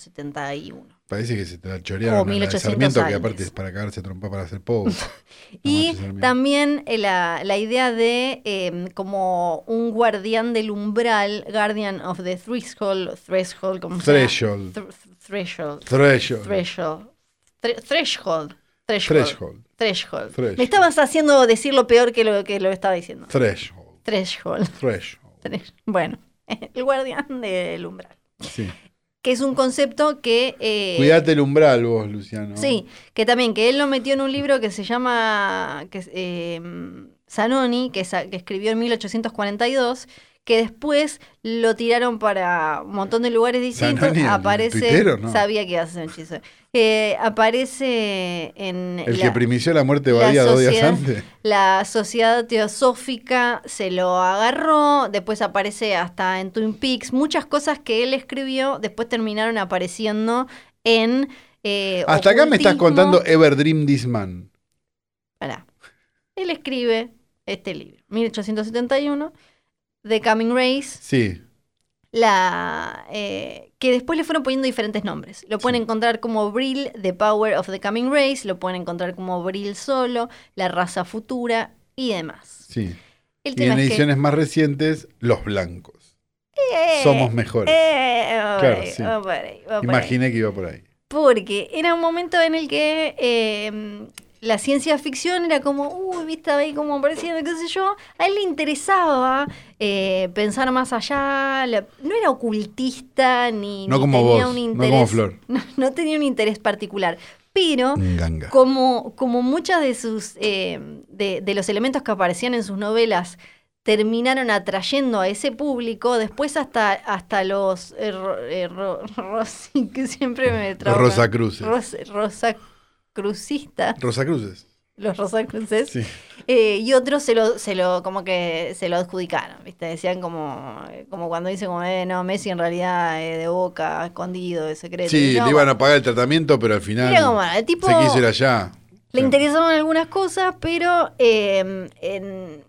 Speaker 3: 1871.
Speaker 2: Parece que se te la chorearon
Speaker 3: Como
Speaker 2: a la de
Speaker 3: 1800
Speaker 2: Sarmiento, que
Speaker 3: años.
Speaker 2: aparte es para cagarse a trompa para hacer pobre.
Speaker 3: y
Speaker 2: manches, Sarmiento.
Speaker 3: también eh, la, la idea de eh, como un guardián del umbral, Guardian of the Threshold, Threshold, como sea.
Speaker 2: Threshold.
Speaker 3: Thr- threshold.
Speaker 2: Threshold.
Speaker 3: Threshold. Thre- Threshold. Threshold.
Speaker 2: Threshold.
Speaker 3: Threshold.
Speaker 2: Threshold.
Speaker 3: Me estabas haciendo decir lo peor que lo que lo estaba diciendo.
Speaker 2: Threshold.
Speaker 3: Threshold.
Speaker 2: Threshold.
Speaker 3: Tres. Bueno, el guardián del umbral.
Speaker 2: Sí.
Speaker 3: Que es un concepto que. eh,
Speaker 2: Cuidate el umbral vos, Luciano.
Speaker 3: Sí, que también, que él lo metió en un libro que se llama. Que, es, eh, Zanoni, que, sa- que escribió en 1842, que después lo tiraron para un montón de lugares distintos.
Speaker 2: Zanoni, el
Speaker 3: aparece.
Speaker 2: tuitero, ¿no?
Speaker 3: Sabía que hace un hechizo. Eh, aparece en.
Speaker 2: El que
Speaker 3: la-
Speaker 2: primició la muerte de
Speaker 3: la
Speaker 2: Badía dos días
Speaker 3: sociedad-
Speaker 2: antes.
Speaker 3: la sociedad teosófica se lo agarró, después aparece hasta en Twin Peaks, muchas cosas que él escribió después terminaron apareciendo en... eh,
Speaker 2: Hasta acá me estás
Speaker 3: ocultismo.
Speaker 2: contando Ever Dream This Man.
Speaker 3: Pará. Él escribe este libro, 1871, The Coming Race,
Speaker 2: Sí.
Speaker 3: la, eh, que después le fueron poniendo diferentes nombres. Lo pueden
Speaker 2: Sí.
Speaker 3: encontrar como Brill, The Power of the Coming Race, lo pueden encontrar como Brill solo, La Raza Futura y demás.
Speaker 2: Sí.
Speaker 3: El
Speaker 2: Y en
Speaker 3: es que-
Speaker 2: ediciones más recientes, Los Blancos.
Speaker 3: Eh,
Speaker 2: Somos mejores.
Speaker 3: eh, va por
Speaker 2: Claro,
Speaker 3: ahí,
Speaker 2: sí.
Speaker 3: va por ahí, va por ahí.
Speaker 2: Imaginé que iba por ahí.
Speaker 3: Porque era un momento en el que eh, la ciencia ficción era como, uy, viste ahí como apareciendo, qué sé yo. A él le interesaba eh, pensar más allá. la- no era ocultista ni,
Speaker 2: No
Speaker 3: ni
Speaker 2: como
Speaker 3: tenía
Speaker 2: vos,
Speaker 3: un
Speaker 2: no
Speaker 3: interés.
Speaker 2: como Flor.
Speaker 3: No, no tenía un interés particular. Pero
Speaker 2: Ganga.
Speaker 3: como, como muchas de sus eh, de, de los elementos que aparecían en sus novelas terminaron atrayendo a ese público, después hasta, hasta los eh, ro- eh, ro- Rosy, que siempre me trauma.
Speaker 2: Rosacruces.
Speaker 3: Ros- Rosacrucistas,
Speaker 2: Rosacruces.
Speaker 3: los Rosacruces,
Speaker 2: Sí.
Speaker 3: eh, y otros se lo, se lo, como que se lo adjudicaron, ¿viste? Decían como, como cuando dicen como, eh, no, Messi en realidad eh, de boca, escondido, de secreto.
Speaker 2: Sí,
Speaker 3: Y yo,
Speaker 2: le iban a pagar el tratamiento, pero al final
Speaker 3: Mira cómo era, el tipo-
Speaker 2: se quiso ir allá.
Speaker 3: Le
Speaker 2: Sí.
Speaker 3: interesaron algunas cosas, pero eh, en-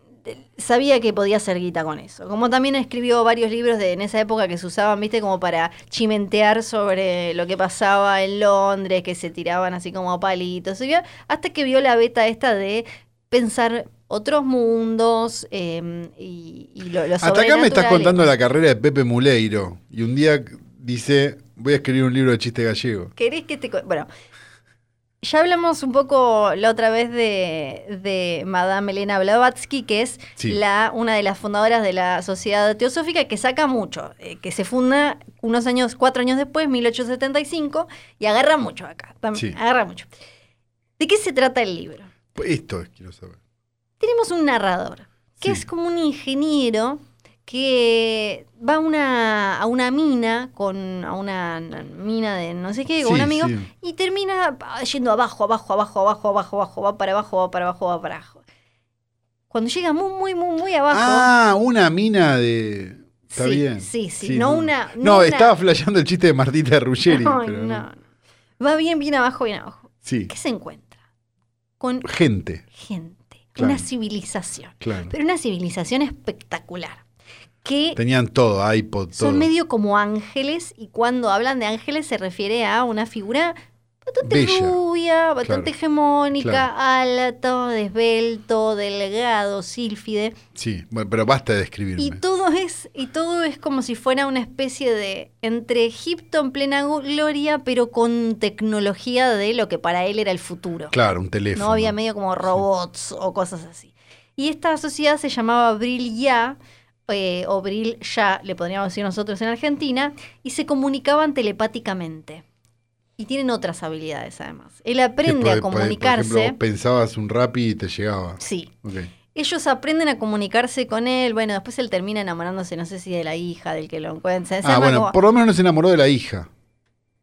Speaker 3: sabía que podía hacer guita con eso. Como también escribió varios libros de, en esa época que se usaban, viste, como para chimentear sobre lo que pasaba en Londres, que se tiraban así como palitos, y ya, hasta que vio la beta esta de pensar otros mundos eh, y, y lo, lo
Speaker 2: Hasta acá me estás
Speaker 3: sobrenatural.
Speaker 2: contando la carrera de Pepe Muleiro. Y un día dice, voy a escribir un libro de chiste gallego.
Speaker 3: ¿Querés que te.? cu- Bueno. Ya hablamos un poco la otra vez de, de Madame Elena Blavatsky, que es
Speaker 2: Sí.
Speaker 3: la, una de las fundadoras de la Sociedad Teosófica, que saca mucho, eh, que se funda unos años, cuatro años después, 1875, y agarra mucho acá. También,
Speaker 2: Sí.
Speaker 3: Agarra mucho. ¿De qué se trata el libro?
Speaker 2: Pues Esto es, quiero saber.
Speaker 3: Tenemos un narrador, que
Speaker 2: Sí.
Speaker 3: es como un ingeniero que va a una, a una mina, con, a una mina de no sé qué, con
Speaker 2: Sí,
Speaker 3: un amigo,
Speaker 2: sí.
Speaker 3: y termina yendo abajo, abajo, abajo, abajo, abajo, abajo, va para abajo, va para abajo, va para abajo. Cuando llega muy, muy, muy, muy abajo.
Speaker 2: Ah, una mina de... Está
Speaker 3: sí,
Speaker 2: bien.
Speaker 3: Sí, sí, no una.
Speaker 2: No,
Speaker 3: una-
Speaker 2: estaba flasheando el chiste de Martita de Ruggeri.
Speaker 3: Ay,
Speaker 2: pero
Speaker 3: no,
Speaker 2: no.
Speaker 3: no. Va bien, bien abajo, bien abajo.
Speaker 2: Sí,
Speaker 3: ¿Qué se encuentra? Con
Speaker 2: gente,
Speaker 3: gente,
Speaker 2: Claro.
Speaker 3: una civilización,
Speaker 2: claro.
Speaker 3: pero una civilización espectacular. Que
Speaker 2: Tenían todo, iPod, todo.
Speaker 3: Son medio como ángeles y cuando hablan de ángeles se refiere a una figura bastante
Speaker 2: Bella.
Speaker 3: rubia, bastante
Speaker 2: Claro.
Speaker 3: hegemónica,
Speaker 2: Claro.
Speaker 3: alto, desbelto, delgado, sílfide
Speaker 2: Sí, bueno, pero basta de
Speaker 3: y
Speaker 2: describirme.
Speaker 3: todo es y todo es como si fuera una especie de entre Egipto en plena gloria pero con tecnología de lo que para él era el futuro.
Speaker 2: Claro, un teléfono.
Speaker 3: No había medio como robots o cosas así. Y esta sociedad se llamaba Brill Ya eh, Obril ya, le podríamos decir nosotros en Argentina, y se comunicaban telepáticamente. Y tienen otras habilidades además. Él aprende
Speaker 2: Que
Speaker 3: a
Speaker 2: puede- puede-
Speaker 3: comunicarse.
Speaker 2: Por ejemplo, pensabas un rap y te llegaba.
Speaker 3: sí.
Speaker 2: Ok.
Speaker 3: Ellos aprenden a comunicarse con él. Bueno, después él termina enamorándose, no sé si de la hija, del que lo encuentra. Se
Speaker 2: Ah,
Speaker 3: llama
Speaker 2: bueno,
Speaker 3: como-
Speaker 2: por lo menos no se enamoró de la hija.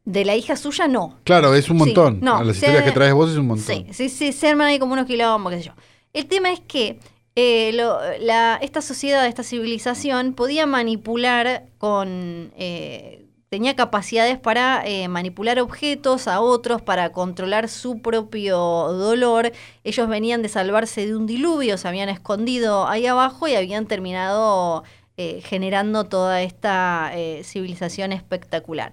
Speaker 3: De la hija suya, no.
Speaker 2: Claro, es un
Speaker 3: Sí,
Speaker 2: montón.
Speaker 3: no,
Speaker 2: A las
Speaker 3: se-
Speaker 2: historias que traes vos es un montón.
Speaker 3: Sí, sí, sí, se arman ahí como unos quilombos, qué sé yo. El tema es que eh, lo- la- esta sociedad, esta civilización, podía manipular con. eh, tenía capacidades para eh, manipular objetos a otros, para controlar su propio dolor. Ellos venían de salvarse de un diluvio, se habían escondido ahí abajo y habían terminado eh, generando toda esta eh, civilización espectacular.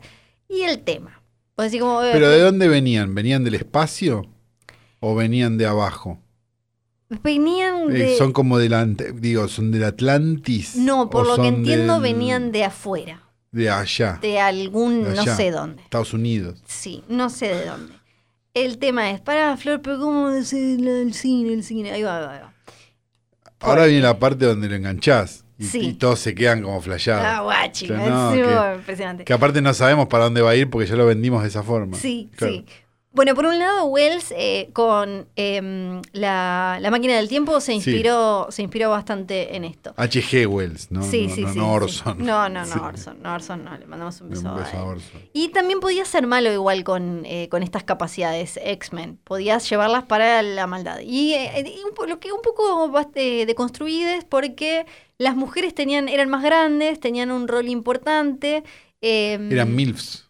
Speaker 3: Y el tema. Pues así como, eh,
Speaker 2: Pero ¿de dónde venían? ¿Venían del espacio o venían de abajo?
Speaker 3: venían
Speaker 2: Eh,
Speaker 3: de.
Speaker 2: son como del ante- digo, son del Atlantis.
Speaker 3: No, por
Speaker 2: o
Speaker 3: lo que
Speaker 2: son
Speaker 3: entiendo
Speaker 2: del-
Speaker 3: venían de afuera,
Speaker 2: de allá,
Speaker 3: de algún
Speaker 2: De
Speaker 3: no
Speaker 2: allá.
Speaker 3: sé dónde.
Speaker 2: Estados Unidos.
Speaker 3: Sí, no sé de dónde. El tema es, para Flor, pero ¿cómo es el, el cine, el cine? Ahí va, ahí va, ahí va.
Speaker 2: Ahora viene la parte donde lo enganchás y,
Speaker 3: Sí.
Speaker 2: y todos se quedan como
Speaker 3: Ah,
Speaker 2: flashados.
Speaker 3: guachi,
Speaker 2: Ya no,
Speaker 3: sí,
Speaker 2: que-
Speaker 3: bueno, impresionante.
Speaker 2: que aparte no sabemos para dónde va a ir porque ya lo vendimos de esa forma.
Speaker 3: Sí,
Speaker 2: Claro.
Speaker 3: sí. Bueno, por un lado, Wells eh, con em, la, la máquina del tiempo se inspiró, se inspiró bastante en esto.
Speaker 2: H.G. Wells, ¿no? no,
Speaker 3: sí, sí,
Speaker 2: no,
Speaker 3: sí,
Speaker 2: no
Speaker 3: sí.
Speaker 2: Orson.
Speaker 3: No, no, no,
Speaker 2: Sí.
Speaker 3: Orson. No, Orson no. Le mandamos un
Speaker 2: Un
Speaker 3: beso,
Speaker 2: beso
Speaker 3: a
Speaker 2: a
Speaker 3: él.
Speaker 2: Orson.
Speaker 3: Y también podía ser malo igual con, eh, con estas capacidades X-Men. Podías llevarlas para la maldad. Y, eh, y un po- lo que un poco bast- eh, deconstruido es porque las mujeres tenían, eran más grandes, tenían un rol importante. eh,
Speaker 2: Eran MILFs.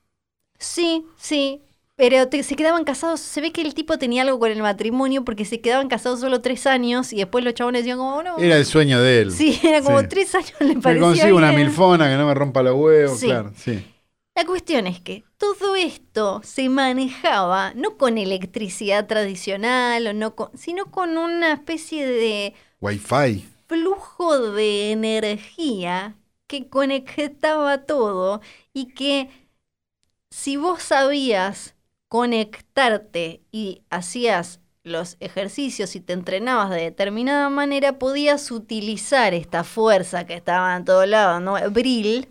Speaker 3: Sí, sí. Pero te- se quedaban casados. Se ve que el tipo tenía algo con el matrimonio porque se quedaban casados solo tres años y después los chabones decían como, "Oh, no.
Speaker 2: Era el sueño de él.
Speaker 3: sí, era como
Speaker 2: sí.
Speaker 3: tres años le
Speaker 2: Me
Speaker 3: parecía
Speaker 2: consigo una
Speaker 3: bien.
Speaker 2: milfona que no me rompa los huevos,
Speaker 3: Sí.
Speaker 2: claro, sí.
Speaker 3: La cuestión es que todo esto se manejaba no con electricidad tradicional, o no con- sino con una especie de
Speaker 2: Wi-Fi.
Speaker 3: flujo de energía que conectaba todo y que si vos sabías conectarte y hacías los ejercicios y te entrenabas de determinada manera, podías utilizar esta fuerza que estaba en todos lados, ¿no? Brill,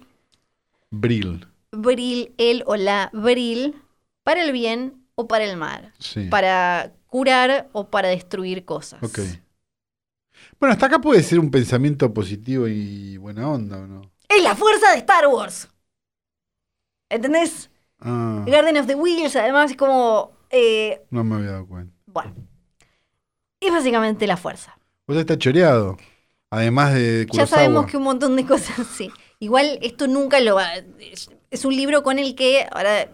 Speaker 2: Brill.
Speaker 3: bril, el o la bril, para el bien o para el mal,
Speaker 2: Sí.
Speaker 3: para curar o para destruir cosas.
Speaker 2: Ok. Bueno, hasta acá puede ser un pensamiento positivo y buena onda, ¿o no?
Speaker 3: Es la fuerza de Star Wars. ¿Entendés?
Speaker 2: Ah,
Speaker 3: Garden of the Wheels, además, es como. eh,
Speaker 2: no me había dado cuenta.
Speaker 3: bueno. Es básicamente la fuerza.
Speaker 2: O sea, está choreado. Además de
Speaker 3: Ya
Speaker 2: Kurosawa.
Speaker 3: sabemos que un montón de cosas, sí. Igual esto nunca lo va. Es, es un libro con el que. Ahora,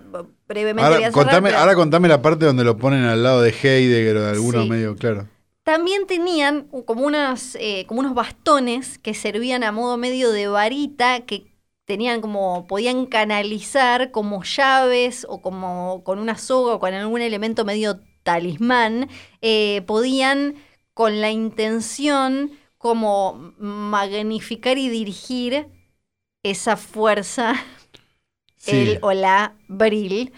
Speaker 3: brevemente. voy
Speaker 2: ahora,
Speaker 3: a cerrar,
Speaker 2: contame,
Speaker 3: pero-
Speaker 2: ahora contame la parte donde lo ponen al lado de Heidegger o de alguno
Speaker 3: Sí.
Speaker 2: medio, claro.
Speaker 3: También tenían como, unas, eh, como unos bastones que servían a modo medio de varita que tenían como podían canalizar como llaves o como con una soga o con algún elemento medio talismán eh, podían con la intención como magnificar y dirigir esa fuerza
Speaker 2: Sí.
Speaker 3: el o la bril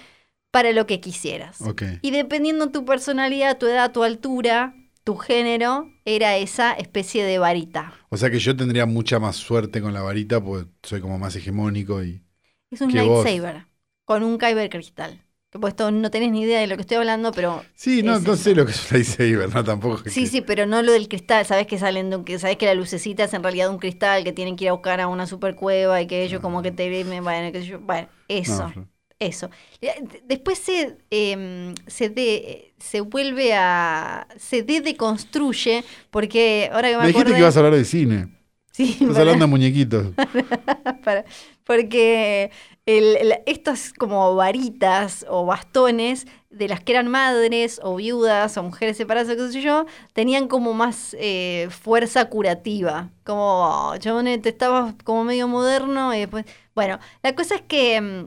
Speaker 3: para lo que quisieras
Speaker 2: Ok.
Speaker 3: y dependiendo tu personalidad, tu edad, tu altura, tu género, era esa especie de varita.
Speaker 2: O sea que yo tendría mucha más suerte con la varita porque soy como más hegemónico y.
Speaker 3: Es un
Speaker 2: Que vos-
Speaker 3: lightsaber con un kyber cristal. Que pues esto no tenés ni idea de lo que estoy hablando, pero
Speaker 2: Sí, no,
Speaker 3: Es
Speaker 2: no
Speaker 3: eso.
Speaker 2: sé lo que es un lightsaber, ¿no? Tampoco. es
Speaker 3: sí,
Speaker 2: que-
Speaker 3: sí, pero no lo del cristal, sabes que salen de un, que sabes que la lucecita es en realidad un cristal que tienen que ir a buscar a una super cueva y que ellos como que te bueno, qué sé yo, bueno, eso.
Speaker 2: No,
Speaker 3: Eso. Eh, d- Después se, em, se, de- se vuelve a. se de deconstruye, porque ahora que me,
Speaker 2: me dijiste
Speaker 3: acordé-
Speaker 2: que ibas a hablar de cine.
Speaker 3: Sí,
Speaker 2: Estás
Speaker 3: pará.
Speaker 2: hablando de muñequitos.
Speaker 3: para- porque el- el- estas como varitas o bastones de las que eran madres o viudas o mujeres separadas, o qué sé yo, tenían como más eh, fuerza curativa. Como, yo te estabas como medio moderno y después... Bueno, la cosa es que mm,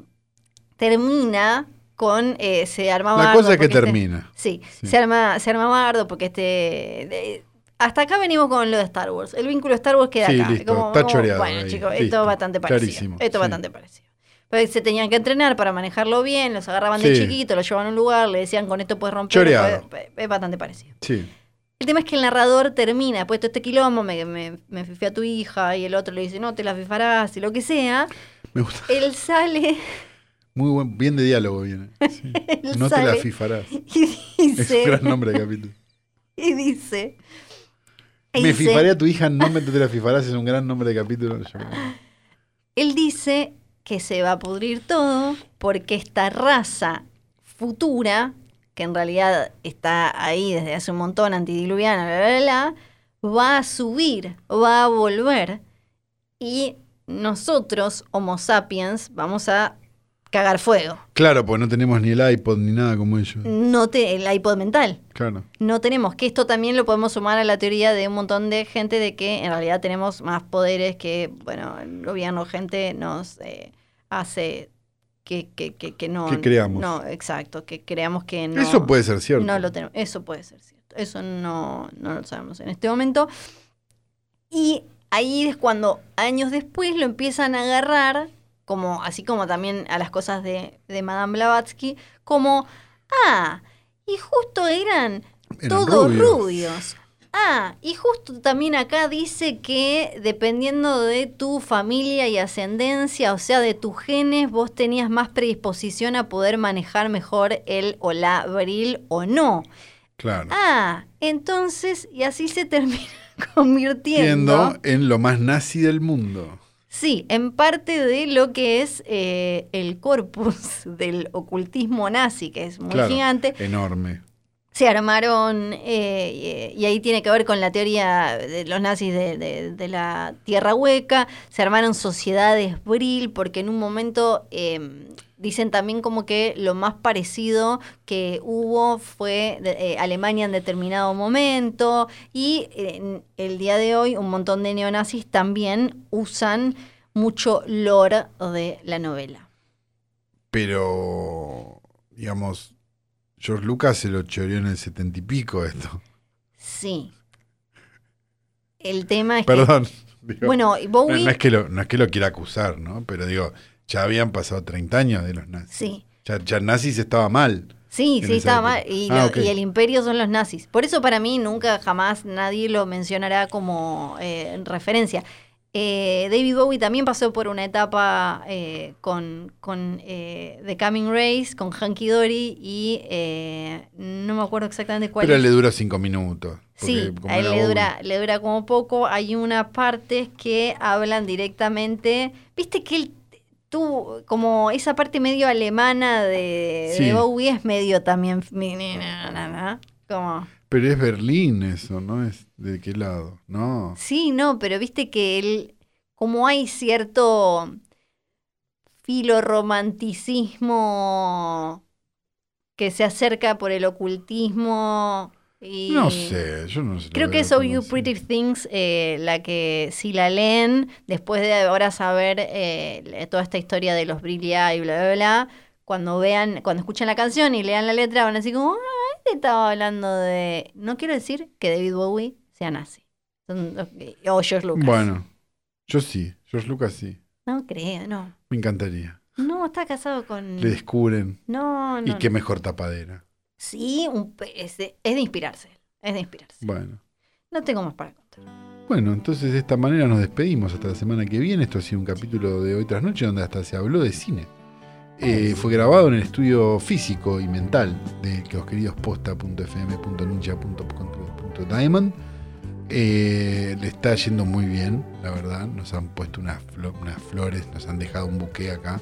Speaker 3: termina con... eh, se armaba...
Speaker 2: La
Speaker 3: algo
Speaker 2: cosa es que
Speaker 3: porque se-
Speaker 2: termina.
Speaker 3: Sí,
Speaker 2: Sí.
Speaker 3: Se, arma, se arma bardo porque este... de- hasta acá venimos con lo de Star Wars. El vínculo de Star Wars queda
Speaker 2: Sí,
Speaker 3: acá.
Speaker 2: listo, está choreado
Speaker 3: Bueno,
Speaker 2: ahí,
Speaker 3: chicos, esto
Speaker 2: listo,
Speaker 3: es bastante parecido.
Speaker 2: clarísimo,
Speaker 3: Esto es
Speaker 2: sí.
Speaker 3: bastante parecido. Pero se tenían que entrenar para manejarlo bien, los agarraban de
Speaker 2: Sí.
Speaker 3: chiquito, los llevaban a un lugar, le decían con esto puedes romper. pues,
Speaker 2: Choreado.
Speaker 3: puedes-". Es bastante parecido.
Speaker 2: Sí.
Speaker 3: El tema es que el narrador termina, puesto este quilombo, me, me, me fifé a tu hija, y el otro le dice, no, te la fifarás, y lo que sea.
Speaker 2: Me gusta.
Speaker 3: Él sale,
Speaker 2: Muy buen, bien de diálogo viene. sí.
Speaker 3: Él
Speaker 2: No te la
Speaker 3: sale.
Speaker 2: fifarás.
Speaker 3: y
Speaker 2: Es
Speaker 3: dice,
Speaker 2: un gran nombre de capítulo.
Speaker 3: y dice... y
Speaker 2: Me
Speaker 3: dice-
Speaker 2: fifaré a tu hija, no me te la fifarás, es un gran nombre de capítulo. Yo creo.
Speaker 3: Él dice que se va a pudrir todo porque esta raza futura, que en realidad está ahí desde hace un montón, antidiluviana, bla, bla, bla, bla, va a subir, va a volver y nosotros, Homo sapiens, vamos a cagar fuego.
Speaker 2: Claro, pues no tenemos ni el iPod ni nada como ellos.
Speaker 3: No te, el iPod mental.
Speaker 2: Claro.
Speaker 3: No tenemos, que esto también lo podemos sumar a la teoría de un montón de gente de que en realidad tenemos más poderes que, bueno, el gobierno, gente nos eh, hace que, que, que, que no...
Speaker 2: Que creamos.
Speaker 3: No, exacto, que creamos que no...
Speaker 2: Eso puede ser cierto.
Speaker 3: No lo tenemos, eso puede ser cierto, eso no, no lo sabemos en este momento. Y ahí es cuando años después lo empiezan a agarrar, como, así como también a las cosas de, de Madame Blavatsky, como, ah, y justo eran
Speaker 2: Eran
Speaker 3: todos
Speaker 2: rubios.
Speaker 3: rubios. Ah, y justo también acá dice que dependiendo de tu familia y ascendencia, o sea, de tus genes, vos tenías más predisposición a poder manejar mejor el o la bril o no.
Speaker 2: Claro.
Speaker 3: Ah, entonces, y así se termina convirtiendo.
Speaker 2: Siendo en lo más nazi del mundo.
Speaker 3: Sí, en parte de lo que es eh, el corpus del ocultismo nazi, que es muy
Speaker 2: Claro.
Speaker 3: gigante.
Speaker 2: Enorme.
Speaker 3: se armaron, eh, y, y ahí tiene que ver con la teoría de los nazis de, de- de la tierra hueca, se armaron sociedades bril, porque en un momento eh, dicen también como que lo más parecido que hubo fue de- eh, Alemania en determinado momento, y en el día de hoy un montón de neonazis también usan mucho lore de la novela.
Speaker 2: Pero, digamos, George Lucas se lo choreó en el setenta y pico esto.
Speaker 3: Sí. El tema es
Speaker 2: Perdón.
Speaker 3: que...
Speaker 2: digo,
Speaker 3: Bueno, y
Speaker 2: no,
Speaker 3: Bowie...
Speaker 2: no es que lo, no es que lo quiera acusar, ¿no? Pero digo, ya habían pasado 30 años de los nazis.
Speaker 3: Sí,
Speaker 2: Ya, ya nazis estaba mal.
Speaker 3: sí,
Speaker 2: en
Speaker 3: sí,
Speaker 2: esa
Speaker 3: estaba mal.
Speaker 2: época.
Speaker 3: Y,
Speaker 2: Ah,
Speaker 3: lo-
Speaker 2: ok.
Speaker 3: y el imperio son los nazis. Por eso para mí nunca, jamás nadie lo mencionará como eh, referencia. Eh, David Bowie también pasó por una etapa eh, con, con eh, The Coming Race, con Hanky Dory y eh, no me acuerdo exactamente cuál
Speaker 2: Pero
Speaker 3: es.
Speaker 2: le duró cinco minutos. porque
Speaker 3: Sí,
Speaker 2: como
Speaker 3: a él
Speaker 2: era
Speaker 3: le
Speaker 2: Bowie-
Speaker 3: dura, le dura como poco. Hay unas partes que hablan directamente. Viste que él tuvo como esa parte medio alemana de,
Speaker 2: Sí.
Speaker 3: de Bowie es medio también. femenina, ¿no? Como,
Speaker 2: Pero es Berlín eso, ¿no? es ¿De qué lado? No.
Speaker 3: sí, no, pero viste que él, como hay cierto filorromanticismo que se acerca por el ocultismo. Y
Speaker 2: No sé, yo no sé.
Speaker 3: Creo que es Oh You Pretty Things eh, la que si la leen, después de ahora saber eh, toda esta historia de los Brilia y bla, bla, bla, cuando vean, cuando escuchen la canción y lean la letra, van a decir como, ah, este estaba hablando de... No quiero decir que David Bowie sea nazi. Son- eh, O George Lucas.
Speaker 2: Bueno, yo sí, George Lucas sí.
Speaker 3: No creo, no.
Speaker 2: Me encantaría.
Speaker 3: No, está casado con...
Speaker 2: Le descubren.
Speaker 3: No, Mm. no.
Speaker 2: y qué
Speaker 3: no.
Speaker 2: mejor tapadera.
Speaker 3: Sí, un pe- es, de, es de inspirarse. Es de inspirarse.
Speaker 2: Bueno.
Speaker 3: No tengo más para contar.
Speaker 2: Bueno, entonces de esta manera nos despedimos hasta la semana que viene. Esto ha sido un capítulo de Hoy tras Noche donde hasta se habló de cine. Eh, fue grabado en el estudio físico y mental de los queridos posta.fm.ninja.com.diamond. Eh, le está yendo muy bien, la verdad. Nos han puesto unas, flo- unas flores, nos han dejado un buque acá.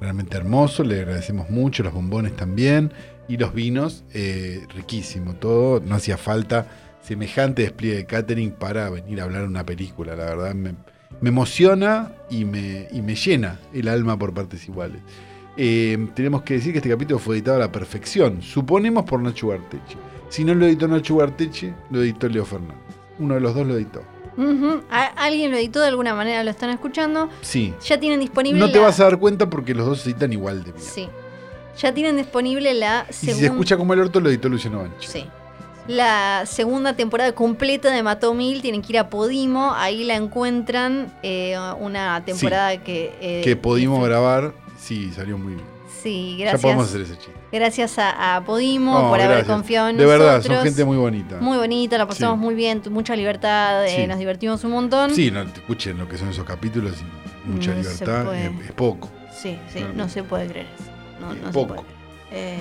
Speaker 2: Realmente hermoso, le agradecemos mucho, los bombones también y los vinos, eh, riquísimo todo. No hacía falta semejante despliegue de catering para venir a hablar de una película, la verdad me, me emociona y me, y me llena el alma por partes iguales. Eh, tenemos que decir que este capítulo fue editado a la perfección, suponemos por Nacho Barteche. Si no lo editó Nacho Barteche, lo editó Leo Fernández. Uno de los dos lo editó.
Speaker 3: Ujú. A- Alguien lo editó de alguna manera, lo están escuchando.
Speaker 2: Sí.
Speaker 3: Ya tienen disponible.
Speaker 2: No te
Speaker 3: la-
Speaker 2: vas a dar cuenta porque los dos se editan igual de bien.
Speaker 3: Sí. Ya tienen disponible la
Speaker 2: Y si
Speaker 3: segunda.
Speaker 2: se escucha como el orto, lo editó Luciano Banchi.
Speaker 3: Sí. La segunda temporada completa de Mató Mil. Tienen que ir a Podimo. Ahí la encuentran. eh, una temporada que. eh,
Speaker 2: Que pudimos
Speaker 3: hizo-
Speaker 2: grabar, sí, salió muy bien.
Speaker 3: Sí,
Speaker 2: Ya podemos
Speaker 3: gracias.
Speaker 2: hacer ese chiste.
Speaker 3: Gracias a, a Podimo
Speaker 2: No,
Speaker 3: por haber
Speaker 2: gracias.
Speaker 3: confiado en
Speaker 2: De
Speaker 3: nosotros.
Speaker 2: verdad, son gente muy bonita.
Speaker 3: Muy bonita, la pasamos
Speaker 2: Sí.
Speaker 3: muy bien, tu- mucha libertad, eh,
Speaker 2: Sí.
Speaker 3: nos divertimos un montón.
Speaker 2: Sí, no, te escuchen lo que son esos capítulos, y mucha
Speaker 3: No se
Speaker 2: libertad,
Speaker 3: puede.
Speaker 2: eh, es, poco.
Speaker 3: Sí, sí,
Speaker 2: Mm.
Speaker 3: no se puede creer eso. No, no se
Speaker 2: Poco.
Speaker 3: puede. creer.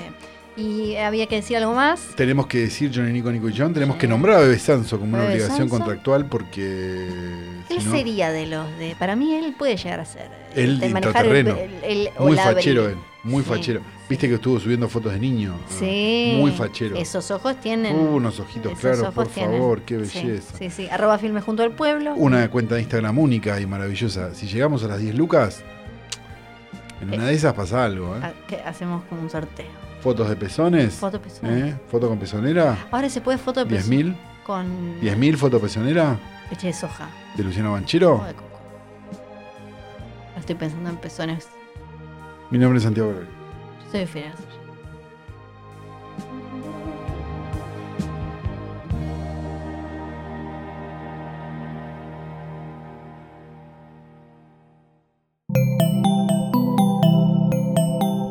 Speaker 3: Eh, y había que decir algo más.
Speaker 2: Tenemos que decir, Johnny Nico, Nico y John, tenemos
Speaker 3: Sí.
Speaker 2: que nombrar a Bebe Sanso como una
Speaker 3: Bebe
Speaker 2: obligación
Speaker 3: Sanso.
Speaker 2: contractual porque. si
Speaker 3: Él
Speaker 2: no-
Speaker 3: sería de los de. Para mí, él puede llegar a ser. eh,
Speaker 2: El
Speaker 3: de manejar
Speaker 2: intraterreno.
Speaker 3: el- o
Speaker 2: Muy
Speaker 3: la abri-
Speaker 2: fachero él, muy
Speaker 3: Sí,
Speaker 2: fachero. Viste que estuvo subiendo fotos de niño. ¿no?
Speaker 3: Sí.
Speaker 2: Muy fachero.
Speaker 3: Esos ojos tienen.
Speaker 2: Uh, unos ojitos
Speaker 3: esos
Speaker 2: claros,
Speaker 3: ojos
Speaker 2: por
Speaker 3: tienen.
Speaker 2: favor, qué
Speaker 3: Sí,
Speaker 2: belleza.
Speaker 3: Sí, sí. Arroba filmes junto al pueblo.
Speaker 2: Una cuenta de Instagram única y maravillosa. Si llegamos a las 10 lucas, en una de esas pasa algo, ¿eh?
Speaker 3: Ah, que hacemos como un sorteo.
Speaker 2: Fotos de pezones.
Speaker 3: Foto de pezón.
Speaker 2: ¿eh? Foto con pezonera.
Speaker 3: Ahora se puede foto de pezón
Speaker 2: 10.000.
Speaker 3: Con
Speaker 2: 10.000 foto pezonera
Speaker 3: leche de soja.
Speaker 2: de Luciano Banchero.
Speaker 3: o de coco. Ahora Estoy pensando en pezones.
Speaker 2: Mi nombre es Santiago Gregorio.
Speaker 3: Yo soy Fidel.